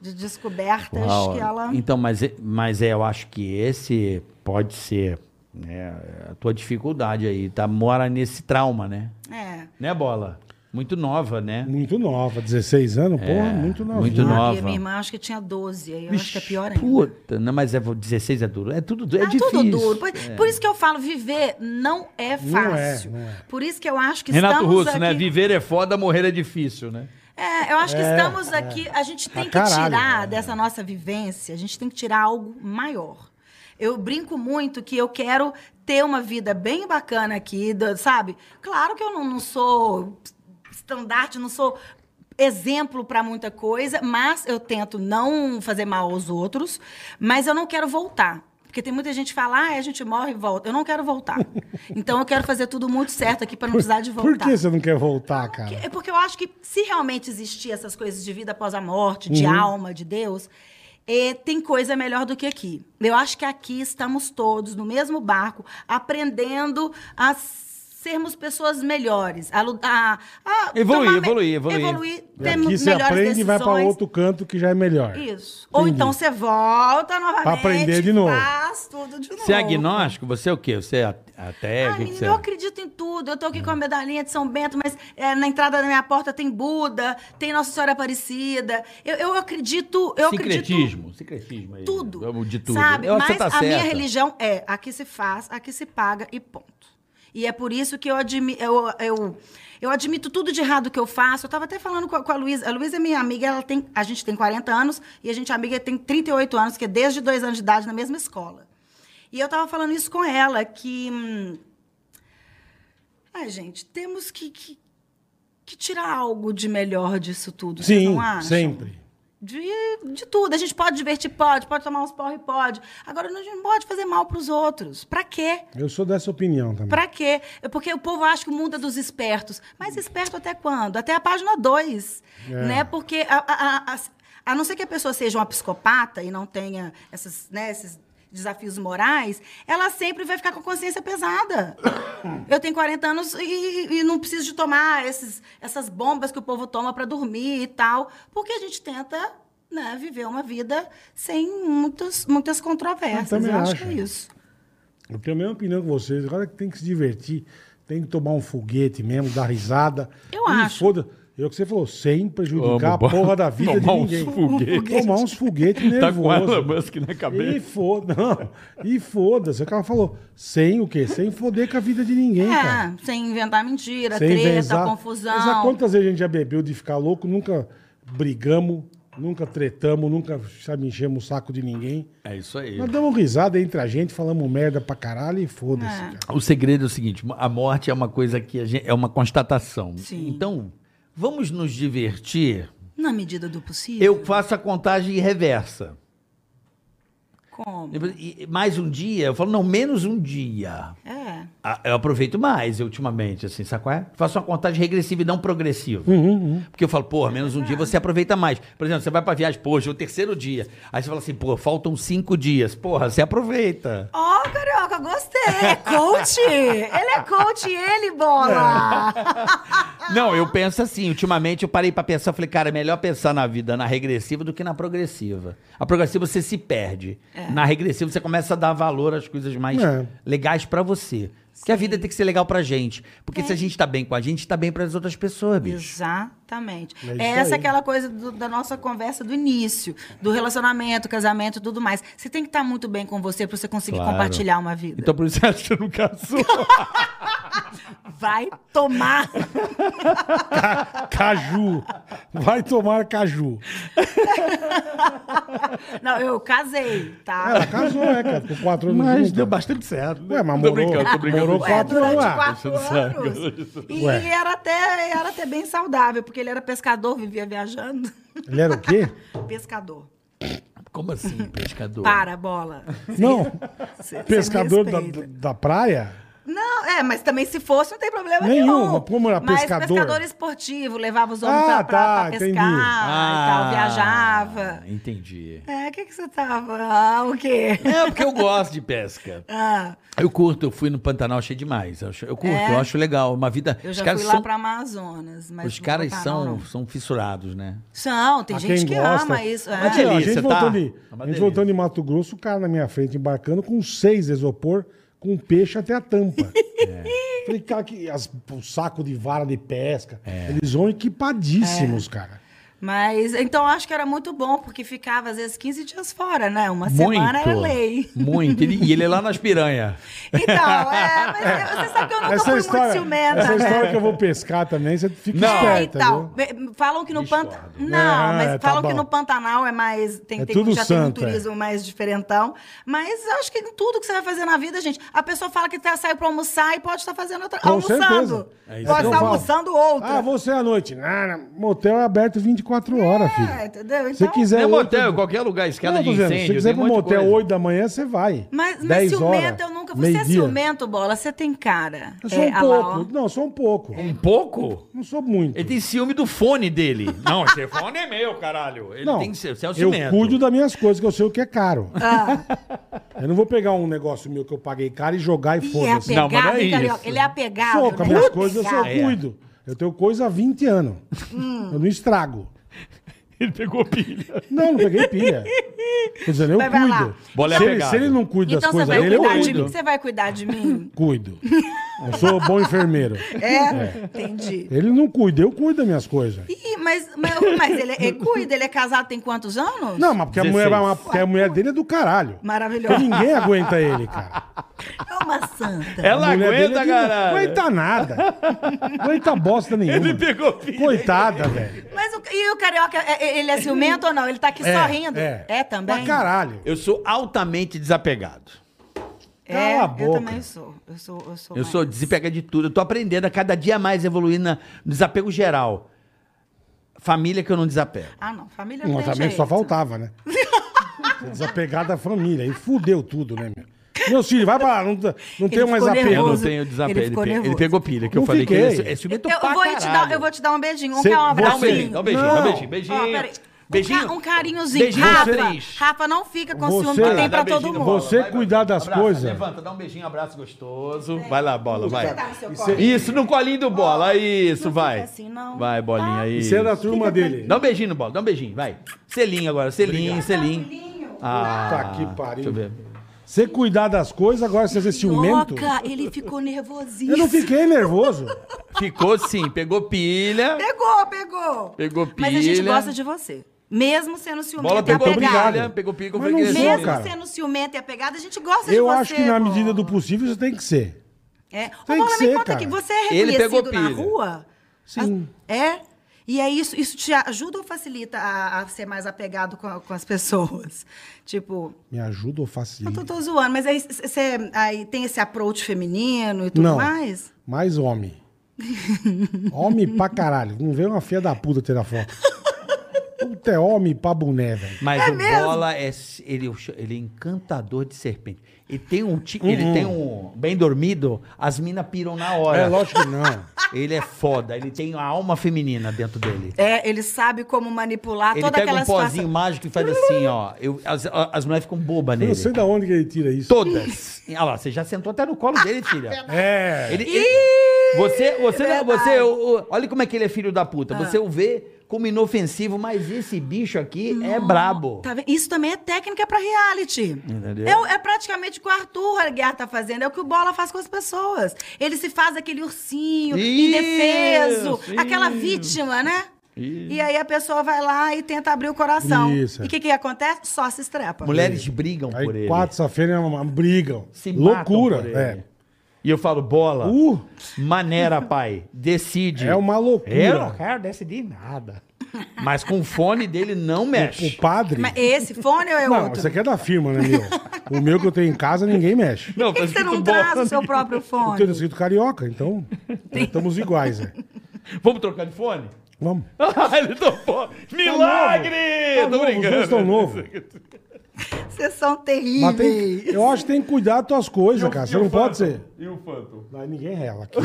De descobertas
Uau.
que ela.
Então, mas, é- mas é, eu acho que esse pode ser né, a tua dificuldade aí. Tá, mora nesse trauma, né?
É.
Né, Bola? Muito nova, né?
Muito nova, 16 anos,
É,
porra, muito nova.
muito nova.
E a minha irmã acho que tinha 12, aí eu acho que é pior ainda.
Puta, não, mas é, 16 é duro. É tudo duro. É
Ah,
difícil. É.
tudo duro. Por, por isso que eu falo, viver não é fácil.
não é.
Por isso que eu acho que
Renato
estamos
Russo,
aqui...
né? Viver é foda, morrer é difícil, né?
É, eu acho que estamos aqui. A gente tem
Ah,
que
caralho,
tirar
é.
dessa nossa vivência, a gente tem que tirar algo maior. Eu brinco muito que eu quero ter uma vida bem bacana aqui, do- sabe? Claro que eu não, não sou estandarte, não sou exemplo para muita coisa, mas eu tento não fazer mal aos outros, mas eu não quero voltar. Porque tem muita gente que fala, ah, a gente morre e volta. Eu não quero voltar. Então eu quero fazer tudo muito certo aqui para não precisar de voltar.
Por que você não quer voltar, cara?
É porque eu acho que se realmente existir essas coisas de vida após a morte, de
Uhum.
alma, de Deus, eh, tem coisa melhor do que aqui. Eu acho que aqui estamos todos no mesmo barco, aprendendo a sermos pessoas melhores, a, lu- a, a
Evoluir,
tomar me-
evoluir, evoluir.
evoluir,
E
temos
Aqui você
melhores
aprende e vai pra
decisões.
outro canto que já é melhor.
Isso. Ou então você volta novamente,
aprender de novo.
faz tudo de novo.
Você é agnóstico? Você é o quê? Você é até.
Ah, menina, eu acredito em tudo. Eu tô aqui com a medalhinha de São Bento, mas é, na entrada da minha porta tem Buda, tem Nossa Senhora Aparecida. Eu, eu acredito, eu acredito
Sincretismo. Sincretismo. aí.
em tudo,
Vamos De tudo.
sabe?
Eu acho que
mas
você tá
a
certa.
minha religião é aqui se faz, aqui se paga e ponto. E é por isso que eu, admi eu, eu, eu admito tudo de errado que eu faço. Eu tava até falando com a, com a Luísa. A Luísa é minha amiga, ela tem, a gente tem 40 anos e a gente é amiga tem 38 anos, que é desde dois anos de idade na mesma escola. E eu tava falando isso com ela, que... hum, Ai, gente, temos que, que, que tirar algo de melhor disso tudo. vocês
Sim,
não acham?
sempre.
De, de tudo. A gente pode divertir, pode, pode tomar uns porre, pode. Agora, a gente não pode fazer mal pros outros. Pra quê?
Eu sou dessa opinião também.
Pra quê? É Porque o povo acha que o mundo é dos espertos. Mas esperto até quando? Até a página 2.
É.
Né? Porque a, a, a, a- a não ser que a pessoa seja uma psicopata e não tenha essas, né, esses desafios morais, ela sempre vai ficar com a consciência pesada. Eu tenho 40 anos e, e- e não preciso de tomar esses, essas bombas que o povo toma pra dormir e tal. Porque a gente tenta né, viver uma vida sem muitas, muitas controvérsias.
Eu também
Eu acho que
acho.
é isso.
Eu tenho a mesma opinião que vocês. Agora que tem que se divertir, tem que tomar um foguete mesmo, dar risada.
Eu
E
acho.
Foda eu que você falou, sem prejudicar
Amo,
a porra da vida de
tomar uns
ninguém.
foguetes.
Tomar uns foguetes
Tá com o Elon
nervoso.
Musk na
e
cabeça.
foda, não. E foda-se. O cara falou, sem o quê? Sem foder com a vida de ninguém, cara.
É, sem inventar mentira,
Sem
treta,
inventar-
confusão.
Mas há quantas vezes a gente já bebeu de ficar louco, nunca brigamos, nunca tretamos, nunca, sabe, enchemos o saco de ninguém.
É isso aí.
Nós damos risada entre a gente, falamos merda pra caralho e foda-se, cara.
O segredo é o seguinte: a morte é uma coisa que a gente, é uma constatação.
Sim.
Então, vamos nos divertir.
Na medida do possível.
Eu faço a contagem reversa.
Como?
Depois- e- e Mais um dia, eu falo, não, menos um dia.
É.
Ah, Eu aproveito mais eu, ultimamente, assim, sabe qual é? Faço uma contagem regressiva e não progressiva.
Uhum,
Porque eu falo, pô, menos um dia você aproveita mais. Por exemplo, você vai pra viagem, pô, hoje é o terceiro dia. Aí você fala assim, pô, faltam cinco dias. Porra, você aproveita.
Ó, Carioca, gostei. É coach. ele é coach, ele, bola.
Não, eu penso assim, ultimamente eu parei pra pensar, falei, cara, é melhor pensar na vida na regressiva do que na progressiva. A progressiva você se perde.
É.
Na regressiva você começa a dar valor às coisas mais
É.
legais pra você. Porque a vida tem que ser legal pra gente. Porque
É.
se a gente tá bem com a gente, tá bem pras outras pessoas, bicho.
Exatamente.
É isso
É essa
aí.
aquela coisa do- da nossa conversa do início, do relacionamento, casamento e tudo mais. Você tem que estar muito bem com você pra você conseguir
Claro.
compartilhar uma vida.
Então por isso eu acho que eu não casou.
Vai tomar.
Caju. Vai tomar caju.
Não, eu casei,
Ela
tá?
casou, é, cara. Ficou quatro anos
Mas
junto.
deu bastante certo. né?
Ué, mas
Tô
morou,
brincando, tô brincando.
morou
Ué,
quatro
É,
anos.
durante
lá.
quatro anos. E
Ué.
era até, era até bem saudável, porque ele era pescador, vivia viajando.
Ele era o quê?
Pescador.
Como assim, pescador?
Para, bola.
Não.
Cê- cê me
Pescador da,
respeita.
da praia?
Não, é, mas também se fosse não tem problema
Nenhum,
nenhum.
mas como era
Mas
pescador?
esportivo, levava os homens
Ah,
pra, pra-
tá,
pra
entendi.
pescar
Ah.
e tal, viajava.
Entendi.
É, o que que você tava? Ah, o quê?
É, porque eu gosto de pesca.
Ah,
Eu curto, eu fui no Pantanal, achei demais. Eu, acho- eu curto,
É?
eu acho legal. Uma vida.
eu
os
já
caras
fui
são,
lá pra Amazonas, mas
Os
não
caras
vou pra
são,
não.
são fissurados, né?
São, tem
Pra
gente
quem
que
gosta.
ama isso.
Mas,
é.
assim, ó, a
delícia,
gente,
tá?
voltando de,
É uma
a gente
delícia.
voltando de Mato Grosso, o cara na minha frente embarcando com seis isopor, com peixe até a tampa. É. Falei, cara, que as- o saco de vara de pesca.
É.
Eles vão
É.
equipadíssimos, cara.
Mas então acho que era muito bom, porque ficava às vezes 15 dias fora, né? Uma semana era lei.
Muito. Ele- E ele é lá nas piranhas.
Então, é, mas eu- você sabe que eu nunca fui muito ciumenta,
essa
né?
história que eu vou pescar também, você fica
Não.
É,
esperta,
então,
viu?
me- falam que no Pantanal.
Ah,
Não, mas
tá
falam
bom.
que no Pantanal é mais. Tem,
É
tem-
tudo
já
santo,
tem um turismo mais diferentão. Mas eu acho que em tudo que você vai fazer na vida, gente, a pessoa fala que tá, saiu pra almoçar e pode estar fazendo outra.
Com
almoçando.
certeza. É isso que
pode
eu
estar
falo.
almoçando outra.
Ah, você à noite. Nada, motel é aberto 24 horas, filho.
É, entendeu?
Se
Então.
quiser.
Não é
oito-
motel, qualquer lugar, escada
Não,
de
tô dizendo,
incêndio.
Se quiser
tem
pro
um monte de
motel
coisa.
8 da manhã, você vai.
Mas, mas
10 horas,
ciumenta, eu nunca. Você é
meio-dia.
ciumento, bola? Você tem cara.
Eu sou
É,
um
a
pouco.
Laó.
Não, sou um pouco.
Um pouco?
Não sou muito.
Ele tem ciúme do fone dele. Não, esse fone é meu, caralho. Ele
não,
tem que ser, você é o
eu
ciumento.
cuido das minhas coisas, que eu sei o que é caro.
Ah,
Eu não vou pegar um negócio meu que eu paguei caro e jogar e
E é
foda-se.
apegado,
Não, mas não é
hein, Carioca?
isso.
Ele é apegado.
Sou, com as
né?
minhas coisas eu só
Apegado.
cuido. Eu tenho coisa há 20 anos.
Hum.
Eu não estrago.
Ele pegou pilha.
Não, não peguei pilha. Tô dizendo, eu
Mas vai lá.
cuido.
Bola é
se, ele,
pegada.
se ele é não cuida
Então
das
você
coisas
vai,
dele, eu
cuidar de mim?
cuido.
Você vai cuidar de mim?
Cuido. Eu sou bom enfermeiro.
É, entendi.
Ele não cuida, eu cuido das minhas coisas.
Ih, mas, mas, mas ele, é- ele cuida, ele é casado tem quantos anos?
Não, mas porque a mulher,
16.
vai uma- porque a mulher dele é do caralho. Porque
Maravilhoso.
ninguém aguenta ele, cara.
É uma santa.
Ela
mulher dele é
aguenta,
de-
caralho.
Não aguenta nada. Não aguenta bosta nenhuma.
Ele pegou pilha.
Coitada, velho.
Mas o, e o carioca, é- é- ele é ciumento ou não? Ele tá aqui sorrindo. É,
Pra
também?
caralho.
Eu sou altamente desapegado.
É,
Cala a boca.
eu também sou. Eu sou, eu sou.
Eu
mais-
sou desapegado de tudo. Eu tô aprendendo a cada dia mais evoluir na- no desapego geral. Família que eu não desapego.
Ah, não. Família não
Um
tem
casamento
jeito.
só faltava, né? Você Desapegar da família. E fudeu tudo, né, meu? Meu filho, vai pra lá. Não, não
Ele
tem mais
ficou
Eu
apego.
não
nervoso.
tenho desapego.
Ele
Ele,
ficou
pe- ele
nervoso.
pegou pilha, que eu
Não
falei que
fiquei.
ele é, é ciumento
Eu
pra
vou, te dar,
caralho.
eu vou te dar um beijinho. Um
Cê-
quer um abraço?
Dá um beijinho, dá um beijinho, dá um
Não.
beijinho. Beijinho.
beijinho.
beijinho.
Um, carinhozinho.
Beijinho, vocês.
Rafa, Rafa não fica com ciúme
Você-
que tem
Dá
pra
um beijinho,
todo mundo.
bola.
Você
Vai, vai.
cuidar das
Abraça,
coisas.
Levanta, dá um beijinho, um abraço gostoso.
É.
Vai lá, bola, vai.
Tá no seu
Isso
colo.
é-
Isso, no colinho do bola. Isso,
não
vai.
fica assim, não.
Vai, bolinha aí.
Você é da turma dele.
Dá um beijinho no bola, dá um beijinho, vai. Selinho agora, selinho, selinho.
Filhinho.
Ah,
Tá que
Deixa
pariu.
eu ver.
Você cuidar das coisas, agora você é ciumento?
Carioca, ele ficou nervosinho.
Eu não fiquei nervoso.
Ficou sim, pegou pilha.
Pegou, pegou.
Pegou pilha.
Mas a gente gosta de você. Mesmo sendo ciumento
Bola
e
pegou
apegado.
pilha, pegou pilha, que eu
Mas
falei
não
que
sou,
ele é
Mesmo
ciumento.
cara.
sendo ciumento e apegado, a gente gosta de
Eu
você.
acho que na
Bola.
medida do possível você tem que ser.
É. Ô,
Tem
Bola,
que
me
ser,
conta
cara.
aqui, você é
Ele pegou
reconhecido na
pilha.
rua?
Sim.
As- É? E aí, isso, isso te ajuda ou facilita a, a ser mais apegado com, a- com as pessoas? Tipo,
Me ajuda ou
eu
facilita?
tô, tô zoando, mas aí, c- cê- aí tem esse approach feminino e tudo
Não.
mais?
Mais homem. homem pra caralho. Não vê uma filha da puta ter a foto. Puta, é homem pra boné, velho.
Mas o Bola é s- ele, é o ch- ele é encantador de serpente. Ele tem um ti-
Uhum.
ele tem um bem dormido, as minas piram na hora.
É lógico que não.
Ele é foda, ele tem a alma feminina dentro dele.
É, ele sabe como manipular
Ele
toda
pega
aquela
um pozinho
situação.
mágico e faz assim, ó. Eu- as, as mulheres ficam bobas
Eu
nele.
não sei da onde que ele tira isso.
Todas. Olha lá, você já sentou até no colo dele, filha.
É.
Ele- ele- você, você, não- você, o- o- olha como é que ele é filho da
Ah.
puta. Você o vê como inofensivo, mas esse bicho aqui é brabo.
Tá vendo? Isso também é técnica pra reality.
Entendeu?
É, o- é praticamente o que o Arthur Aguiar tá fazendo, é o que o Bola faz com as pessoas. Ele se faz aquele ursinho indefeso,
Isso,
aquela vítima, né? E aí a pessoa vai lá e tenta abrir o coração.
Isso. é.
E o que, que acontece? Só se estrepa.
Mulheres brigam por
Aí
ele.
quarta-feira é uma- brigam.
Se matam
Loucura.
por ele.
É.
E eu falo, bola,
Uh,
maneira, pai, decide.
é uma loucura.
Eu não quero decidir nada. Mas com o fone dele não mexe.
O padre.
Mas esse fone ou é
Não,
outro?
isso aqui é da firma, né, meu? o meu que eu tenho em casa, ninguém mexe.
Não,
Por que,
mas
que você não
futebol-
traz o seu próprio
Porque eu
fone?
tenho escrito carioca, então estamos iguais, né?
Vamos trocar de fone?
Vamos.
Ah, ele topou. Milagre!
Tá
Tô
novo, os
brincando.
dois estão novos.
Vocês são
Mas
terríveis.
tem, eu acho que tem que cuidar das tuas coisas, cara. Você não pode ser.
E o Phantom?
Mas ninguém rela aqui.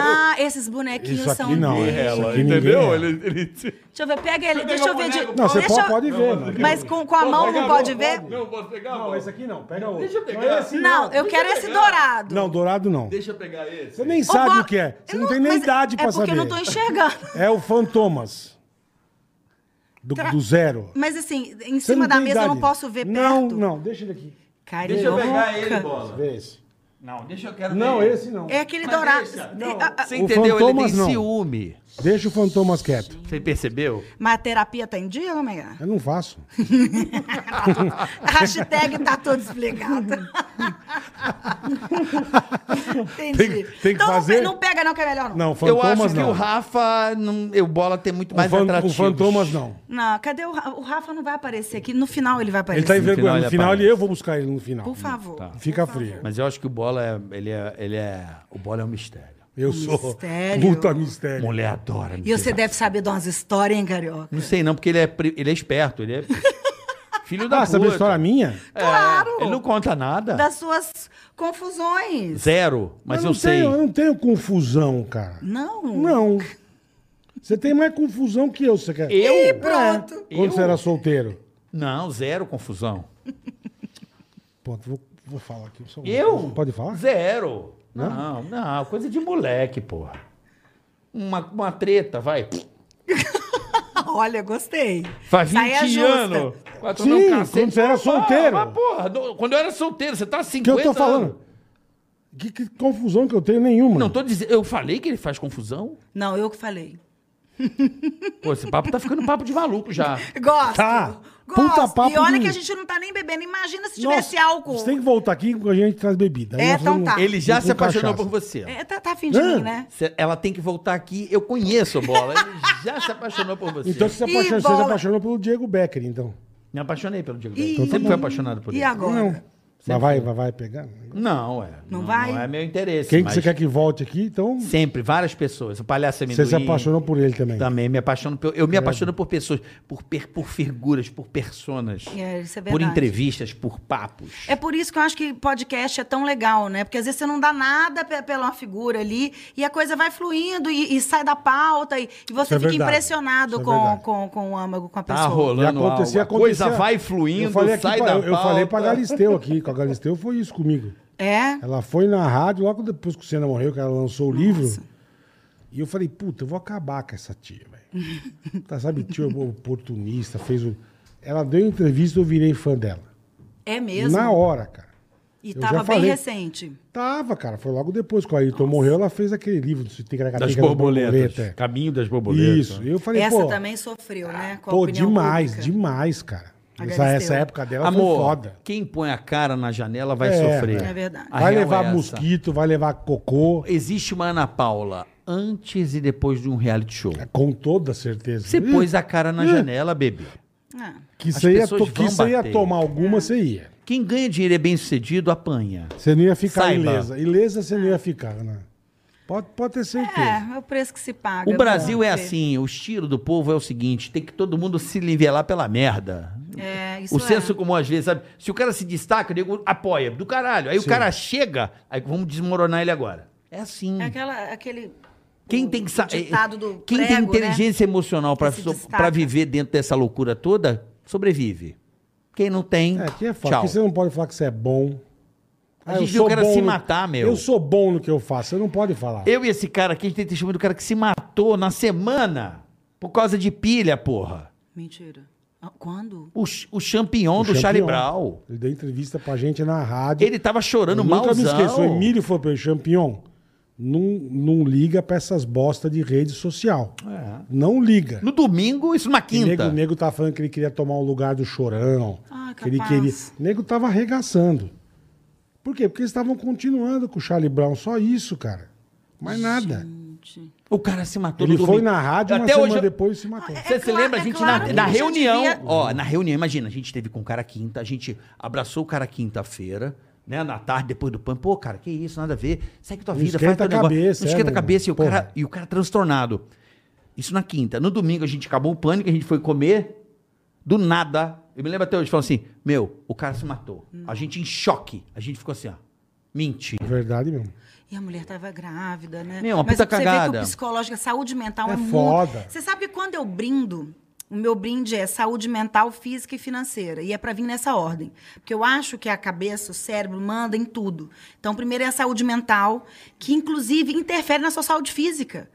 Ah, esses bonequinhos
Isso
são.
aqui não.
Deixa
É, Isso
Ela,
aqui ninguém
entendeu?
rela.
Ele, ele...
eu ver, pega ele.
pegar
Deixa eu
o
ver. De...
boneco?
Não, você
deixa
pode,
eu-
pode ver. Mas,
Mas com, com a mão não pode ver?
Não, posso pegar?
Não,
Bola?
esse aqui não. Pega outro.
Deixa eu pegar.
Não, é esse
Não, eu quero esse dourado.
Não, dourado não.
Deixa eu pegar esse.
Você nem
Ô,
sabe
Bola,
o que é. Você
eu
não, tem nem
mas
idade pra
É porque
saber.
eu não tô enxergando.
É o Fantomas. Do,
Tra-
do zero.
Mas assim, em
Você
cima
não
da
tem
mesa eu não
idade.
posso ver
Não,
perto.
não. Deixa ele aqui.
Carioca.
Deixa eu pegar ele, bola.
Vê esse.
Não, deixa eu quero
Não,
ver.
esse não.
É aquele
Mas
dourado.
deixa.
Tem- a- a-
Você
O
entendeu?
Fantomas
ele tem
não.
ciúme.
Deixa o Fantomas quieto.
Você percebeu?
Mas a terapia tá em dia, como é? que é?
Eu não faço.
Hashtag tá todo explicado.
Tem-
Entendi.
tem que
então não
fazer?
pe- não pega não que é melhor não.
Não,
eu acho
Fantomas
que
não.
o Rafa, não, eu bola tem muito
é
mais
o, Fan-
atrativo.
o Fantomas não.
Não, cadê o, Ra- o Rafa? Não vai aparecer aqui. No final ele
Ele
vai aparecer.
tá
final
envergonhado.
ele
No final, ele,
aparece.
eu vou buscar ele no final.
Por favor.
Fica frio.
Mas eu acho que o bola é, ele é, ele é, o bola é um mistério.
Eu sou
Mistério.
puta mistério.
Mulher adora.
E
mistério.
você deve saber de umas histórias, hein, Carioca?
Não sei não, porque ele é, pri- ele é esperto, ele é filho da
Ah,
puta.
sabe a história minha?
É,
Claro.
Ele não conta nada.
Tá.
Das suas confusões.
Zero, mas eu,
não
sei.
um.
Tenho, eu não tenho confusão, cara.
Não.
Não. Você tem mais confusão que eu, você quer.
Eu?
É,
pronto.
Quando
Eu?
você era solteiro.
Não, zero confusão.
Ponto, vou, vou falar aqui. só um-
Eu?
Pode falar?
Zero. Não, não, coisa de moleque, porra. Uma, uma treta, vai.
Olha, gostei.
Faz
Saia
20
justa.
anos. Vai
Sim,
tomar um
quando você era
Mas, porra,
solteiro.
Mas, porra, no- quando eu era solteiro, você tá há
que
50
eu tô falando?
anos.
Que, que confusão que eu tenho nenhuma.
Não, tô dizendo. Eu falei que ele faz confusão?
Não, eu que falei.
Pô, esse papo tá ficando papo de maluco já.
Gosto.
Tá.
Gosto.
Puta papo
e olha
de-
que a gente não tá nem bebendo. Imagina se
Nossa,
tivesse álcool.
Você tem que voltar aqui que a gente traz bebida. Aí
É,
nós fazemos
então tá.
Ele já
com
se apaixonou
cachaça.
por você.
É, tá, tá afim de
Hã?
mim, né?
Cê- Ela tem que voltar aqui. Eu conheço a bola. Ele já se apaixonou por você.
Então você se
Ih,
apaixonou, você se
bola.
apaixonou pelo Diego Becker, então.
Me apaixonei pelo Diego
Ih.
tá
Becker. Sempre fui apaixonado por
E
ele.
agora?
Não. Mas vai, vai, vai pegar?
Não, é.
Não vai?
Não é meu interesse.
Quem que
mas
você quer que volte aqui, então?
Sempre, várias pessoas. O palhaço é amendoim. Tá
Você se apaixonou por ele também.
Também me apaixono. por- Eu me apaixono por pessoas, por, per- por figuras, por personas.
É, isso é
por
verdade.
entrevistas, por papos.
É por isso que eu acho que podcast é tão legal, né? Porque às vezes você não dá nada pe- pela uma figura ali e a coisa vai fluindo e, e sai da pauta e, e
Isso
você
é
fica
verdade.
impressionado
Isso é
com,
verdade.
com, com o âmago, com a
Tá
pessoa.
rolando
E acontecia-
acontecia, algo. A coisa
acontecia-
vai fluindo,
eu falei aqui
sai
pra,
da
Eu falei pra
pauta.
Galisteu aqui, com a Galisteu foi isso comigo.
É?
Ela foi na rádio, logo depois que o Senna morreu, que ela lançou o livro. E eu falei, puta, eu vou acabar com essa tia, velho. tá, sabe, tia oportunista, fez o... Ela deu entrevista, eu virei fã dela.
É mesmo?
Na hora, cara.
E
Eu
tava
já
bem
falei.
recente.
Tava, cara, foi logo depois que o Ayrton morreu, ela fez aquele livro do Ticaracateca
Das borboletas. Caminho das borboletas.
é. Isso. E eu falei,
Essa
pô,
também sofreu, né? Com a
pô
opinião
demais,
pública.
demais, cara.
A
Essa,
Galisteu.
essa época dela
Amor,
foi foda.
quem põe a cara na janela vai
É,
sofrer.
É verdade.
A
vai
real
levar
é essa.
mosquito, vai levar cocô.
Existe uma Ana Paula antes e depois de um reality show.
é, Com toda certeza.
Você
Ih,
pôs a cara na janela, bebê.
Ah.
que
as
você ia,
pessoas
to- que
vão
você ia
bater.
tomar
É.
alguma, você ia.
Quem ganha dinheiro e é bem sucedido, apanha.
Você não ia ficar
Saiba.
ilesa. Ilesa você não ia ficar, né? Pode, pode ter certeza.
É, é o preço que se paga.
O Brasil é
Porque-
assim, o estilo do povo é o seguinte, tem que todo mundo se nivelar pela merda.
É, isso
O
é.
senso comum, às vezes, sabe? Se o cara se destaca, o nego apoia, do caralho. Aí o cara chega, aí vamos desmoronar ele agora. É assim.
É aquela, aquele...
Quem
o
tem que sa- é-
ditado do
Quem tem
prego, né?
inteligência emocional pra
Que se
so-
destaca.
pra viver dentro dessa loucura toda, sobrevive. Quem não tem,
É, aqui é foda.
tchau.
Aqui você não pode falar que você é bom. Ah,
A
eu
gente viu
sou
o cara
bom
se
no-
matar, meu.
Eu sou bom no que eu faço. Você não pode falar.
Eu e esse cara aqui, a gente tem testemunho do cara que se matou na semana por causa de pilha, porra.
Mentira. Ah, Quando?
O, ch- o champignon
O
do Charlie
campeão.
Brown.
Ele deu entrevista pra gente na rádio.
Ele tava chorando
Eu
malzão.
Nunca me esqueço. O Emílio falou pra ele, Champion, não, não liga pra essas bosta de rede social.
É.
Não liga.
No domingo, isso na
E
quinta.
Nego, nego tava falando que ele queria tomar o lugar do chorão.
Ah,
que ele
capaz.
queria. Nego tava arregaçando. Por quê? Porque eles estavam continuando com o Charlie Brown, só isso, cara. Mais nada.
Gente.
O cara se matou
Ele
no
foi
domingo.
na rádio, uma
Até
semana
hoje eu-
depois se matou.
Você
É
se
claro-
lembra, a
é
gente
claro
na,
que
na
a gente
reunião,
devia-
ó, na reunião, imagina, a gente teve com o cara quinta, a gente abraçou o cara quinta-feira, né, na tarde, depois do pão, pô, cara, que isso, nada a ver, segue tua
Não
vida, faz
esquenta
teu
a
negócio,
cabeça,
não
é,
esquenta a
meu-
cabeça, e o,
porra.
cara, e o cara transtornado. Isso na quinta. No domingo a gente acabou o pânico, a gente foi comer, do nada, eu me lembro até hoje, falou assim, meu, o cara se matou.
Hum.
A gente em choque, a gente ficou assim, ó,
é.
mentira.
É Verdade mesmo.
E a mulher tava grávida, né?
Meu, uma
Mas
puta
você vê que
cagada.
o psicológico, a saúde mental
É
é, muito-
foda.
Você sabe que quando eu brindo, o meu brinde é saúde mental, física e financeira. E é pra vir nessa ordem. Porque eu acho que a cabeça, o cérebro, manda em tudo. Então, primeiro é a saúde mental, que inclusive interfere na sua saúde física.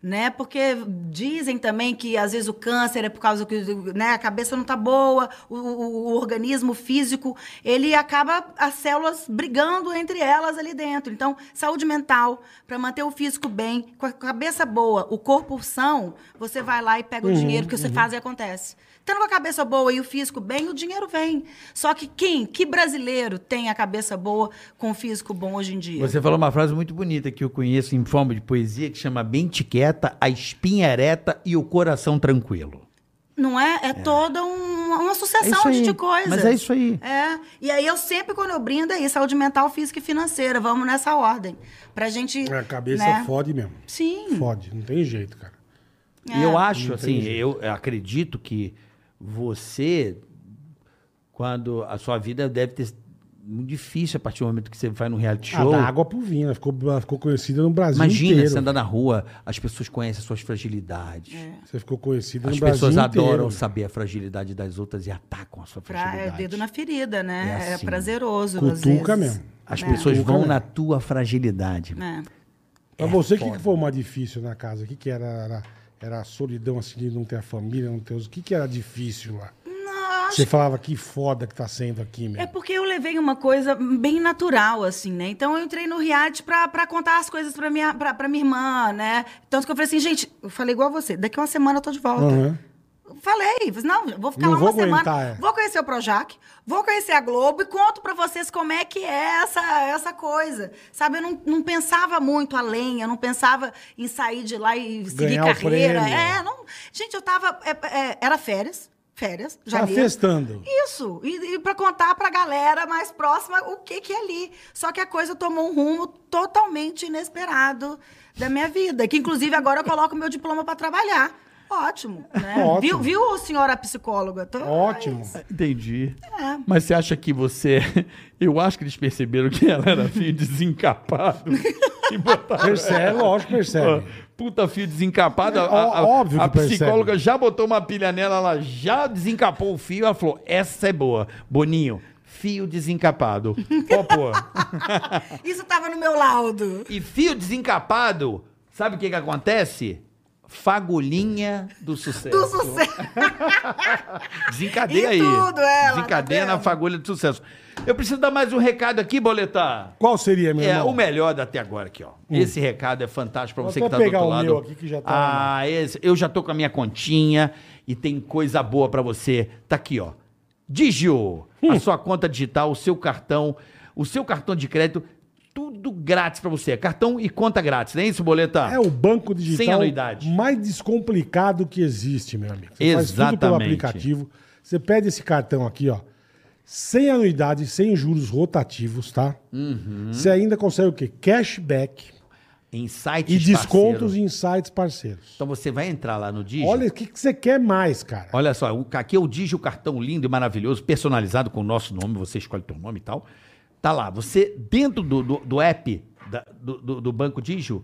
Né? Porque dizem também que às vezes o câncer é por causa que né, a cabeça não tá boa, o, o- o organismo físico, ele acaba as células brigando entre elas ali dentro. Então, saúde mental, para manter o físico bem, com a cabeça boa, o corpo são, você vai lá e pega
Uhum,
o dinheiro que você faz e acontece. Tendo com a cabeça boa e o físico bem, o dinheiro vem. Só que quem? Que brasileiro tem a cabeça boa com o físico bom hoje em dia?
Você falou uma frase muito bonita que eu conheço em forma de poesia que chama Bem Tiqueta, a espinha ereta e o coração tranquilo.
Não é? É, toda um- uma
É
sucessão de- de coisas.
Mas é isso aí.
É, e aí eu sempre, quando eu brindo, é isso, saúde mental, física e financeira. Vamos nessa ordem. Pra gente.
É.
A cabeça
né?
fode mesmo.
Sim.
Fode, não tem jeito, cara.
É.
E eu acho, assim, eu acredito que você, quando a sua vida deve ter sido muito difícil a partir do momento que você vai num reality
Ah,
show.
da água pro vinho, ela ficou, ela ficou conhecida no Brasil
Imagina
inteiro.
você andar na rua, as pessoas conhecem as suas fragilidades.
É,
Você ficou conhecida
As
no Brasil
pessoas adoram
inteiro.
saber a fragilidade das outras e atacam a sua
Pra, é
fragilidade.
dedo na ferida, né?
É
É,
assim.
prazeroso. às
Cutuca
vezes.
mesmo.
As
É.
pessoas
Nunca
vão
lembro.
na tua fragilidade.
É.
Pra
É
você, o que, que foi o mais difícil na casa? O que, que era, era? Era a solidão, assim, de não ter a família, não ter os... O que, que era difícil lá? Você falava, que foda que tá sendo aqui, meu.
É porque eu levei uma coisa bem natural, assim, né? Então eu entrei no reality pra, pra contar as coisas pra minha, pra, pra minha irmã, né? Tanto que eu falei assim, gente, eu falei igual a você, daqui uma semana eu tô de volta.
Uhum.
Aham.
Falei, falei, não, vou ficar
Não
lá
vou
uma semana,
aguentar, é.
vou conhecer o Projac, vou conhecer a Globo e conto pra vocês como é que é essa, essa coisa. Sabe, eu não, não pensava muito além, eu não pensava em sair de lá e seguir
Ganhar o
carreira.
prêmio.
É, não, gente, eu tava, é, é, era férias, férias,
Tá
janeiro.
festando.
Isso, e, e para contar pra galera mais próxima o que que é ali. Só que a coisa tomou um rumo totalmente inesperado da minha vida, que inclusive agora eu coloco meu diploma pra trabalhar. Ótimo, né?
Ótimo.
Viu, viu, senhora psicóloga? Tô-
Ótimo.
Entendi.
É.
Mas você acha que você. Eu acho que eles perceberam que ela era fio desencapado. e botaram
Percebe, lógico,
ela.
percebe.
É.
É,
Puta fio desencapado. A,
Ó-
a- a-
óbvio que
a psicóloga
percebe.
já botou uma pilha nela, ela já desencapou o fio. Ela falou: essa é boa. Boninho, fio desencapado. Pode pôr.
Isso tava no meu laudo.
E fio desencapado, sabe o que, que acontece? Fagulhinha do sucesso.
Do sucesso.
Desencadeia aí.
E tudo, é, lá,
Desencadeia
tá
na
vendo?
fagulha do sucesso. Eu preciso dar mais um recado aqui, Boletar.
Qual seria, meu
É,
irmão? Hum.
o melhor até agora aqui, ó. Esse recado é fantástico pra
Vou
você
até
que tá do
pegar
outro
o
lado.
meu aqui que já tá
Ah, esse, eu já tô com a minha continha e tem coisa boa pra você. Tá aqui, ó. Digio,
Hum.
a sua conta digital, o seu cartão, o seu cartão de crédito, tudo grátis pra você. Cartão e conta grátis, não é isso, Boleta?
É o banco digital
Sem anuidade.
mais descomplicado que existe, meu amigo. Você faz tudo pelo
Exatamente.
aplicativo. Você pede esse cartão aqui, ó. Sem anuidade, sem juros rotativos, tá?
Uhum.
Você ainda consegue o quê? Cashback
Em sites
e descontos
parceiros.
em sites parceiros.
Então você vai entrar lá no Digio.
Olha, o que, que você quer mais, cara?
Olha só, o- aqui é o Digio cartão lindo e maravilhoso, personalizado com o nosso nome, você escolhe o teu nome e tal. Tá lá, você dentro do, do, do app da- do, do- do Banco Digio,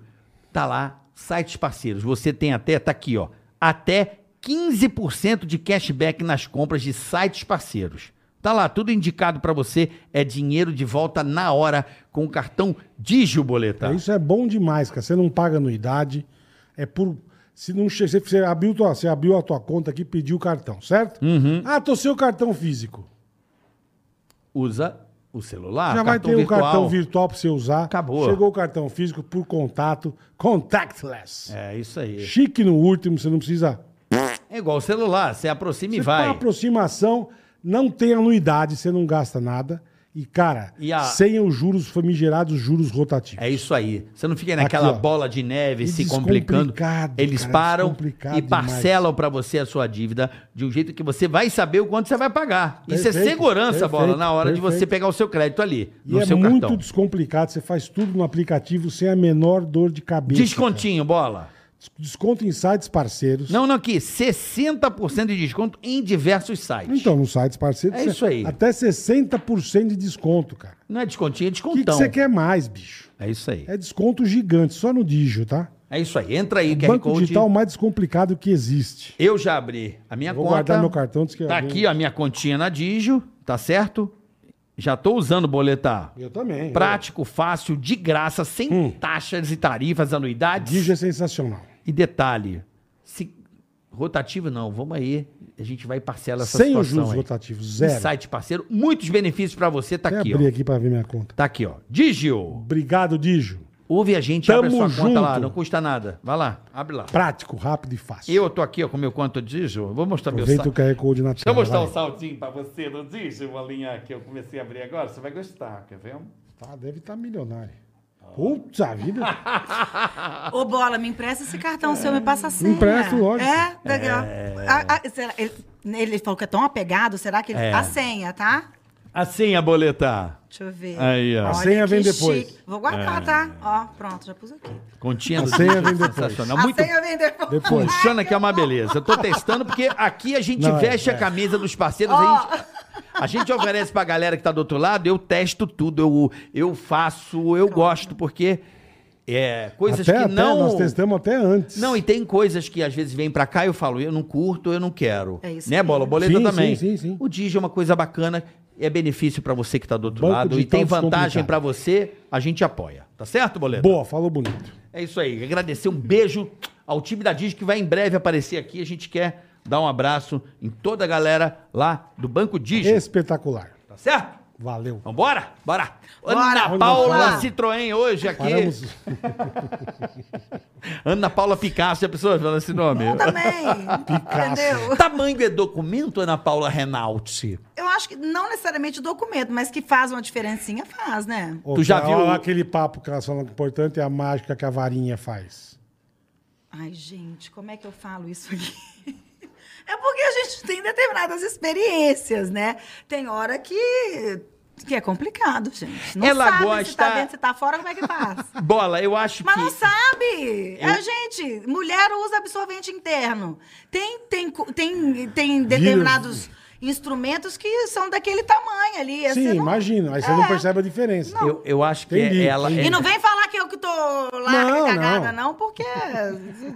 tá lá, sites parceiros. Você tem até, tá aqui, ó, até 15% de cashback nas compras de sites parceiros. Tá lá, tudo indicado pra você, é dinheiro de volta na hora com o cartão Digio Boleta.
Isso é bom demais, cara. Você não paga anuidade. É por. Se não che- se você abriu, tua- você abriu a tua conta aqui e pediu o cartão, certo?
Uhum.
Ah, tô sem o cartão físico.
Usa o celular,
Já vai ter um
Ah, virtual.
cartão virtual pra você usar.
Acabou.
Chegou o cartão físico por contato, contactless.
É isso aí.
Chique no último, você não precisa.
É igual o celular, você aproxima e
Você tá
vai.
faz aproximação, não tem anuidade, você não gasta nada. E, cara,
E a-
sem os juros famigerados, juros rotativos.
É isso aí. Você não fica naquela
Aqui, ó.
bola de neve
E
se complicando.
descomplicado,
Eles
cara,
param
descomplicado
e
demais.
parcelam pra você a sua dívida de um jeito que você vai saber o quanto você vai pagar. isso é
Perfeito,
segurança, bola,
perfeito,
na hora de você
perfeito.
pegar o seu crédito ali,
E
no
é
seu
muito
cartão.
descomplicado. Você faz tudo no aplicativo sem a menor dor de cabeça.
Descontinho, bola.
cara. Desconto em sites parceiros.
Não, não, aqui, 60% de desconto em diversos sites.
Então, nos sites parceiros.
É
você-
isso aí.
Até 60% de desconto, cara.
Não é descontinho, é
O que que
descontão.
você quer mais, bicho?
É isso aí.
É desconto gigante, só no Digio, tá?
É isso aí. Entra aí, QR
Banco
Code.
digital mais descomplicado que existe.
Eu já abri a minha
Vou
conta.
guardar meu cartão. diz que é
Tá
alguém-
aqui a minha continha na Digio, tá certo? Já tô usando o boletar.
Eu também.
Prático, fácil, de graça, sem taxas e tarifas, anuidades.
Hum. Digio é sensacional.
E detalhe, se- rotativo não, vamos aí, a gente vai parcelar essa
Sem os
situação
juros
aí.
rotativos, zero.
Site parceiro, muitos benefícios pra você, tá
Até
aqui,
abrir
ó.
aqui pra ver minha conta.
Tá aqui, ó. Digio,
Obrigado, Digio.
ouve a gente, abre a sua
Tamo
conta
junto.
lá, não custa nada. Vai lá, abre lá.
Prático, rápido e fácil.
Eu tô aqui, ó, com meu conta Digio, vou mostrar meu
Aproveita
site.
o QR Code na
Deixa eu
tela.
mostrar
vai.
um saltinho pra você do Digio, bolinha, que eu comecei a abrir agora. Você vai gostar, quer ver?
Tá, deve estar milionário. Puta vida.
Ô, Bola, me empresta esse cartão seu, me passa a senha.
Empresto, lógico.
É, daqui, ó. A- a- será- ele, ele falou que é tão apegado, será que ele...
É.
A senha, tá?
A senha boletar.
Deixa eu ver.
Aí, ó. É.
Olha
A senha vem
que
depois.
chique. Vou guardar, tá? Ó, pronto, já pus aqui.
Continha do
A senha
Digio,
vem depois.
sensacional.
a
Tá Muito
senha vem depois.
Depois.
Funciona que é uma beleza. Eu tô testando porque aqui a gente
Não, é,
veste
é.
a camisa dos parceiros, a gente... A gente oferece pra galera que tá do outro lado, eu testo tudo, eu, eu faço, eu gosto, porque é coisas
até,
que
até,
não.
Nós testamos até antes.
Não, e tem coisas que às vezes vêm pra cá e eu falo, eu não curto, eu não quero.
É isso
Né,
aí.
Bola? O Boleta
Sim,
também.
sim, sim, sim.
O Digi é uma coisa bacana, é benefício pra você que tá do outro
Banco
lado e
digital
tem vantagem
descomplicado.
pra você, a gente apoia. Tá certo, Boleta?
Boa, falou bonito.
É isso aí. Agradecer um beijo ao time da Digi que vai em breve aparecer aqui. A gente quer dar um abraço em toda a galera lá do Banco Digi.
Espetacular.
Tá certo?
Valeu.
Vambora? Bora!
Bora,
Ana
vamos
Paula
lá.
Citroën hoje aqui.
Paramos.
Ana Paula Picasso, a pessoa falando esse nome.
Eu também, entendeu?
Tamanho é documento, Ana Paula Renalti?
Eu acho que não necessariamente o documento, mas que faz uma diferencinha, faz, né?
Ô,
Tu já
cara,
viu
olha
o-
lá aquele papo que elas falam que o importante é a mágica que a varinha faz.
Ai, gente, como é que eu falo isso aqui? É porque a gente tem determinadas experiências, né? Tem hora que, que é complicado, gente. Não
Ela
sabe se tá
gosta-
dentro, se tá fora, como é que faz?
Bola, eu acho
Mas
que.
não sabe! A gente, mulher usa absorvente interno. Tem, tem, co- tem, tem determinados instrumentos que são daquele tamanho ali.
Sim,
Você não-
imagina. Aí você
É.
não percebe a diferença.
Eu, eu acho que
Entendi,
é ela.
entendi.
E não vem falar que eu que tô larga
Não,
e cagada,
não.
não. porque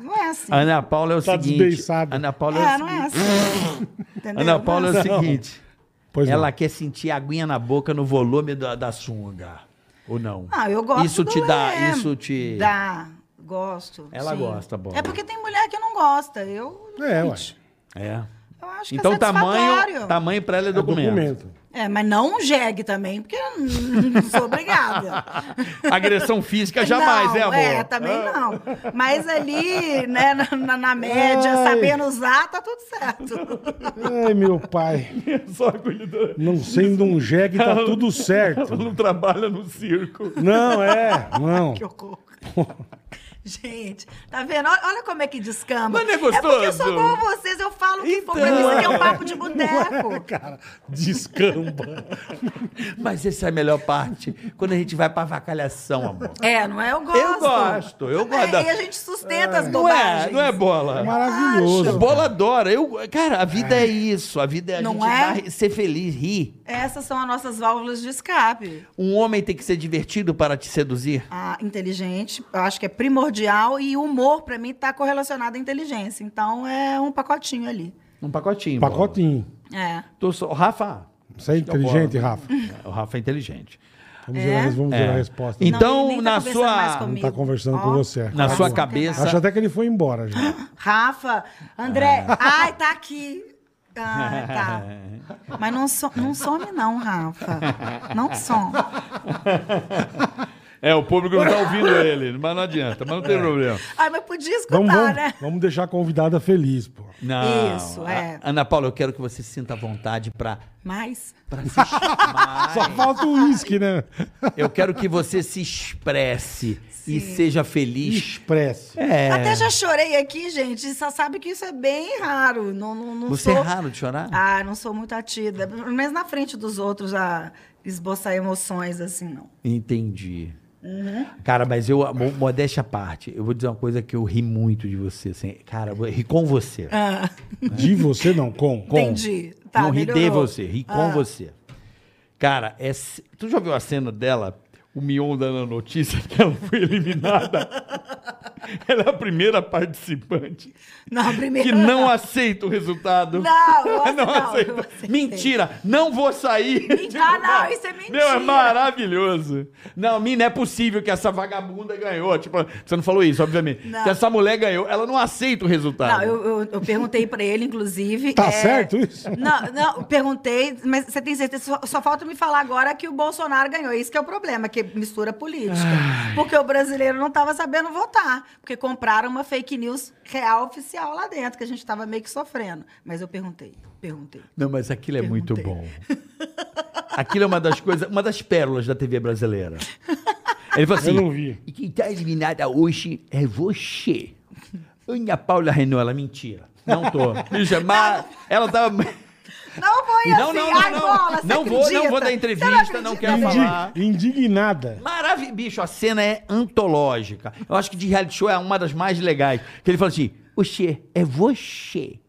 não é assim.
Ana Paula é o
Tá
seguinte.
desbeiçada.
Ana Paula é,
É,
o
não
seguinte.
é assim. Entendeu? assim.
Ana Paula é o
Não.
seguinte.
Pois
ela
não.
quer sentir aguinha na boca no volume da, da sunga. Ou não?
Ah, eu gosto
Isso
do-
te dá,
é,
isso te.
Dá, gosto.
Ela gosta, bola.
É porque tem mulher que não gosta. Eu,
É, ué.
gente,
É.
eu acho que
Então,
é satisfatório.
tamanho, tamanho pra ela é
É
documento.
É, mas não um jegue também, porque eu não sou obrigada.
Agressão física jamais,
não,
é, amor?
É, também não. Mas ali, né, na, na- na média,
Ai.
sabendo usar, tá tudo certo.
Ai, meu pai.
Só acolhedora.
Não sendo um jegue, tá tudo certo.
não trabalha no circo.
Não, é. Não.
Que horror. Gente, tá vendo? Olha olha como é que descamba.
Mas não é
É porque eu sou
gostoso?
igual a vocês, eu falo que então,
Então.
isso aqui é um papo de boteco.
Cara, descamba.
Mas essa é a melhor parte. Quando a gente vai pra vacalhação, amor.
É, não é? Eu gosto. É,
Eu gosto, eu gosto.
E aí a gente sustenta as
Não é,
bobagens.
não é bola.
Maravilhoso.
A bola adora. Eu, cara, a vida é, isso. A vida é a
Não
gente
é?
dar- ser feliz, rir.
Essas são as nossas válvulas de escape.
Um homem tem que ser divertido para te seduzir.
a inteligente, eu acho que é primordial e o humor pra mim tá correlacionado à inteligência. Então é um pacotinho ali.
Um pacotinho. bola.
Pacotinho.
É.
Tô só- Rafa.
Você é inteligente, Rafa.
O Rafa é inteligente.
Vamos, ver, vamos ver a resposta.
Então,
ele nem tá
na
conversando
sua-
mais
Não
Não
comigo.
tá conversando
Ó,
com você.
Na
Rafa,
sua
não tem
cabeça-
nada.
Acho até que ele foi embora já.
Rafa, André,
É.
ai, tá aqui. Ai, Ah, tá. Mas não, so- não some, não, Rafa. Não some.
É, o público não tá ouvindo ele, mas não adianta, mas não tem problema.
Ai, mas podia escutar,
Vamos, vamos,
né?
vamos deixar a convidada feliz, pô.
Não.
Isso, é.
A- Ana Paula, eu quero que você sinta vontade para
Mas.
Só falta o uísque, né?
Eu quero que você se expresse e
Sim.
seja feliz.
Expresse.
É.
Até já chorei aqui, gente. Só sabe que isso é bem raro. Não, não, não
Você é
sou-
raro de chorar?
Ah, não sou muito atida. Pelo menos na frente dos outros a esboçar emoções, assim, não.
Entendi.
Uhum.
Cara, mas eu, mo- modéstia à parte, eu vou dizer uma coisa que eu ri muito de você. Assim, cara, eu ri com você.
Ah,
De você não, com.
Com.
entendi. Tá,
não ri de
melhorou. Ah.
você, ri com você. Cara, é se- tu já viu a cena dela, o Mion dando a notícia que ela foi eliminada? ela é a primeira participante
Não, primeiro.
que não aceita o resultado.
Não, você
Não
não,
aceita.
você
Mentira, não vou sair.
Mentira. Ah, não, isso é mentira.
Meu, é maravilhoso. Não, mim não é possível que essa vagabunda ganhou. Tipo, você não falou isso, obviamente.
Não.
Que essa mulher ganhou. Ela não aceita o resultado.
Não, eu, eu, eu perguntei pra ele, inclusive. é,
Tá certo isso?
Não, não, eu perguntei, mas você tem certeza? Só, só falta me falar agora que o Bolsonaro ganhou. Isso que é o problema, que mistura política. Porque o brasileiro não estava sabendo votar. Porque compraram uma fake news real oficial lá dentro, que a gente estava meio que sofrendo. Mas eu perguntei, perguntei.
Não, mas aquilo é muito bom.
Perguntei.
Aquilo é uma das coisas, uma das pérolas da TV brasileira. Ele falou assim:
Eu não vi.
E quem tá eliminada hoje é você. Ana Paula Renault, ela é mentira. Não tô. Me chamar. Ela tava.
Não foi
Não,
assim,
não, não,
ai,
não.
bola, você
Não vou- não
acredita?
vou dar
Você
entrevista, não
acredita,
quero
né?
falar.
Indi- Indignada.
Maravilha, bicho, a cena é antológica. Eu acho que de reality show é uma das mais legais. Que ele fala assim: Oxê, é você.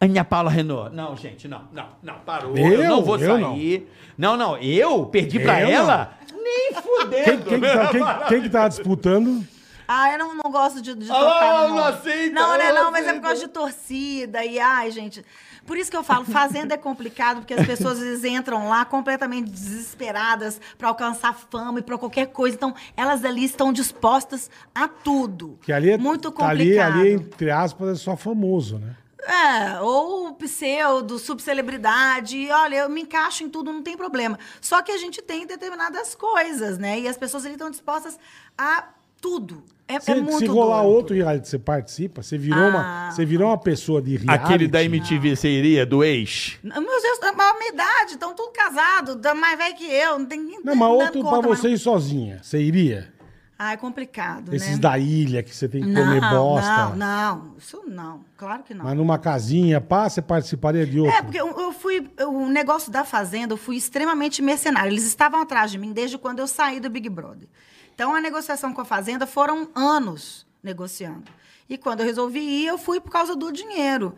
Ana Paula Renault. Não, gente, não, não, não, parou. Eu,
Eu?
não vou
Eu
sair. Não. não, eu perdi pra
Eu
ela? Nem
Quem,
fudendo.
quem que tá, quem- quem que tava disputando?
Ah, eu não, não gosto de, de
Ah,
tocar
eu
no
não
nome.
aceito,
Não,
eu
né,
não
não, mas é por
aceito.
causa de torcida e ai, gente. Por isso que eu falo, fazenda é complicado, porque as pessoas às vezes entram lá completamente desesperadas pra alcançar fama e pra qualquer coisa. Então, elas ali estão dispostas a tudo.
Que ali é,
muito
tá ali,
complicado.
ali, entre aspas, é só famoso, né?
É, ou pseudo, subcelebridade. Olha, eu me encaixo em tudo, não tem problema. Só que a gente tem determinadas coisas, né? E as pessoas ali estão dispostas a tudo. É, é
Se,
muito
se rolar
doido.
outro reality, você participa? Você virou, uma,
Ah.
você virou uma pessoa de reality?
Aquele da MTV, você iria, do ex?
Meus Deus, é a minha idade, estão tudo casado, tá mais velho que eu, não tem ninguém
Não, mas
dando
outro pra
conta, mas
você
não-
ir sozinha. Você iria?
Ah, é complicado,
Esses
né?
da ilha que você tem que comer
não,
bosta.
Não, não, isso não, claro que não.
Mas numa casinha, pá, você participaria de outro.
É, porque eu, eu fui. eu- O negócio da Fazenda, eu fui extremamente mercenária. Eles estavam atrás de mim desde quando eu saí do Big Brother. Então, a negociação com a Fazenda foram anos negociando. E quando eu resolvi ir, eu fui por causa do dinheiro.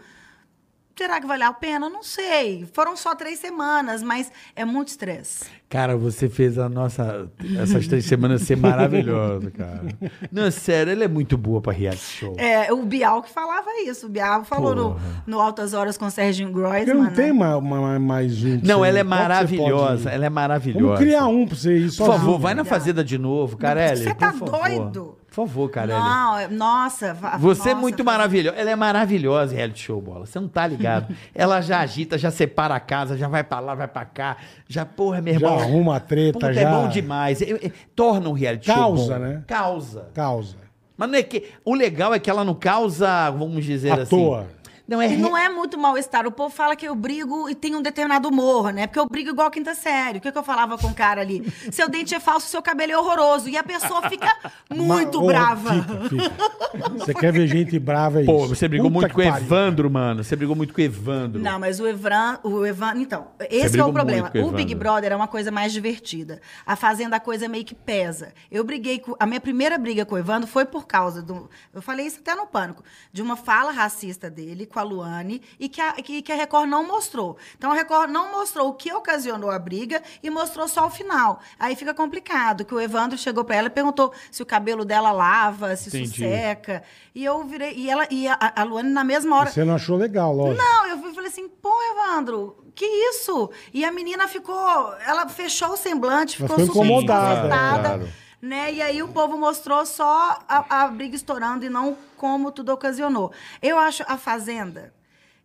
Será que valeu a pena? Não sei. Foram só três semanas, mas é muito estresse.
Cara, você fez a nossa. Essas três semanas ser maravilhosa, cara. Não, sério, ela é muito boa pra reality show.
É, o Bial que falava isso. O Bial falou no, no Altas Horas com o Serginho
Porque
Groisman.
não
né?
tem ma- ma- ma- mais um. pra
Não,
você
ela é
ir. Qual que você
maravilhosa.
pode ir?
Ela é maravilhosa.
Vamos criar um pra você ir
Por
sozinho.
favor, vai na Fazenda de novo, Carelli.
Você tá
por favor.
doido?
Por favor, Carelli.
Não, é- nossa. va-
Você é
nossa,
muito
Fazenda.
maravilhosa. Ela é maravilhosa em reality show, bola. Você não tá ligado. ela já agita, já separa a casa, já vai pra lá, vai pra cá. Já, porra, meu
Já
irmão.
arruma a treta,
Puta,
já.
é bom demais. Eu- eu- torna um reality show.
Causa,
bom.
né?
Causa.
Causa.
Mas não é que. O legal é que ela não causa, vamos dizer
À
assim.
toa.
Não é.
E não é muito mal-estar. O povo fala que eu brigo e tem um determinado humor, né? Porque eu brigo igual quinta série. O que, que eu falava com o cara ali? Seu dente é falso, seu cabelo é horroroso. E a pessoa fica muito
Ma- Ô,
brava.
Fica, fica. Você quer ver gente brava é isso.
Pô, você brigou
Puta
muito
que
com o
pariu.
Evandro, mano. Você brigou muito com o Evandro.
Não, mas o Evran, o Evan, então, esse é
brigou
o problema.
muito com o
O Big
Evandro.
Brother é uma coisa mais divertida. A fazenda a coisa meio que pesa. Eu briguei com a minha primeira briga com o Evandro foi por causa do, eu falei isso até no pânico, de uma fala racista dele com a Luane e que a, que, que a Record não mostrou. Então a Record não mostrou o que ocasionou a briga e mostrou só o final. Aí fica complicado, que o Evandro chegou pra ela e perguntou se o cabelo dela lava, se isso
Entendi.
seca. E eu virei e ela e a, a Luane na mesma hora
Você não achou legal, lógico.
não, eu fui- falei assim, pô, Evandro, que isso? E a menina ficou, ela fechou o semblante,
Ela
ficou
ficou
super
incomodada,
desconcertada,
claro.
Né? E aí o povo mostrou só a, a briga estourando e não como tudo ocasionou. Eu acho a Fazenda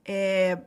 é,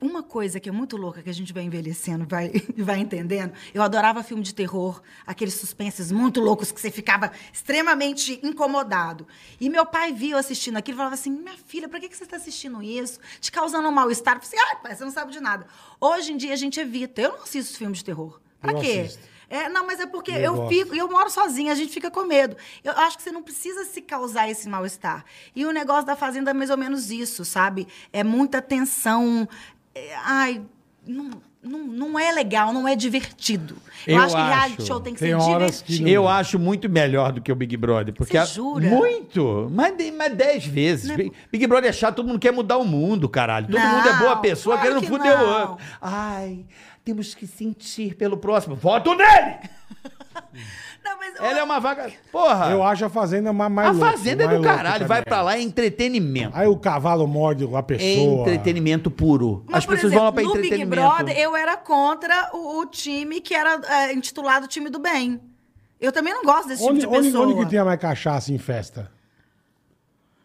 Uma coisa que é muito louca que a gente vai envelhecendo e vai, e vai entendendo. Eu adorava filme de terror, aqueles suspenses muito loucos que você ficava extremamente incomodado. E meu pai via eu assistindo aquilo e falava assim: Minha filha, pra que que você está assistindo isso? Te causando um mal-estar. Eu falei assim: Ah, pai, você não sabe de nada. Hoje em dia a gente evita. Eu não assisto filme de terror. Pra
Eu
quê?
assisto.
É, não, mas é porque
Eu
eu,
gosto.
fico, eu moro sozinha, a gente fica com medo. Eu acho que você não precisa se causar esse mal-estar. E o negócio da fazenda é mais ou menos isso, sabe? É muita tensão. é, ai, não, não, não é legal, não é divertido. Eu,
Eu
acho que reality
acho.
show tem que
Tem
ser
horas que
divertido.
não-
Eu acho muito melhor do que o Big Brother. Porque
Você
a-
jura?
Muito! Mas, de- mas dez vezes. Big, Big Brother é chato, todo mundo quer mudar o mundo, caralho. Todo
Não,
mundo é boa pessoa,
claro
querendo
que
fuder o
não.
outro. Ai, temos que sentir pelo próximo. Voto nele!
Não, mas,
Ela é uma vaga. Porra!
Eu acho a Fazenda ma- mais
a
louca,
Fazenda é
mais
do
louca
caralho.
também.
Vai pra lá, é entretenimento.
Aí o cavalo morde a pessoa.
Entretenimento puro.
Mas,
As
por
pessoas vão lá pra
no Big
entretenimento.
Brother, eu era contra o, o time que era é, intitulado time do bem. Eu também não gosto desse
Onde,
tipo de
onde-
pessoa.
onde que tem a mais cachaça em festa?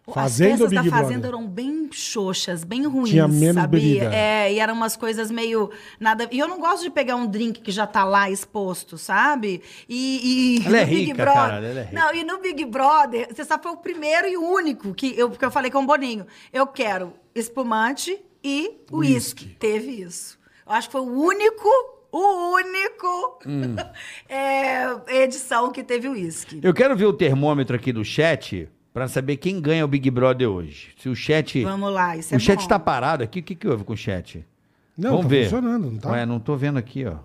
As
Fazenda ou
festas
Big
da
Brother?
Fazenda eram bem xoxas, bem ruins,
Tinha menos
sabia?
bebida.
É, e eram umas coisas meio nada. E eu não gosto de pegar um drink que já tá lá exposto, sabe? E, e
Ela é
no Big
rica,
Brother.
cara, ela é rica.
Não, e no Big Brother, você só foi o primeiro e o único que eu, que eu falei com o Boninho. Eu quero espumante e uísque. Teve isso. Eu acho que foi o único. O único é, edição que teve o uísque.
Hum. Eu quero ver o termômetro aqui do chat pra saber quem ganha o Big Brother hoje. Se o chat.
Vamos lá, isso
o
é
chat
bom.
tá parado aqui. O que, que houve com o chat?
Não,
Vamos
tá
ver.
funcionando, não tá?
Ué, não tô vendo aqui, ó. O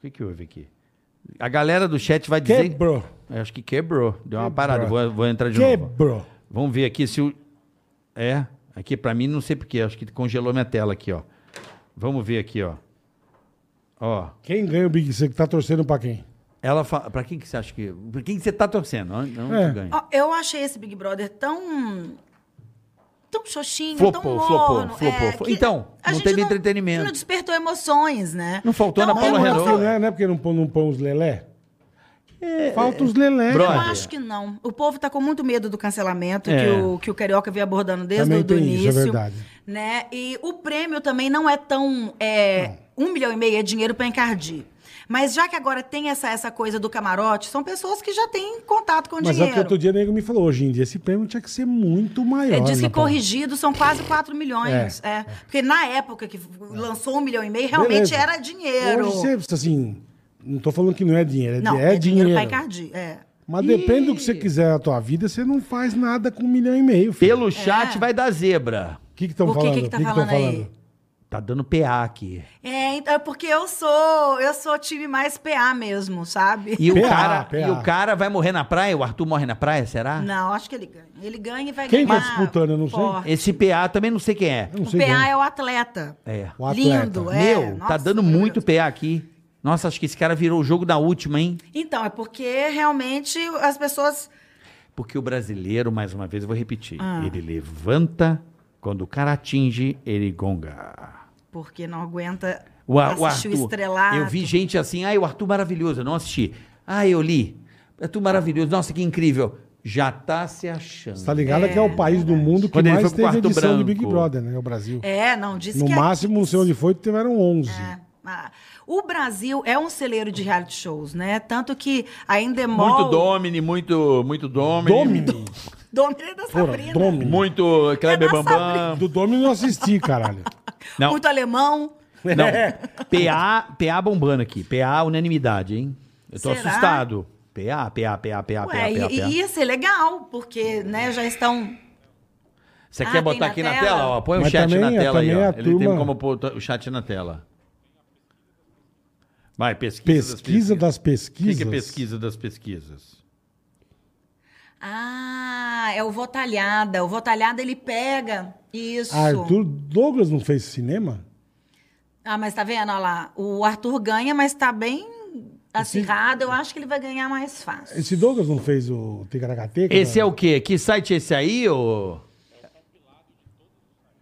que, que houve aqui? A galera do chat vai dizer.
Quebrou.
Eu Acho que quebrou. Deu uma parada. Vou, vou entrar é de novo.
Quebrou.
Vamos ver aqui se o. É. Aqui pra mim não sei porquê. Acho que congelou minha tela aqui, ó. Vamos ver aqui, ó. Ó.
Quem ganha o Big Você que tá torcendo pra quem?
Ela fala. Pra quem que você acha que. Pra quem que você tá torcendo? Não, não
É.
tu ganha.
Ó, Eu achei esse Big Brother tão. tão xoxinho,
Flopou,
tão morno.
flopou, flopou, flopou.
que
Então,
a
não
gente
teve entretenimento.
Não despertou emoções, né?
Não faltou Ana
eu
Paula
não-
Renault.
Não é, não é porque não põe, não põe os lelé?
É,
Falta os lelé.
Eu
Brother.
acho que não. O povo tá com muito medo do cancelamento
É.
que, o, que o Carioca vem abordando desde
Também
o do
tem isso, é
início.
verdade.
Né? E o prêmio também não é tão. é, Um milhão e meio é dinheiro pra encardir. Mas já que agora tem essa, essa coisa do camarote, são pessoas que já têm contato com
Mas é
dinheiro.
porque outro dia o nego me falou, hoje em dia esse prêmio tinha que ser muito maior.
Ele É, diz
né,
que
Paulo?
corrigido são quase 4 milhões. É, Porque na época que lançou um milhão e meio, realmente
Beleza.
era dinheiro.
Hoje você, precisa, assim, não tô falando que não é dinheiro, é,
Não,
é dinheiro.
pra encardir. É.
Mas depende do que você quiser na tua vida, você não faz nada com um milhão e meio, filho.
É.
Pelo chat vai dar zebra.
O que estão
Por que
falando?
que que tá
tão
falando aí?
Tá dando PA aqui.
É, então, é porque eu sou, eu sou time mais PA mesmo, sabe?
E o,
PA,
cara,
PA.
e o cara vai morrer na praia? O Arthur morre na praia, será?
Não, acho que ele ganha. Ele ganha e vai
Quem tá
ganhar.
disputando? Eu não sei.
forte.
Esse PA também não sei quem é.
Eu não
O
sei
PA
quem.
é o atleta.
É.
O atleta.
Lindo, é.
Meu, tá
Nossa,
dando
meu
muito
Deus.
PA aqui. Nossa, acho que esse cara virou o jogo da última, hein?
Então, é porque realmente as pessoas.
Porque o brasileiro, mais uma vez, eu vou repetir.
Ah.
Ele levanta, quando o cara atinge, ele gonga.
Porque não aguenta
O, a- o
assistir o,
Arthur.
estrelado.
eu vi gente assim, ai, o Arthur maravilhoso, eu não assisti. Ah, eu li. Arthur maravilhoso, nossa, que incrível. Já tá se achando.
Você tá ligado que é o país do mundo que
Quando ele
mais
foi pro
teve edição
quarto branco.
do Big Brother, né? O Brasil.
É, não, disse
no
que.
máximo, não sei onde foi, tiveram 11.
É. Ah, O Brasil é um celeiro de reality shows, né? Tanto que é a Endemol...
Muito Domini, muito, muito Domini.
Domino.
Domini é da
Porra,
Sabrina.
Domino.
Muito Kleber
É da
Bambam.
Do Domino eu não assisti, caralho.
Não.
Muito alemão.
Não. PA, PA bombando aqui. PA unanimidade, hein? Eu tô
Será?
assustado. PA, PA, PA, PA, PA,
Ué, e,
PA,
e ia ser legal, porque né, já estão...
Você
Ah,
quer
tem
botar
na
aqui na
tela?
tela? Ó, põe o
Mas
chat
também-
na tela aí,
também é
ó.
a
Ele tem
turma-
como pôr o chat na tela. Vai, pesquisa. das
Pesquisa das
O que
pesquisas.
que é pesquisa das pesquisas?
Ah, é o Votalhada. O Votalhada, ele pega isso.
Arthur Ah, Douglas não fez cinema?
Ah, mas tá vendo? Olha lá. O Arthur ganha, mas tá bem acirrado. Eu acho que ele vai ganhar mais fácil.
Esse Douglas não fez o Ticaracateca?
Esse é o quê? Que site é esse aí, ô?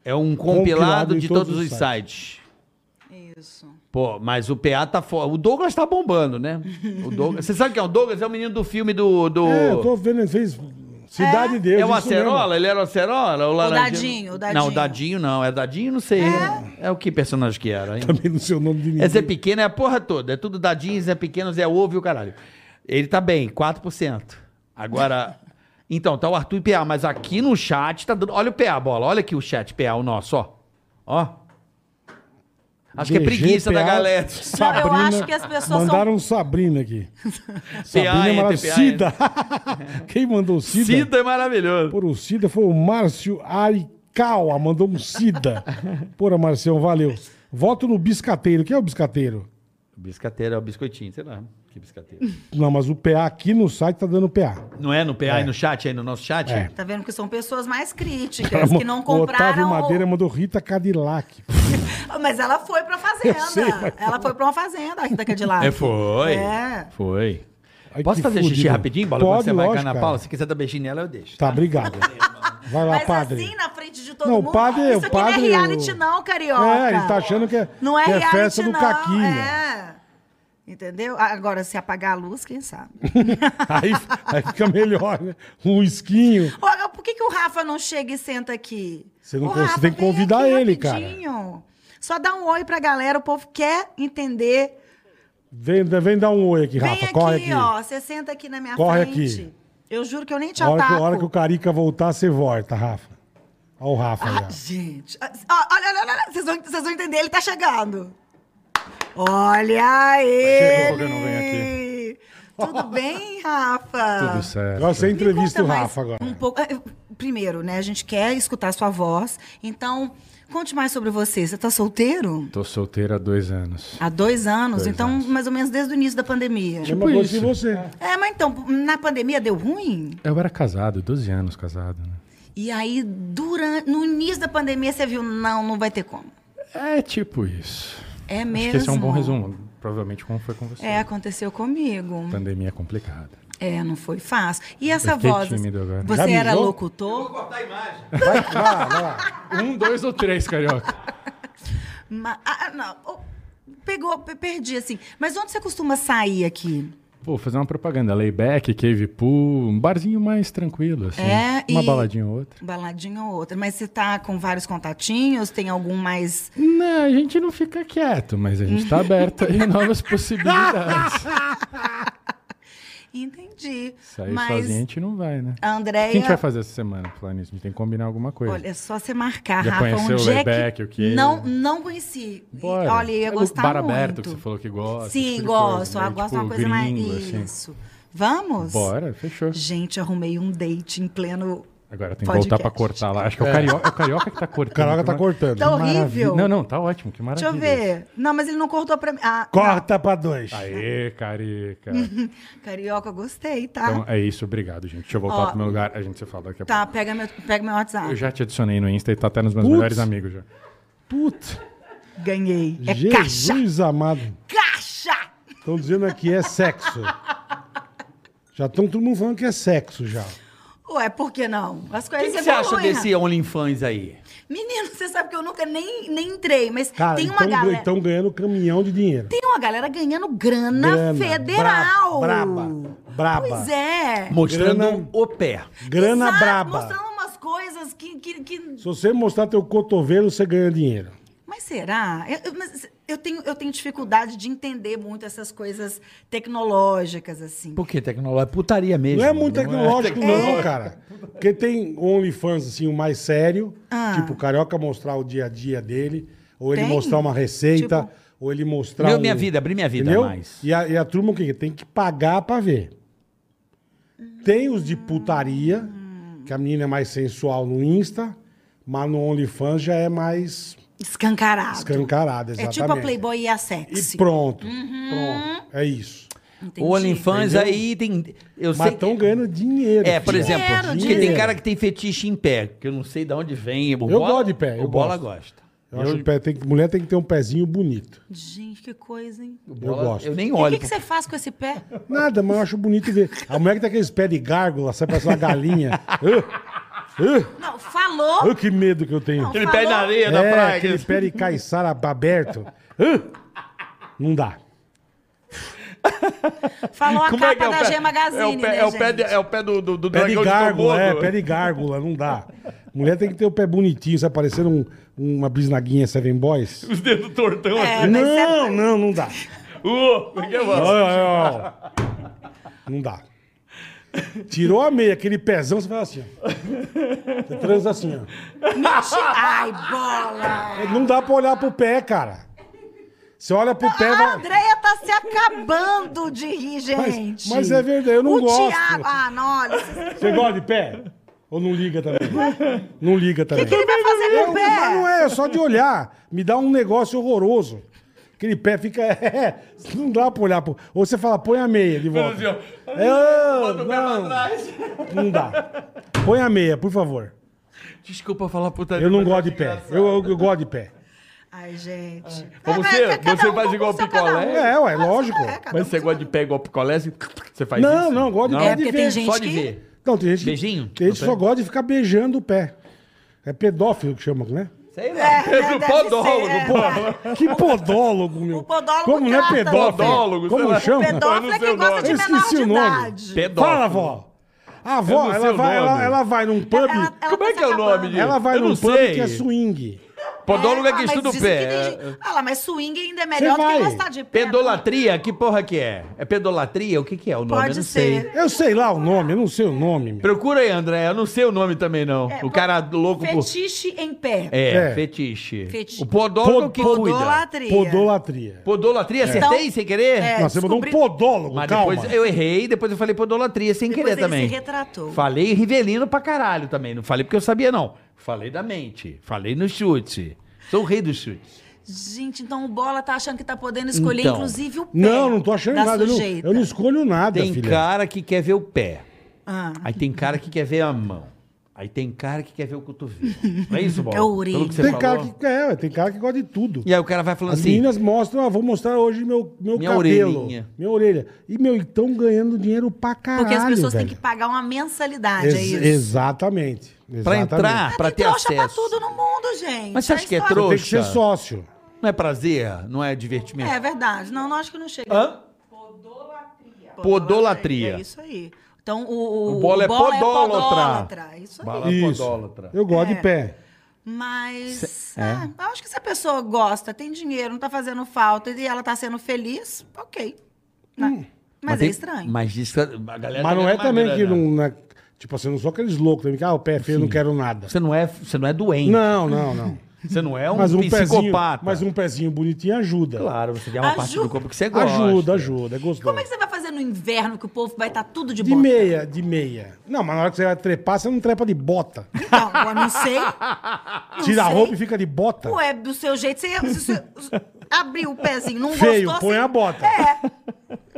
É um compilado de todos os sites.
Isso.
Pô, mas o PA tá fora. O Douglas tá bombando, né? O Douglas... Você sabe quem é o Douglas? É o menino do filme do. do...
É, eu tô vendo, ele fez Cidade de Deus.
É o
isso mesmo.
Acerola? Ele era o Acerola? O,
Dadinho, o Dadinho.
Não, o Dadinho não. É Dadinho, não sei. É, o que personagem que era. hein?
Também não sei o nome de ninguém.
É Zé Pequeno, é a porra toda. É tudo Dadinho, Zé Pequeno, Zé Ovo e o caralho. Ele tá bem, 4%. Agora... Então, tá o Arthur e o PA, mas aqui no chat tá dando... Olha o PA, bola. Olha aqui o chat, PA, o nosso, ó. Ó. Acho que é
DG,
preguiça da
PA,
galera.
Sabrina,
Não, eu acho que as pessoas são-
mandaram um Sabrina aqui. Sabrina é
entre
maravilhosa.
PA,
Cida. Quem mandou Cida?
Cida é maravilhoso.
Por o Cida foi o Márcio Aricawa, mandou um Cida. Porra, Marcião, valeu. Voto no biscateiro. Quem é o biscateiro?
Biscateiro é o biscoitinho, sei lá. Que biscateiro.
Não, mas o PA aqui no site tá dando PA.
Não é no PA e no chat, aí no nosso chat?
É.
Tá vendo que são pessoas mais críticas, que não compraram.
Otávio
o-
Madeira mandou Rita Cadillac.
Mas ela foi pra fazenda.
Eu sei, mas-
Ela foi pra uma fazenda, a Rita Cadillac.
É, foi.
É.
Foi.
Ai,
Posso
que
fazer xixi
fudido.
rapidinho, Bola?
Pode,
Quando você vai
lógico,
cair na
cara.
Paula, se quiser dar beijinho nela, eu deixo.
Tá, obrigado. Vai lá,
Mas
é padre.
assim, na frente de todo
Não, o
mundo.
padre-
isso
o
aqui
padre-
não é reality, não, carioca.
É, ele tá achando que é-
não é
que é
reality,
festa do
não,
Caquinha.
É. Entendeu? Agora, se apagar a luz, quem sabe?
Aí, aí fica melhor, né? Um esquinho.
Olha, por que, que o Rafa não chega e senta aqui?
Você não
Ô,
con- você tem que
vem
convidar
aqui
ele,
rapidinho. Só dá um oi pra galera, o povo quer entender.
Vem, vem dar um oi aqui,
Vem
Rafa.
aqui,
corre aqui.
ó. Você senta aqui na minha
Corre
frente.
aqui.
Eu juro que eu nem te
A hora, que,
ataco.
a hora que o Carica voltar, você volta, Rafa. Olha o
Tá
Rafa
Ah,
já.
gente. Ah, Olha, olha, olha, olha. Vocês vão, vocês vão entender, ele tá chegando. Olha
Chegou que eu não
ele!
venho
Tudo bem, Rafa?
Tudo certo.
Agora você
Me
entrevista o
conta mais
Rafa agora.
Um pouco. eh, Primeiro, né? A gente quer escutar a sua voz. Então, conte mais sobre você. Você tá solteiro?
Tô solteiro há dois anos.
Há dois anos,
Dois
então,
anos.
mais ou menos desde o início da pandemia.
Mesma
Tipo
coisa que
isso.
você.
É, mas então, na pandemia deu ruim?
Eu era casado, 12 anos casado, né?
E aí, durante, no início da pandemia, você viu, não, não vai ter como.
É tipo isso.
É
Acho
mesmo.
que esse é um bom resumo. Provavelmente como foi com você.
É, aconteceu comigo.
Pandemia é complicada.
É, não foi fácil. E essa
Eu fiquei
voz?
tímido agora.
Você
Já mijou?
era locutor?
Um, dois ou três, carioca.
Ma- ah, ah, não. Oh, pegou, pe- perdi assim. Mas onde você costuma sair aqui?
Pô, fazer uma propaganda. Layback, Cave Pool, um barzinho mais tranquilo, assim.
É,
uma
e-
baladinha ou outra.
Baladinha ou outra. Mas você tá com vários contatinhos? Tem algum mais.
Não, a gente não fica quieto, mas a gente tá aberto aí a novas possibilidades.
Entendi.
Sair
Mas
sozinho a gente não vai, né?
a
O que a gente vai
Andréia.
fazer essa semana, Planis? A gente tem que combinar alguma coisa.
Olha, é só você marcar,
Já
Rafa.
conheceu
onde
o
é que-
Layback, o quê?
Não, não conheci. E,
Bora.
Olha, eu ia
É o
gostar
bar
muito.
aberto que você falou que gosta. esse
Sim,
tipo de
gosto.
coisa,
Eu
meio,
gosto de uma
tipo,
coisa
gringo,
mais.
assim.
Isso. Vamos?
Bora, fechou.
Gente, arrumei um date em pleno.
Agora tem que
Podcast.
voltar pra cortar lá. Acho que é o carioca, é o carioca que tá cortando.
O Carica
Uhum.
tá
Que
cortando.
Tá
maravilha.
horrível.
Não, não, tá ótimo, que
Deixa
maravilha.
eu ver. Não, mas ele não cortou pra mim. Ah,
Corta pra dois.
Aê, carica.
não. Carioca, gostei, tá?
Então é isso, obrigado, gente. Deixa eu voltar
Ó.
pro meu lugar, a gente se fala daqui a
Tá, pega meu, pega meu
pouco.
WhatsApp.
Eu já te adicionei no Insta e tá até nos meus
Putz.
melhores amigos já.
Putz,
Ganhei. É caixa!
Jesus amado.
Caixa!
Estão dizendo aqui é sexo. Já estão todo mundo falando que é sexo já.
Ué, por que não? As
O que,
coisas
que você acha
evoluem,
desse OnlyFans aí?
né? Menino, você sabe que eu nunca nem, nem entrei, mas
Cara,
tem
então
uma galera.
estão ganhando caminhão de dinheiro.
Tem uma galera ganhando grana,
Grana,
federal.
braba, braba, braba.
Pois é.
Mostrando
Grana-
o pé.
Grana
Exato,
braba.
Mostrando umas coisas que. que, que...
Se você mostrar teu cotovelo, você ganha dinheiro.
Mas será? Eu, eu- mas eu tenho, eu tenho dificuldade de entender muito essas coisas tecnológicas, assim.
Por que tecnologia? É putaria mesmo.
Não é muito tecnológico, não,
tecnológico.
É.
cara. Porque tem OnlyFans, assim, o mais sério.
Ah.
Tipo, o Carioca mostrar o dia a dia dele. Ou ele
Tem?
mostrar uma receita.
Tipo-
Ou ele mostrar. um
Meu, minha vida, abri minha vida
entendeu?
mais.
E a, e a turma o quê? Tem que pagar pra ver. Tem os de putaria, que a menina é mais sensual no Insta. Mas no OnlyFans já é mais
Escancarado.
escancarada,
É
exatamente.
tipo a Playboy Uhum. e a
E
sexy.
pronto. Pronto. É isso.
Entendi.
O OnlyFans
Entendeu?
aí tem. Eu
Mas
sei.
estão ganhando dinheiro.
É, por
filho.
exemplo,
Dinheiro,
porque tem
dinheiro.
cara que tem fetiche em pé, que eu não sei de onde vem. Eu
gosto de pé,
O
eu
bola gosta.
Eu acho que o pé tem que- mulher tem que ter um pezinho bonito.
Gente, que coisa, hein?
Eu gosto.
Eu nem
E o
olho.
que, que você faz com esse pé?
Nada, mas eu acho bonito ver. A mulher que tem aqueles pés de gárgula, sai parece uma galinha. Ah,
Não,
ah, ah,
falou.
que medo que eu tenho.
Não,
Ele pé na
falou.
areia, na
É,
praia.
aquele pé de caiçara aberto. Ah, não dá.
Falou a
Como
capa
é que é o
da
pé?
G Magazine,
é o pé,
né,
é o pé,
gente?
de- é o pé do, do, do
Pé de
dragão
gárgula, é,
Tobogo.
pé de gárgula, não dá. Mulher tem que ter o pé bonitinho, sabe? Parecendo um- uma bisnaguinha Seven Boys.
Os dedos tortão.
É, mas é-
Não, não, não dá.
Uh, porque,
Ó,
mano,
ó, ó. Não dá. Tirou a meia, aquele pezão, você faz assim, ó. Você transa assim, ó.
Ai, bola!
Não dá pra olhar pro pé, cara. Você olha pro pé,
A
vai...
Andréia tá se acabando de rir, gente.
mas é verdade, eu não
o
gosto.
Thiago... Ah, não, olha. vocês-
Você gosta de pé? Ou não liga também? Não liga também.
O que ele vai fazer com
Eu-
o
Mas não
pé?
é, é só de olhar. Me dá um negócio horroroso. Aquele pé fica. é, não dá pra olhar. Pro... Ou você fala, põe a meia de volta.
assim, ó.
É, ah,
Bota o pé pra
não,
trás.
não dá. Põe a meia, por favor.
Desculpa falar putaria.
Eu não
mas
gosto
acho
de pé.
engraçado.
Eu, eu- eu gosto de pé.
Ai, gente.
Mas
É,
você-
mas é cada
você
um
faz
com
igual
o seu cada
picolé?
um.
É, ué, lógico.
É, cada um
Mas você
com
gosta
seu
de pé igual picolé? assim, Você faz
Não,
isso?
não, eu gosto de
Não?
pé.
É, porque tem gente
Só de
que-
ver.
Não, tem gente.
Beijinho?
Tem gente que só gosta de ficar beijando o pé. É pedófilo que chama, né?
Sei lá.
É,
É,
né,
do
deve
podólogo,
ser, é.
pô.
Que podólogo, meu.
O podólogo
Como não é
trata, né?
pedófilo?
Podólogo, sei
Como
lá.
chama?
Pedófilo é
Eu
quem
não sei o
gosta de
Eu
menor
esqueci
de
o nome.
idade.
Pedófilo.
Fala, vó. A
Eu
avó,
não sei
ela
o
vai,
nome.
ela, ela vai num pub.
Ela- ela
Como é
tá
que é o
se
nome
acabando.
disso?
Ela vai
Eu não
num pub
sei.
que é swing.
Podólogo é
ah,
que
mas
estuda o
dizem
pé.
que tem
É,
gente- Ah lá, mas swing ainda é melhor do
vai.
que gostar de pé.
Pedolatria? Que porra que é? É pedolatria? O que que é o nome? eu
Pode
não
ser.
sei.
Eu sei lá o nome, eu não sei o nome. Meu.
Procura aí, André. Eu não sei o nome também, não.
É,
o cara louco por...
Fetiche em pé.
É,
É.
fetiche.
Fetiche.
O podólogo
Pod-
que cuida.
Podolatria.
Podolatria.
Podolatria, acertei sem querer?
É,
Nossa, você mandou um
descobri-
podólogo,
Mas
calma.
depois eu errei, depois eu falei podolatria sem
Depois
querer
ele
também.
se retratou.
Falei Rivelino pra caralho também. Não falei porque eu sabia, não. Falei da mente. Falei no chute. Sou o rei dos chutes.
Gente, então o Bola tá achando que tá podendo escolher,
Então.
inclusive, o pé
Não, não tô achando
da
nada. Eu não,
sujeita.
eu não escolho nada,
Tem
filha.
cara que quer ver o pé.
Ah,
Aí tem cara que quer ver a mão. Aí tem cara que quer ver o cotovelo. Não é isso, Bola?
É a orelha.
Pelo que você
Tem
falou.
cara que, é, ué, tem cara que gosta de tudo.
E aí o cara vai falando
As
assim.
meninas mostram, ah, vou mostrar hoje meu, meu
Minha
cabelo.
orelhinha.
Minha orelha. E, meu, estão ganhando dinheiro pra caralho,
porque as pessoas
velho.
têm que pagar uma mensalidade, é
Ex-
isso.
Exatamente.
Pra
exatamente.
entrar,
Mas
pra
tem
ter
Tá trouxa pra
acesso.
tudo no mundo, gente. Tá
Mas você acha que é
história-
trouxa?
Tem que ser sócio.
Não é prazer, não é divertimento.
É verdade. Não, não acho que não chega.
Hã? Podolatria.
É isso aí. Então o,
O Bola é podólatra.
podólatra, é Isso aí.
Bala
Isso.
podólatra.
Eu gosto
É.
de pé.
Mas ah,
é?
eu acho que se a pessoa gosta, tem dinheiro, não tá fazendo falta e ela tá sendo feliz, ok. né?
Hum,
Mas, é
tem-
estranho.
Mas diz que a galera
Mas não
ganha
é
uma
também que
grana.
não. né, Tipo assim, eu não sou aqueles loucos também, que ah, o pé é feio, eu não quero nada.
Você não é, você não é doente.
Não, não, não.
Você não é um,
mas um pezinho,
psicopata.
mas um pezinho bonitinho ajuda.
Claro, você tem uma parte
Ajuda.
do corpo que você gosta.
Ajuda, ajuda, é gostoso.
Como é que você vai fazer no inverno que o povo vai estar tudo de,
De
bota?
meia, de meia. Não, mas na hora que você vai trepar, você não trepa de bota.
Então, eu não sei. Ah, Não
Tira a
sei.
roupa e fica de bota.
Ué, do seu jeito, você, você- você abriu o pezinho, não
Feio,
gostou.
põe
você-
a bota.
É.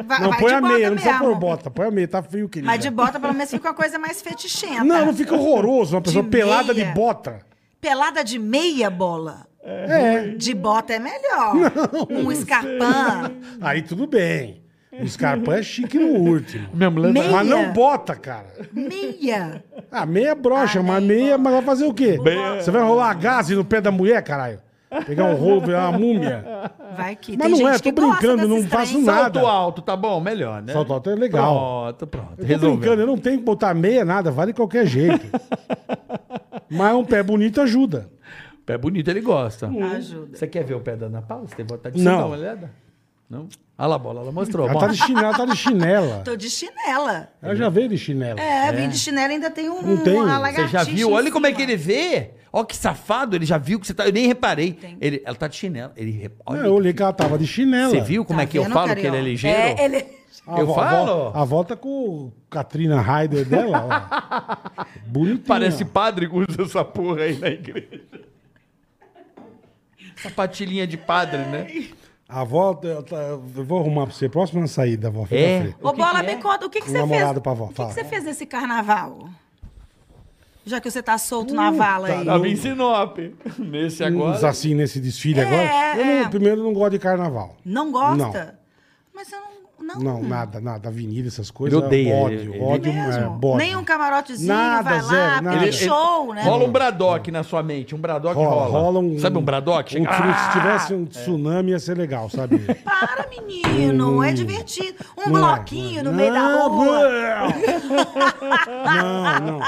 Vai,
não,
vai
põe
de
a
bota
meia, não precisa
mesmo.
pôr bota, põe a meia, tá frio, querido.
Mas de bota, pelo menos, fica uma coisa mais fetichenta.
Não, não fica horroroso, uma pessoa
De
pelada de
meia.
bota.
Pelada de meia bola.
É.
De bota é melhor. um escarpão.
Aí tudo bem. O escarpão é chique no último.
Minha mulher
Meia.
Mas não bota, cara.
Meia.
Ah, meia brocha, mas meia, mas vai fazer o quê? Você vai rolar gás no pé da mulher, caralho? Pegar um rolo, pegar uma múmia.
Vai que
Mas
tem
não
gente
é,
que
tô
gosta
brincando, não
desses
faço
trens.
nada.
Salto alto, tá bom? Melhor, né?
Salto alto é legal.
Pronto, pronto.
Eu tô brincando,
Resolveu.
eu não tenho que botar meia, nada, vale de qualquer jeito. mas um pé bonito ajuda.
Pé bonito, ele gosta.
Ajuda.
Você quer ver o pé da Ana Paula? Você tem vontade de
Não.
você dar uma olhada? Não? Olha lá a bola, ela mostrou.
Ela
Bom,
tá de chinela, ela tá de chinela.
Tô de chinela.
Ela já veio de chinela.
É, vim de chinela ainda tem um,
Não tem.
uma
Você
Você
já
lagartixa
viu?
em
Olha como é
cima.
que ele vê. Ó que safado, ele já viu que você tá... Eu nem reparei. Ele, ela tá de chinelo. Ele... rep-
Não,
Olha,
eu olhei que ela tava de chinela.
Você viu como
Tá
é que eu
vendo,
falo que
Carioca?
ele é ligeiro?
É, ele...
A
Eu
vo- a
falo.
volta- A volta com o Katrina Ryder dela, ó. Bonitinha.
Parece padre que usa essa porra aí na igreja. Sapatilhinha de padre, né?
A avó, eu, tá- eu vou arrumar pra você. Próxima saída, avó. Fica
É.
frio.
Ô, Bola, me conta, o que, que
Um
você fez?
namorado pra vó,
o que que,
fala.
você fez nesse carnaval? Já que você tá solto na vala aí.
Tava em Sinop. Nesse
Uns
agora.
assim nesse desfile
É,
agora. Eu não-
é.
primeiro eu não gosto de carnaval.
Não gosta? Mas você não, Não.
Não, nada, nada. Avenida, essas coisas.
Ele odeia,
Ódio,
ele- ele-
ódio, é,
Mesmo.
bode.
Nem um camarotezinho
Nada,
vai lá,
zero,
porque
nada.
tem
Ele- ele-
show, né?
Rola um Braddock na sua mente, um Braddock rola.
Rola, rola um.
Sabe um Braddock?
um
Chega-
tsu-
Ah!
se tivesse um tsunami, ia ser legal, sabe?
Para, menino, é divertido. Um
Não é,
bloquinho
não
no
é.
meio da
Hum. Não,
rua.
Não, não.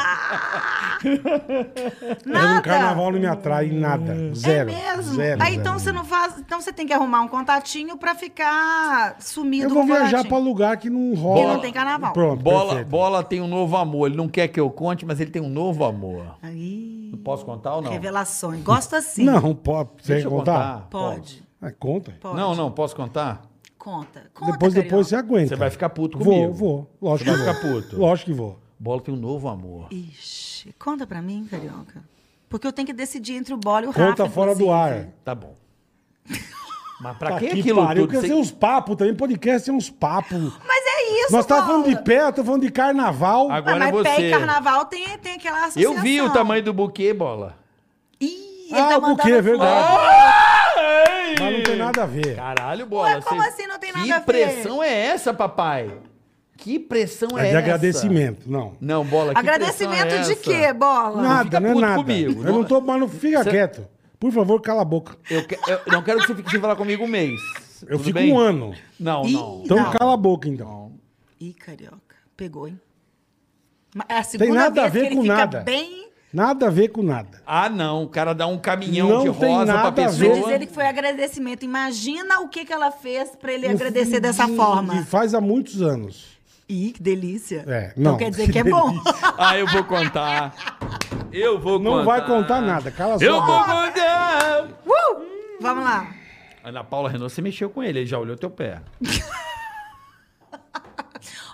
Eu
Nada.
no um carnaval não me atrai em nada. Zero.
é mesmo?
Zero,
Aí
zero.
então você não faz. Então você tem que arrumar um contatinho pra ficar sumido
Eu vou
com o
viajar
baratinho.
pra lugar que não rola.
Que não tem carnaval.
Pronto,
Bola,
perfeito.
bola tem um novo amor. Ele não quer que eu conte, mas ele tem um novo amor.
Aí,
Posso contar ou não?
revelações. Gosta assim.
Não, pode. Você
Deixa
quer
eu
contar?
Pode.
Ah, conta.
Pode.
Não, não, posso contar?
Conta. Conta.
depois, depois você
carioca.
aguenta.
Você vai ficar puto
Então, Vou,
comigo.
vou. Lógico que
Vai
vou.
ficar puto.
Lógico que vou.
Bola tem um novo amor.
Ixi, conta pra mim, carioca. Porque eu tenho que decidir entre o
Ah,
bola e o Rafa.
Conta fora do
inclusive.
ar.
Tá bom. Mas pra
Tá
que
que
aquilo
pariu,
tudo?
Quer
Você-
dizer, uns papos também. Podcast é uns papos.
Mas é isso,
Nós estávamos
Bola.
falando de pé, estamos falando de carnaval.
Agora- é
Mas, mas pé
você.
e carnaval tem, tem aquela associação.
Eu vi o tamanho do buquê, bola.
Ih, ele
Ah,
tá
o buquê,
mandando
é verdade.
flor.
Mas não tem nada a ver.
Caralho, bola.
Ué, como assim não tem nada a ver?
Que pressão é essa, papai? Que pressão é,
É de
essa?
agradecimento, não.
Não, bola. que
Agradecimento
pressão é
de
essa?
quê, Bola?
Nada,
fica
não é
puto
nada.
comigo,
Eu
não-
não tô, mas não fica quieto. Por favor, cala a boca.
Eu, que- eu não quero que você fique sem falar comigo um mês.
Eu
Tudo
fico
bem?
um ano.
Não,
Ih.
não.
Então
Não.
cala a boca, então.
Ih, carioca. Pegou, hein? Mas É a segunda
Tem nada a
vez
ver
que ele
com
fica
nada.
bem...
Nada a ver com nada.
Ah, não. O cara dá um caminhão
Não
de
tem
rosa pra
nada a
Mas
pessoa.
diz ele que foi agradecimento. Imagina o que, que ela fez pra ele
Não-
agradecer dessa
e- E
forma.
faz há muitos anos.
Ih, que delícia.
É,
Então
não,
quer dizer
que
que, é bom.
Ah, eu vou contar. Eu vou
Não
contar.
vai contar nada, cala a
Eu
sua
vou
boca.
contar.
Uh! Vamos lá.
Ana Paula Renault, você mexeu com ele, ele já olhou teu pé.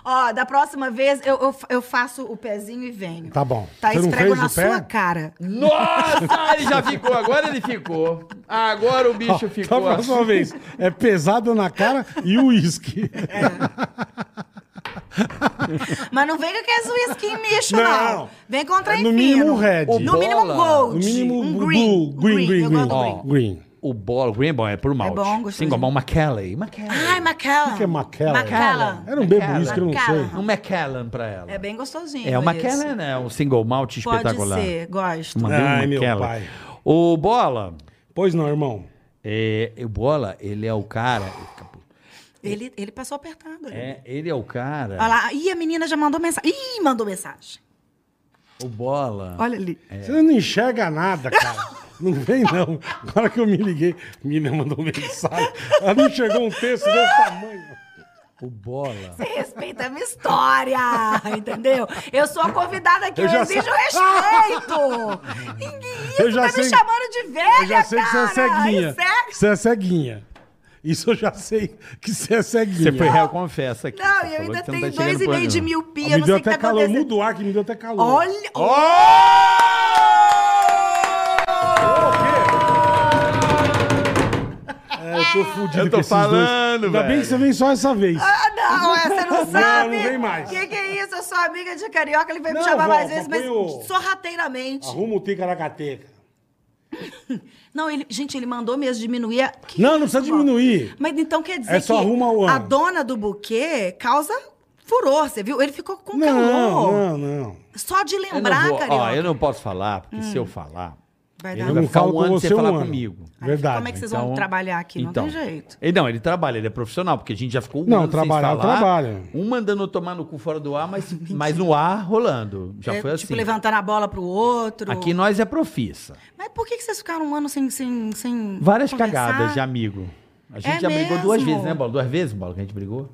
Ó, da próxima vez eu, eu, eu faço o pezinho e venho.
Tá bom.
Tá,
Você não
esfrego
fez
na
o pé?
sua cara.
Nossa, ele já ficou, agora ele ficou. Agora o bicho
Tá a
ficou. assim.
próxima vez. É pesada na cara e o uísque.
É Mas não vem com aqueles whisky micho,
Não.
não. Vem contra
É no mínimo um red.
No mínimo um
Bola.
gold.
No mínimo
um
blue,
green. Um
green, green,
Eu
green.
gosto do
Ó,
green.
green.
O bolo, o Green Ball é pro malte.
bom, gostosinho.
Single Ball, McKellen. McKellen.
Ai, Macallan.
O que é Macallan?
Macallan.
Era um bebo
Macallan.
uísque, eu não sei.
Macallan.
Um McKellen pra ela.
É bem gostosinho.
É o
esse.
McKellen, né? Um single malt espetacular.
Pode ser, gosto.
Mandei um
Ai, meu
McKellen.
pai.
O Bola,
Pois não, irmão.
é, o Bola, ele é o cara...
Ele, ele passou apertado. ali.
É, ele é o cara...
Olha lá. Ih, a menina já mandou mensagem. Ih, mandou mensagem.
O Bola...
Olha ali.
É.
Você não enxerga nada, cara. Não vem, não. Agora que eu me liguei, a menina mandou mensagem. Ela não enxergou um texto desse tamanho.
O Bola...
Você respeita a minha história, entendeu? Eu sou a convidada aqui,
Eu
eu,
já
exijo
sei-
respeito. Ninguém isso
Eu já
tá me
sei-
chamando de velha,
Eu já sei que você é
cara.
ceguinha.
Isso é-
Você é ceguinha. Isso eu já sei que você é ceguinha.
Você foi réu, confessa aqui.
Não,
Você
e eu
falou
ainda
que você não
tenho
tá
dois
chegando
e
pra
meio de
nenhum.
miopia,
me
não
deu
sei o que
até
tá
calor.
acontecendo.
Muda o ar que me deu até calor.
Olha,
É, eu tô fudido
Eu tô
com esses
falando,
dois. Ainda
velho.
bem que você vem só essa vez.
Ah, não, é, você não sabe.
não vem mais.
Que que é isso? Eu sou amiga de carioca, ele veio
Não,
me chamar
vó,
mais vezes, mas
põe o-
sorrateiramente.
Arruma o ticaracateca.
Não, ele, gente, ele mandou mesmo diminuir. A... Que
Não, não precisa
isso,
diminuir.
Mas então quer dizer
É só
que
arruma o
a
ano.
dona do buquê causa furor, você viu? Ele ficou com
Não,
calor.
não, não.
Só de
Eu não
lembrar,
vou,
Oh! carioca. Hum.
ó, eu não posso falar, porque se eu falar,
Vai
ele
dar.
Eu
vai
não
ficar
falo
um
com
ano sem
você um
falar
ano.
comigo.
Verdade. Então,
Como é que vocês vão trabalhar aqui? Não tem jeito.
Ele, não, ele trabalha, ele é profissional, porque a gente já ficou um
Não,
ano
trabalhar,
sem falar.
trabalha.
Um mandando eu tomar no cu fora do ar, mas, mas no ar rolando. Já
É,
foi assim.
Tipo, levantando a bola pro outro.
Aqui nós é profissa.
Mas por que, que vocês ficaram um ano sem. sem, sem
Várias
conversar?
cagadas de amigo. A gente
É
já brigou duas
mesmo?
vezes, né, Bola? Duas vezes, Bola, que a gente brigou?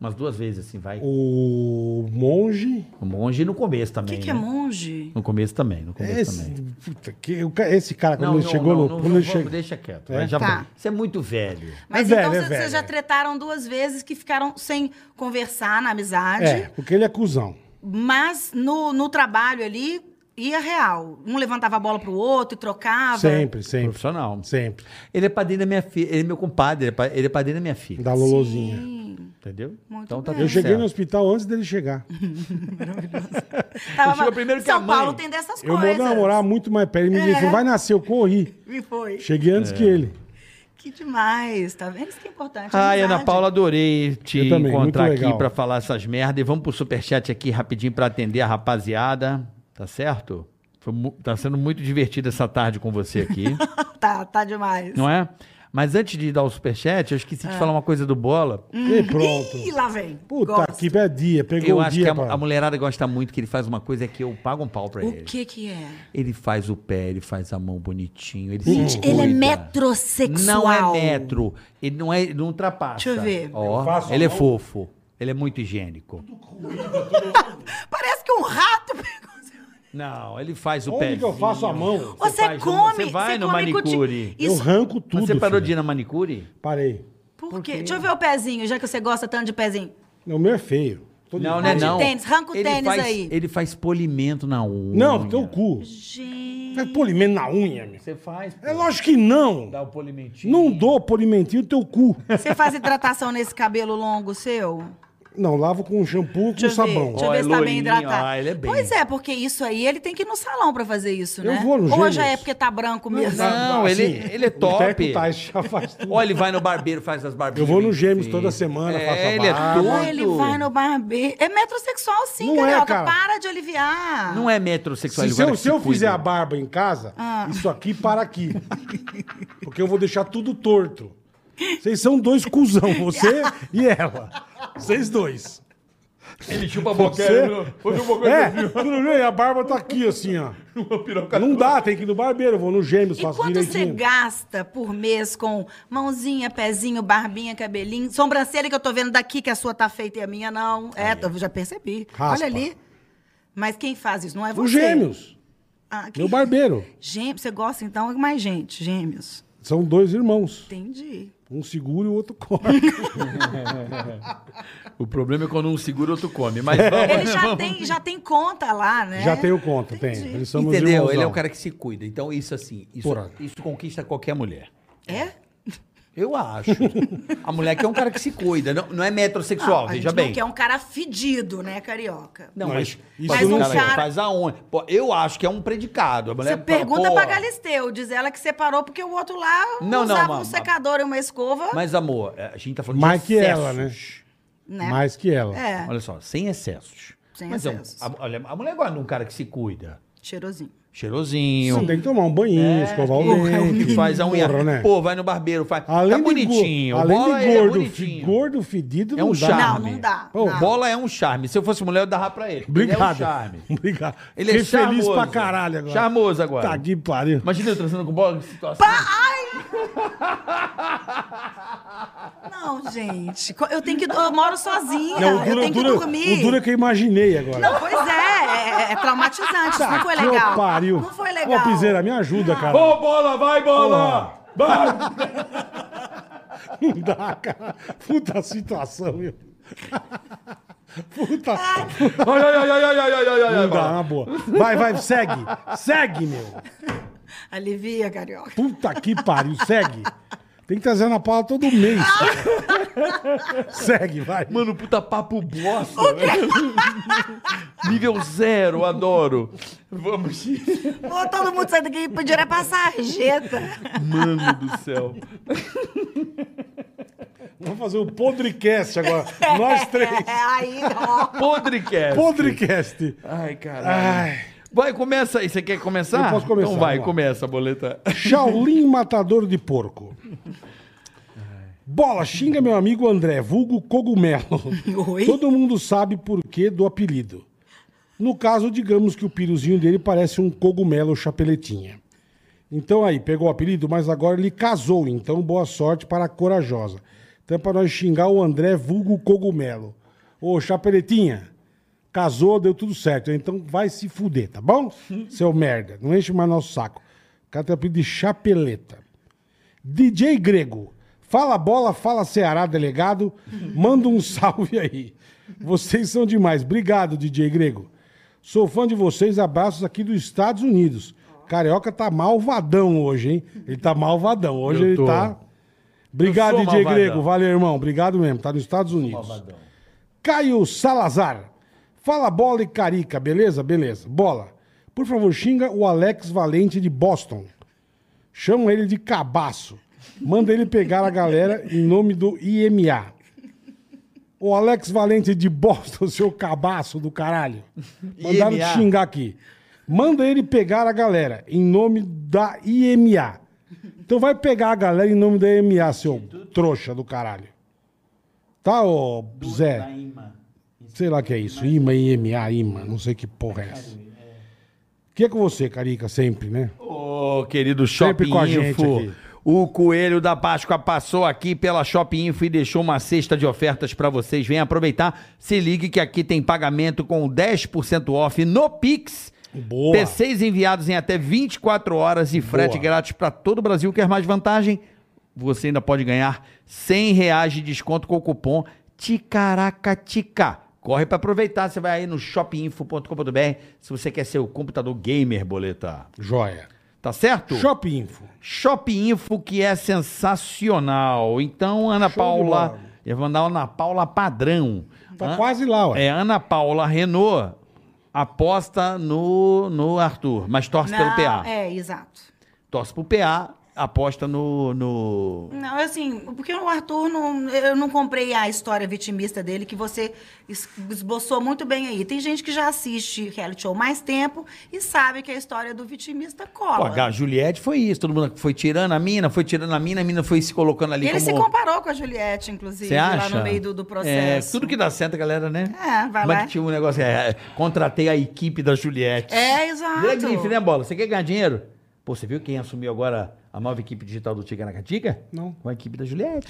Umas duas vezes, assim, vai.
O monge.
O monge no começo
O
também.
que, que é
né?
monge?
No começo também, no começo também.
Esse, puta, que, o ca- esse cara, quando ele chegou no. quando ele
vamos,
chegou-
deixa quieto.
É?
vai, já
Tá.
vai. Você é muito velho.
Mas
É
então
velho, é
vocês vocês
velho,
já
é.
tretaram duas vezes que ficaram sem conversar na amizade,
É, porque ele é cuzão.
mas no, no trabalho ali ia real. Um levantava a bola pro outro e
Ah,
trocava.
Sempre, sempre.
Profissional.
Sempre.
Ele é padrinho da minha filha. Ele é meu compadre. ele é pa- Ele é padrinho da minha filha.
Da Lolozinha.
Sim.
Entendeu?
Muito
tá
bem.
Eu
tudo
cheguei
certo.
no hospital antes dele chegar.
Tava-
chegou primeiro que
São
a mãe.
Paulo tem dessas
Eu
coisas.
É.
vou namorar muito mais perto. Ele me disse, vai nascer, eu corri.
E foi.
Cheguei antes que ele.
Que demais, tá vendo? Isso que é importante.
Ai,
amizade.
Ana Paula, adorei te
Eu também,
encontrar
muito
aqui
legal.
pra falar essas merdas. E vamos pro superchat aqui rapidinho pra atender a rapaziada, tá certo? Foi mu- tá sendo muito divertido essa tarde com você aqui,
Tá, tá demais.
não é? Mas antes de dar o superchat, eu esqueci
É.
de falar uma coisa do Bola.
E
é
pronto.
Ih, lá vem.
Puta
Gosto.
que é dia. Pegou
Eu
o
acho
dia
que a,
pra-
a mulherada gosta muito que ele faz uma coisa que eu pago um pau pra
O
ele.
que que é?
Ele faz o pé, ele faz a mão bonitinho, ele se
Gente, ele é
cuida.
metrosexual.
Não é metro. Ele não, é, ele não ultrapassa.
Deixa eu ver.
Ó,
Eu faço a
ele é
mão.
fofo. Ele é muito higiênico.
Parece que um rato pegou. seu-
Não, ele faz o pé.
Onde que eu faço a mão?
Você,
faz-
come,
você vai no
come com ti-
manicure.
Eu
Isso,
arranco tudo.
Você parou
filho.
de ir na manicure?
Parei.
por quê? Deixa eu ver o pezinho, já que você gosta tanto de pezinho.
O meu é feio. Tô de-
Não, né?
de
Não.
tênis, arranca o
Ele
tênis
faz-
aí.
Ele faz polimento na unha.
Não, teu cu.
Gente.
Faz polimento na unha, meu.
Você faz. pô.
É lógico que não.
Dá o polimentinho.
Não dou polimentinho no teu cu.
Você faz hidratação nesse cabelo longo seu?
Não, lavo com shampoo, com
Deixa eu ver,
sabão.
deixa eu
Ó,
ver
é
se tá bem
loirinho,
hidratado.
ó, ele é bem.
Pois é, porque isso aí ele tem que ir no salão pra fazer isso,
Eu
né?
vou no
Ou
Gêmeos.
já é porque tá branco mesmo.
Não, ele- ele é top.
assim, O Teco Tais já faz tudo.
Olha, ele vai no barbeiro, faz as barbinhas.
Eu vou no
bem
Gêmeos
feitas.
toda semana,
É,
faço a
ele é
barba.
todo.
Ah, ele vai no barbeiro. É metrosexual sim,
Não é,
carioca.
cara.
Para de aliviar.
Não é metrosexual.
Se,
ele
se
guarda
eu,
que
se eu
cuida.
fizer a barba em casa,
Ah.
isso aqui para aqui. Porque eu vou deixar tudo torto. Vocês são dois cuzão, você e ela. Vocês dois.
Ele chupa a
Você...
boqueira. Foi o
É,
boqueiro.
tudo bem, e a barba tá aqui assim, ó. Não dá, tem que ir no barbeiro, eu vou no gêmeos,
E
faço
quanto você
direitinho.
gasta por mês com mãozinha, pezinho, barbinha, cabelinho, sobrancelha que eu tô vendo daqui que a sua tá feita e a minha não? É, eu já percebi.
Raspa.
Olha ali. Mas quem faz isso? Não é você.
Os gêmeos,
Ah, quem...
meu barbeiro.
Gêmeos, você gosta então? Mais gente, gêmeos.
São dois irmãos.
Entendi.
Um segura e o outro corre.
O problema é quando um segura, outro come. Mas
É.
vamos,
Ele já tem, já tem conta lá, né?
Já tenho conta, tem.
Entendi.
Eles são meus
Entendeu?
irmãozão.
Ele é o cara que se cuida. Então, isso assim, isso,
Porra.
isso conquista qualquer mulher.
É?
Eu acho. A mulher que é um cara que se cuida, não, não é metrosexual,
a gente
veja
não
bem.
quer um cara fedido, né, carioca?
Não, mas,
Mas isso
mas
não
um cara
cara-
faz aonde? Pô, eu acho que é um predicado. A mulher
Você pergunta
pô,
pra Galisteu, diz ela que separou porque o outro lá
Não, não,
usava um
mas-
secador e uma escova,
Mas, amor, a gente tá falando
Mais
de
que
excessos.
ela, né?
né?
Mais que ela.
É,
Olha só, sem excessos.
Sem
é um-
excessos.
a, olha, a mulher gosta de um cara que se cuida.
cheirosinho.
Cheirosinho.
Você tem que tomar um
É.
banhinho, escovar o
Porra,
dente.
é que faz a unha.
Porra, é um né?
Pô, vai no barbeiro, faz.
Além
tá
de
bonitinho.
go-
Bola,
Além de
ele é
gordo, fi-
bonitinho.
gordo fedido
É um
não dá.
charme.
Não, não dá.
Pô,
não.
Bola é um charme. Se eu fosse mulher, eu dava pra ele.
Obrigado.
Ele é um charme.
Obrigado.
Ele é
Fiquei
charmoso.
feliz pra caralho agora.
Charmoso agora.
Tá que pariu.
Imagina eu transando com bola, que situação.
Não, gente. co- Eu tenho que. Eu moro sozinha.
Não, o Dura,
eu tenho
o
que
Dura,
dormir.
o Dura que eu imaginei agora.
Não, pois é, é, é traumatizante. Isso não foi
Tá, Que
legal.
pariu.
Não foi legal.
Ô, Piseira, me ajuda, cara.
Ô, bola, vai, bola! Vai!
Não dá, cara. Puta situação, meu. Puta.
Ai, ai, ai, ai, ai, ai, ai, ai, ai,
Não dá,
bola.
na boa. Vai, vai, segue. Segue, meu.
Alivia, carioca.
Puta que pariu, segue. Tem que trazer na Paula todo mês. segue, vai.
Mano, puta papo bosta. Nível zero, adoro. Vamos.
Pô, todo mundo saindo aqui pedir a sarjeta.
Mano do céu.
Vamos fazer o podrecast agora. Nós três.
É, aí, ó.
Podrecast.
Podrecast.
Ai, caralho.
Ai.
Vai, começa aí. Você quer começar?
Eu posso começar,
Então vai,
vamos lá.
começa, boleta.
Shaolin Matador de Porco. Bola, xinga meu amigo André, vulgo cogumelo.
Oi?
Todo mundo sabe por que do apelido. No caso, digamos que o piruzinho dele parece um cogumelo chapeletinha. Então aí, pegou o apelido, mas agora ele casou, então boa sorte para a corajosa. Então é pra nós xingar o André vulgo cogumelo. Ô, chapeletinha, casou, deu tudo certo. Então vai se fuder, tá bom? Seu merda, não enche mais nosso saco. O cara tem apelido de chapeleta. DJ Grego. Fala bola, fala Ceará, delegado. Manda um salve aí. Vocês são demais. Obrigado, DJ Grego. Sou fã de vocês. Abraços aqui dos Estados Unidos. Carioca tá malvadão hoje, hein? Ele tá malvadão. Hoje ele tá. Obrigado,
Eu sou
DJ
malvadão.
Grego. Valeu, irmão. Obrigado mesmo. Tá nos Estados Unidos. Caio Salazar. Fala bola e carica, beleza? Beleza. Bola. Por favor, xinga o Alex Valente de Boston. Chamam ele de cabaço. Manda ele pegar a galera em nome do IMA. O Alex Valente de bosta, o seu cabaço do caralho. Mandaram te
IMA.
xingar aqui. Manda ele pegar a galera em nome da IMA. Então vai pegar a galera em nome da IMA, seu trouxa do caralho. Tá, ô Zé? Sei lá que é isso. IMA, IMA, IMA. Não sei que porra é essa. Que é com você, Carica, sempre, né?
Ô, querido
Sempre
Shopping
com a gente
Info.
aqui.
O Coelho da Páscoa passou aqui pela Shopping Info e deixou uma cesta de ofertas pra vocês. Venham aproveitar. Se ligue que aqui tem pagamento com 10% off no Pix.
Boa.
P6 enviados em até 24 horas e frete
Boa.
grátis pra todo o Brasil. Quer mais vantagem? Você ainda pode ganhar 100 reais de desconto com o cupom TICARACATICA. Corre pra aproveitar. Você vai aí no shopinfo.com.br se você quer ser o computador gamer, boleta.
Joia.
Tá certo?
Shop Info.
Shop Info, que é sensacional. Então, Ana
Show de
Paula.
bola.
Eu vou mandar Ana Paula padrão.
Tá
An-
quase lá, ó.
É, Ana Paula Renault aposta no, no Arthur, mas torce pelo
Não,
PA.
É, exato.
Torce pro PA, aposta no. no...
Não, assim, porque o Arthur não. Eu não comprei a história vitimista dele, que você es- esboçou muito bem aí. Tem gente que já assiste reality show mais tempo e sabe que a história do vitimista
Pô,
cola.
a Juliette foi isso. Todo mundo foi tirando a mina, foi tirando a mina, a mina foi se colocando ali
ele se
como.
comparou com a Juliette, inclusive,
Você acha?
lá no meio do, do processo.
É, tudo que dá certo, galera, né?
É, vai
Mas
lá.
que tinha um negócio, é, contratei a equipe da Juliette.
É, exato.
Grande grife, né, Bola? Você quer ganhar dinheiro? Pô, você viu quem assumiu agora a nova equipe digital do Ticaracatica?
Não.
Com a equipe da Juliette.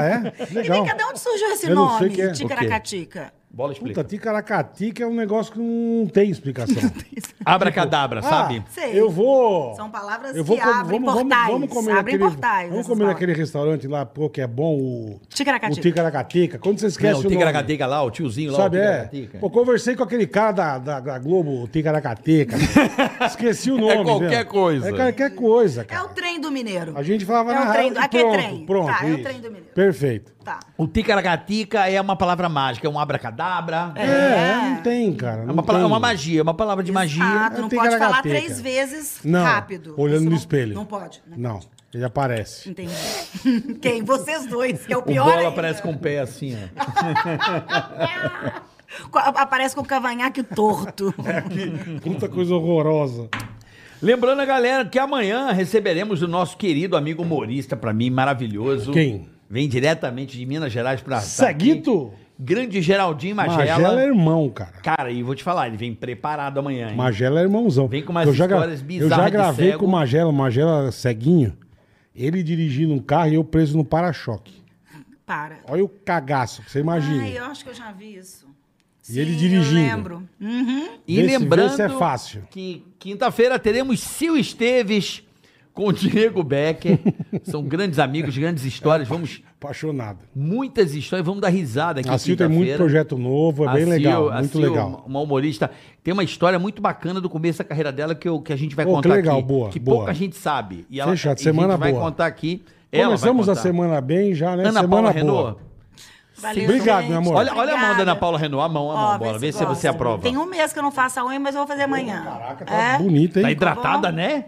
é?
E
Legal.
nem cadê onde surgiu esse
Eu não sei
nome,
que é.
Ticaracatica?
Bola
Puta,
explica.
ticaracatica é um negócio que não tem explicação.
Abracadabra, sabe?
Ah,
Sei.
Eu vou.
São palavras
eu vou
que
com-
abrem
vamos, vamos-
portais.
Vamos comer
abrem
naquele,
portais.
Vamos
essas
comer
palavras.
naquele restaurante lá, pô, que é bom o.
Ticaracatica.
O ticaracatica. Quando você esquece
Não,
o
o
nome.
Ticaracatica lá, o tiozinho lá,
Sabe,
o
é?
Ticaracatica.
Pô, conversei com aquele cara da, da, da Globo, o Ticaracateca. Esqueci o nome.
qualquer
velho.
coisa.
É qualquer coisa,
É o
cara.
trem do mineiro.
A gente falava
É
na
o trem do-
rádio,
aqui é
pronto,
trem.
Pronto,
Tá, é o
isso.
trem do mineiro.
Perfeito.
Tá.
O Ticaracatica é uma palavra mágica, é um abracadabra.
É, não tem, cara.
É uma, pala- é uma magia, é uma palavra de magia.
Ah,
É
tu não pode
ticaracateca.
falar três vezes
Não,
rápido.
olhando
Isso
no
não-
espelho.
Não pode. Não.
Não, ele aparece.
Entendi. Quem? Vocês dois, que é o
O
pior
Bola
ainda.
aparece com o pé assim, ó.
Co- Aparece com o cavanhaque torto.
É
Uhum.
Puta coisa horrorosa.
Lembrando a galera que amanhã receberemos o nosso querido amigo humorista, pra mim, maravilhoso.
Quem?
Vem diretamente de Minas Gerais pra. tá
Seguito?
aqui. Grande Geraldinho Magela.
Magela é irmão, cara.
Cara, e vou te falar, ele vem preparado amanhã, hein?
Magela é irmãozão.
Vem com umas
eu já gra-
histórias bizarras
Eu já
de
gravei
cego.
com o Magela, o Magela ceguinho, ele dirigindo um carro e eu preso no para-choque.
Para.
Olha o cagaço, que você imagina.
Ai, eu acho que eu já vi isso.
E ele dirigindo.
Eu lembro. Uhum.
E
Vê se-
lembrando
vê se é fácil.
que quinta-feira teremos Sil Esteves com o Diego Becker. São grandes amigos, grandes
Ah.
histórias. Vamos,
Apaixonado.
muitas histórias, vamos dar risada aqui
A Sil tem muito
quinta-feira.
projeto novo, é bem
A
legal,
Sil- a
muito
Sil,
legal.
Uma humorista. Tem uma história muito bacana do começo da carreira dela que, eu- que a gente vai
Pô, Oh, que
contar
legal,
aqui.
boa,
que
boa.
pouca gente sabe. E
Fechado,
e
semana
a gente vai
boa.
contar aqui. ela vai
Começamos a
contar.
semana bem já, né?
Ana
semana
Paula
boa.
Renault.
Valeu,
Obrigado,
gente.
meu amor.
Olha, olha a mão da Ana
Obrigada.
Paula Renault. A mão, a mão,
Ó,
bola. Vê se
gosta.
você aprova. Tá
Tem um mês que eu não faço a unha, mas eu vou fazer amanhã.
Caraca, tá
é?
bonita,
Tá
hein?
hidratada,
bom.
né?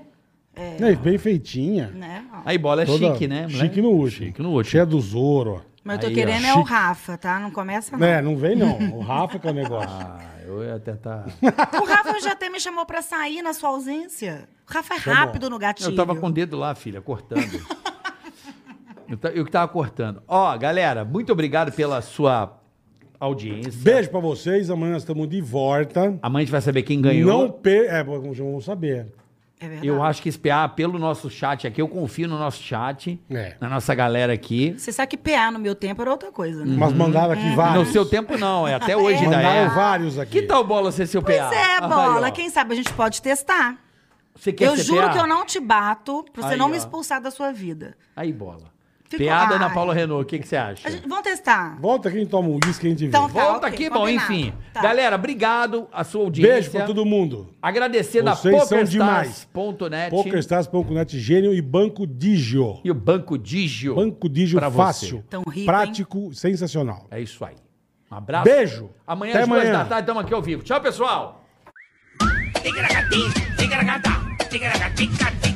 É, bem feitinha.
Né? Ó.
Aí bola é
Toda-
chique, né? moleque?
Chique no último.
Chique no último.
Cheia do Zoro.
Mas eu tô
Aí, ó,
querendo é o
chique.
Rafa, tá? Não começa não.
É, não vem não. O Rafa que é o negócio.
Ah, eu ia tentar.
O Rafa já até me chamou pra sair na sua ausência. O Rafa é
Tá
rápido no gatilho.
Eu tava com o dedo lá, filha, cortando. eu, ta- eu que tava cortando. Ó, galera, muito obrigado pela sua audiência.
Beijo pra vocês. Amanhã nós estamos de volta.
Amanhã a gente vai saber quem ganhou.
Não per... É, bom, já vamos saber.
É verdade.
Eu acho que esse PA, pelo nosso chat aqui, eu confio no nosso chat,
É.
na nossa galera aqui.
Você sabe que PA no meu tempo era outra coisa,
Hum.
né?
Mas mandaram aqui vários.
Uhum. É. No seu tempo não, é até hoje ainda
Mandaram
é.
vários aqui.
Que tal bola ser seu
Pois
PA?
é,
Ah,
bola.
aí, ó.
Quem sabe a gente pode testar.
Você quer
eu
ser
juro
PA?
que eu não te bato pra você
Aí,
não me
ó.
expulsar da sua vida.
Aí, bola.
Ficou-
PA da
Ai.
Ana Paula Renault, o que, que você acha?
A gente- Vamos testar.
Volta aqui e toma um uísque que a gente vê.
Então tá.
Volta
ok,
aqui, bom,
combinado.
enfim.
Tá.
Galera, obrigado a sua audiência.
Beijo pra todo mundo.
Agradecer da
Vocês são demais.
PokerStars.net
PokerStars.net Gênio e Banco Digio.
e o Banco Digio.
Banco Digio
pra
fácil,
você.
Tão rico, hein?
prático, sensacional.
É isso aí. Um abraço.
Beijo.
Amanhã
Até
às duas
amanhã.
da tarde estamos aqui ao vivo. Tchau, pessoal.
Tigra-ga-ti, tigra-ga-ta, tigra-ga-ti-ca-ti.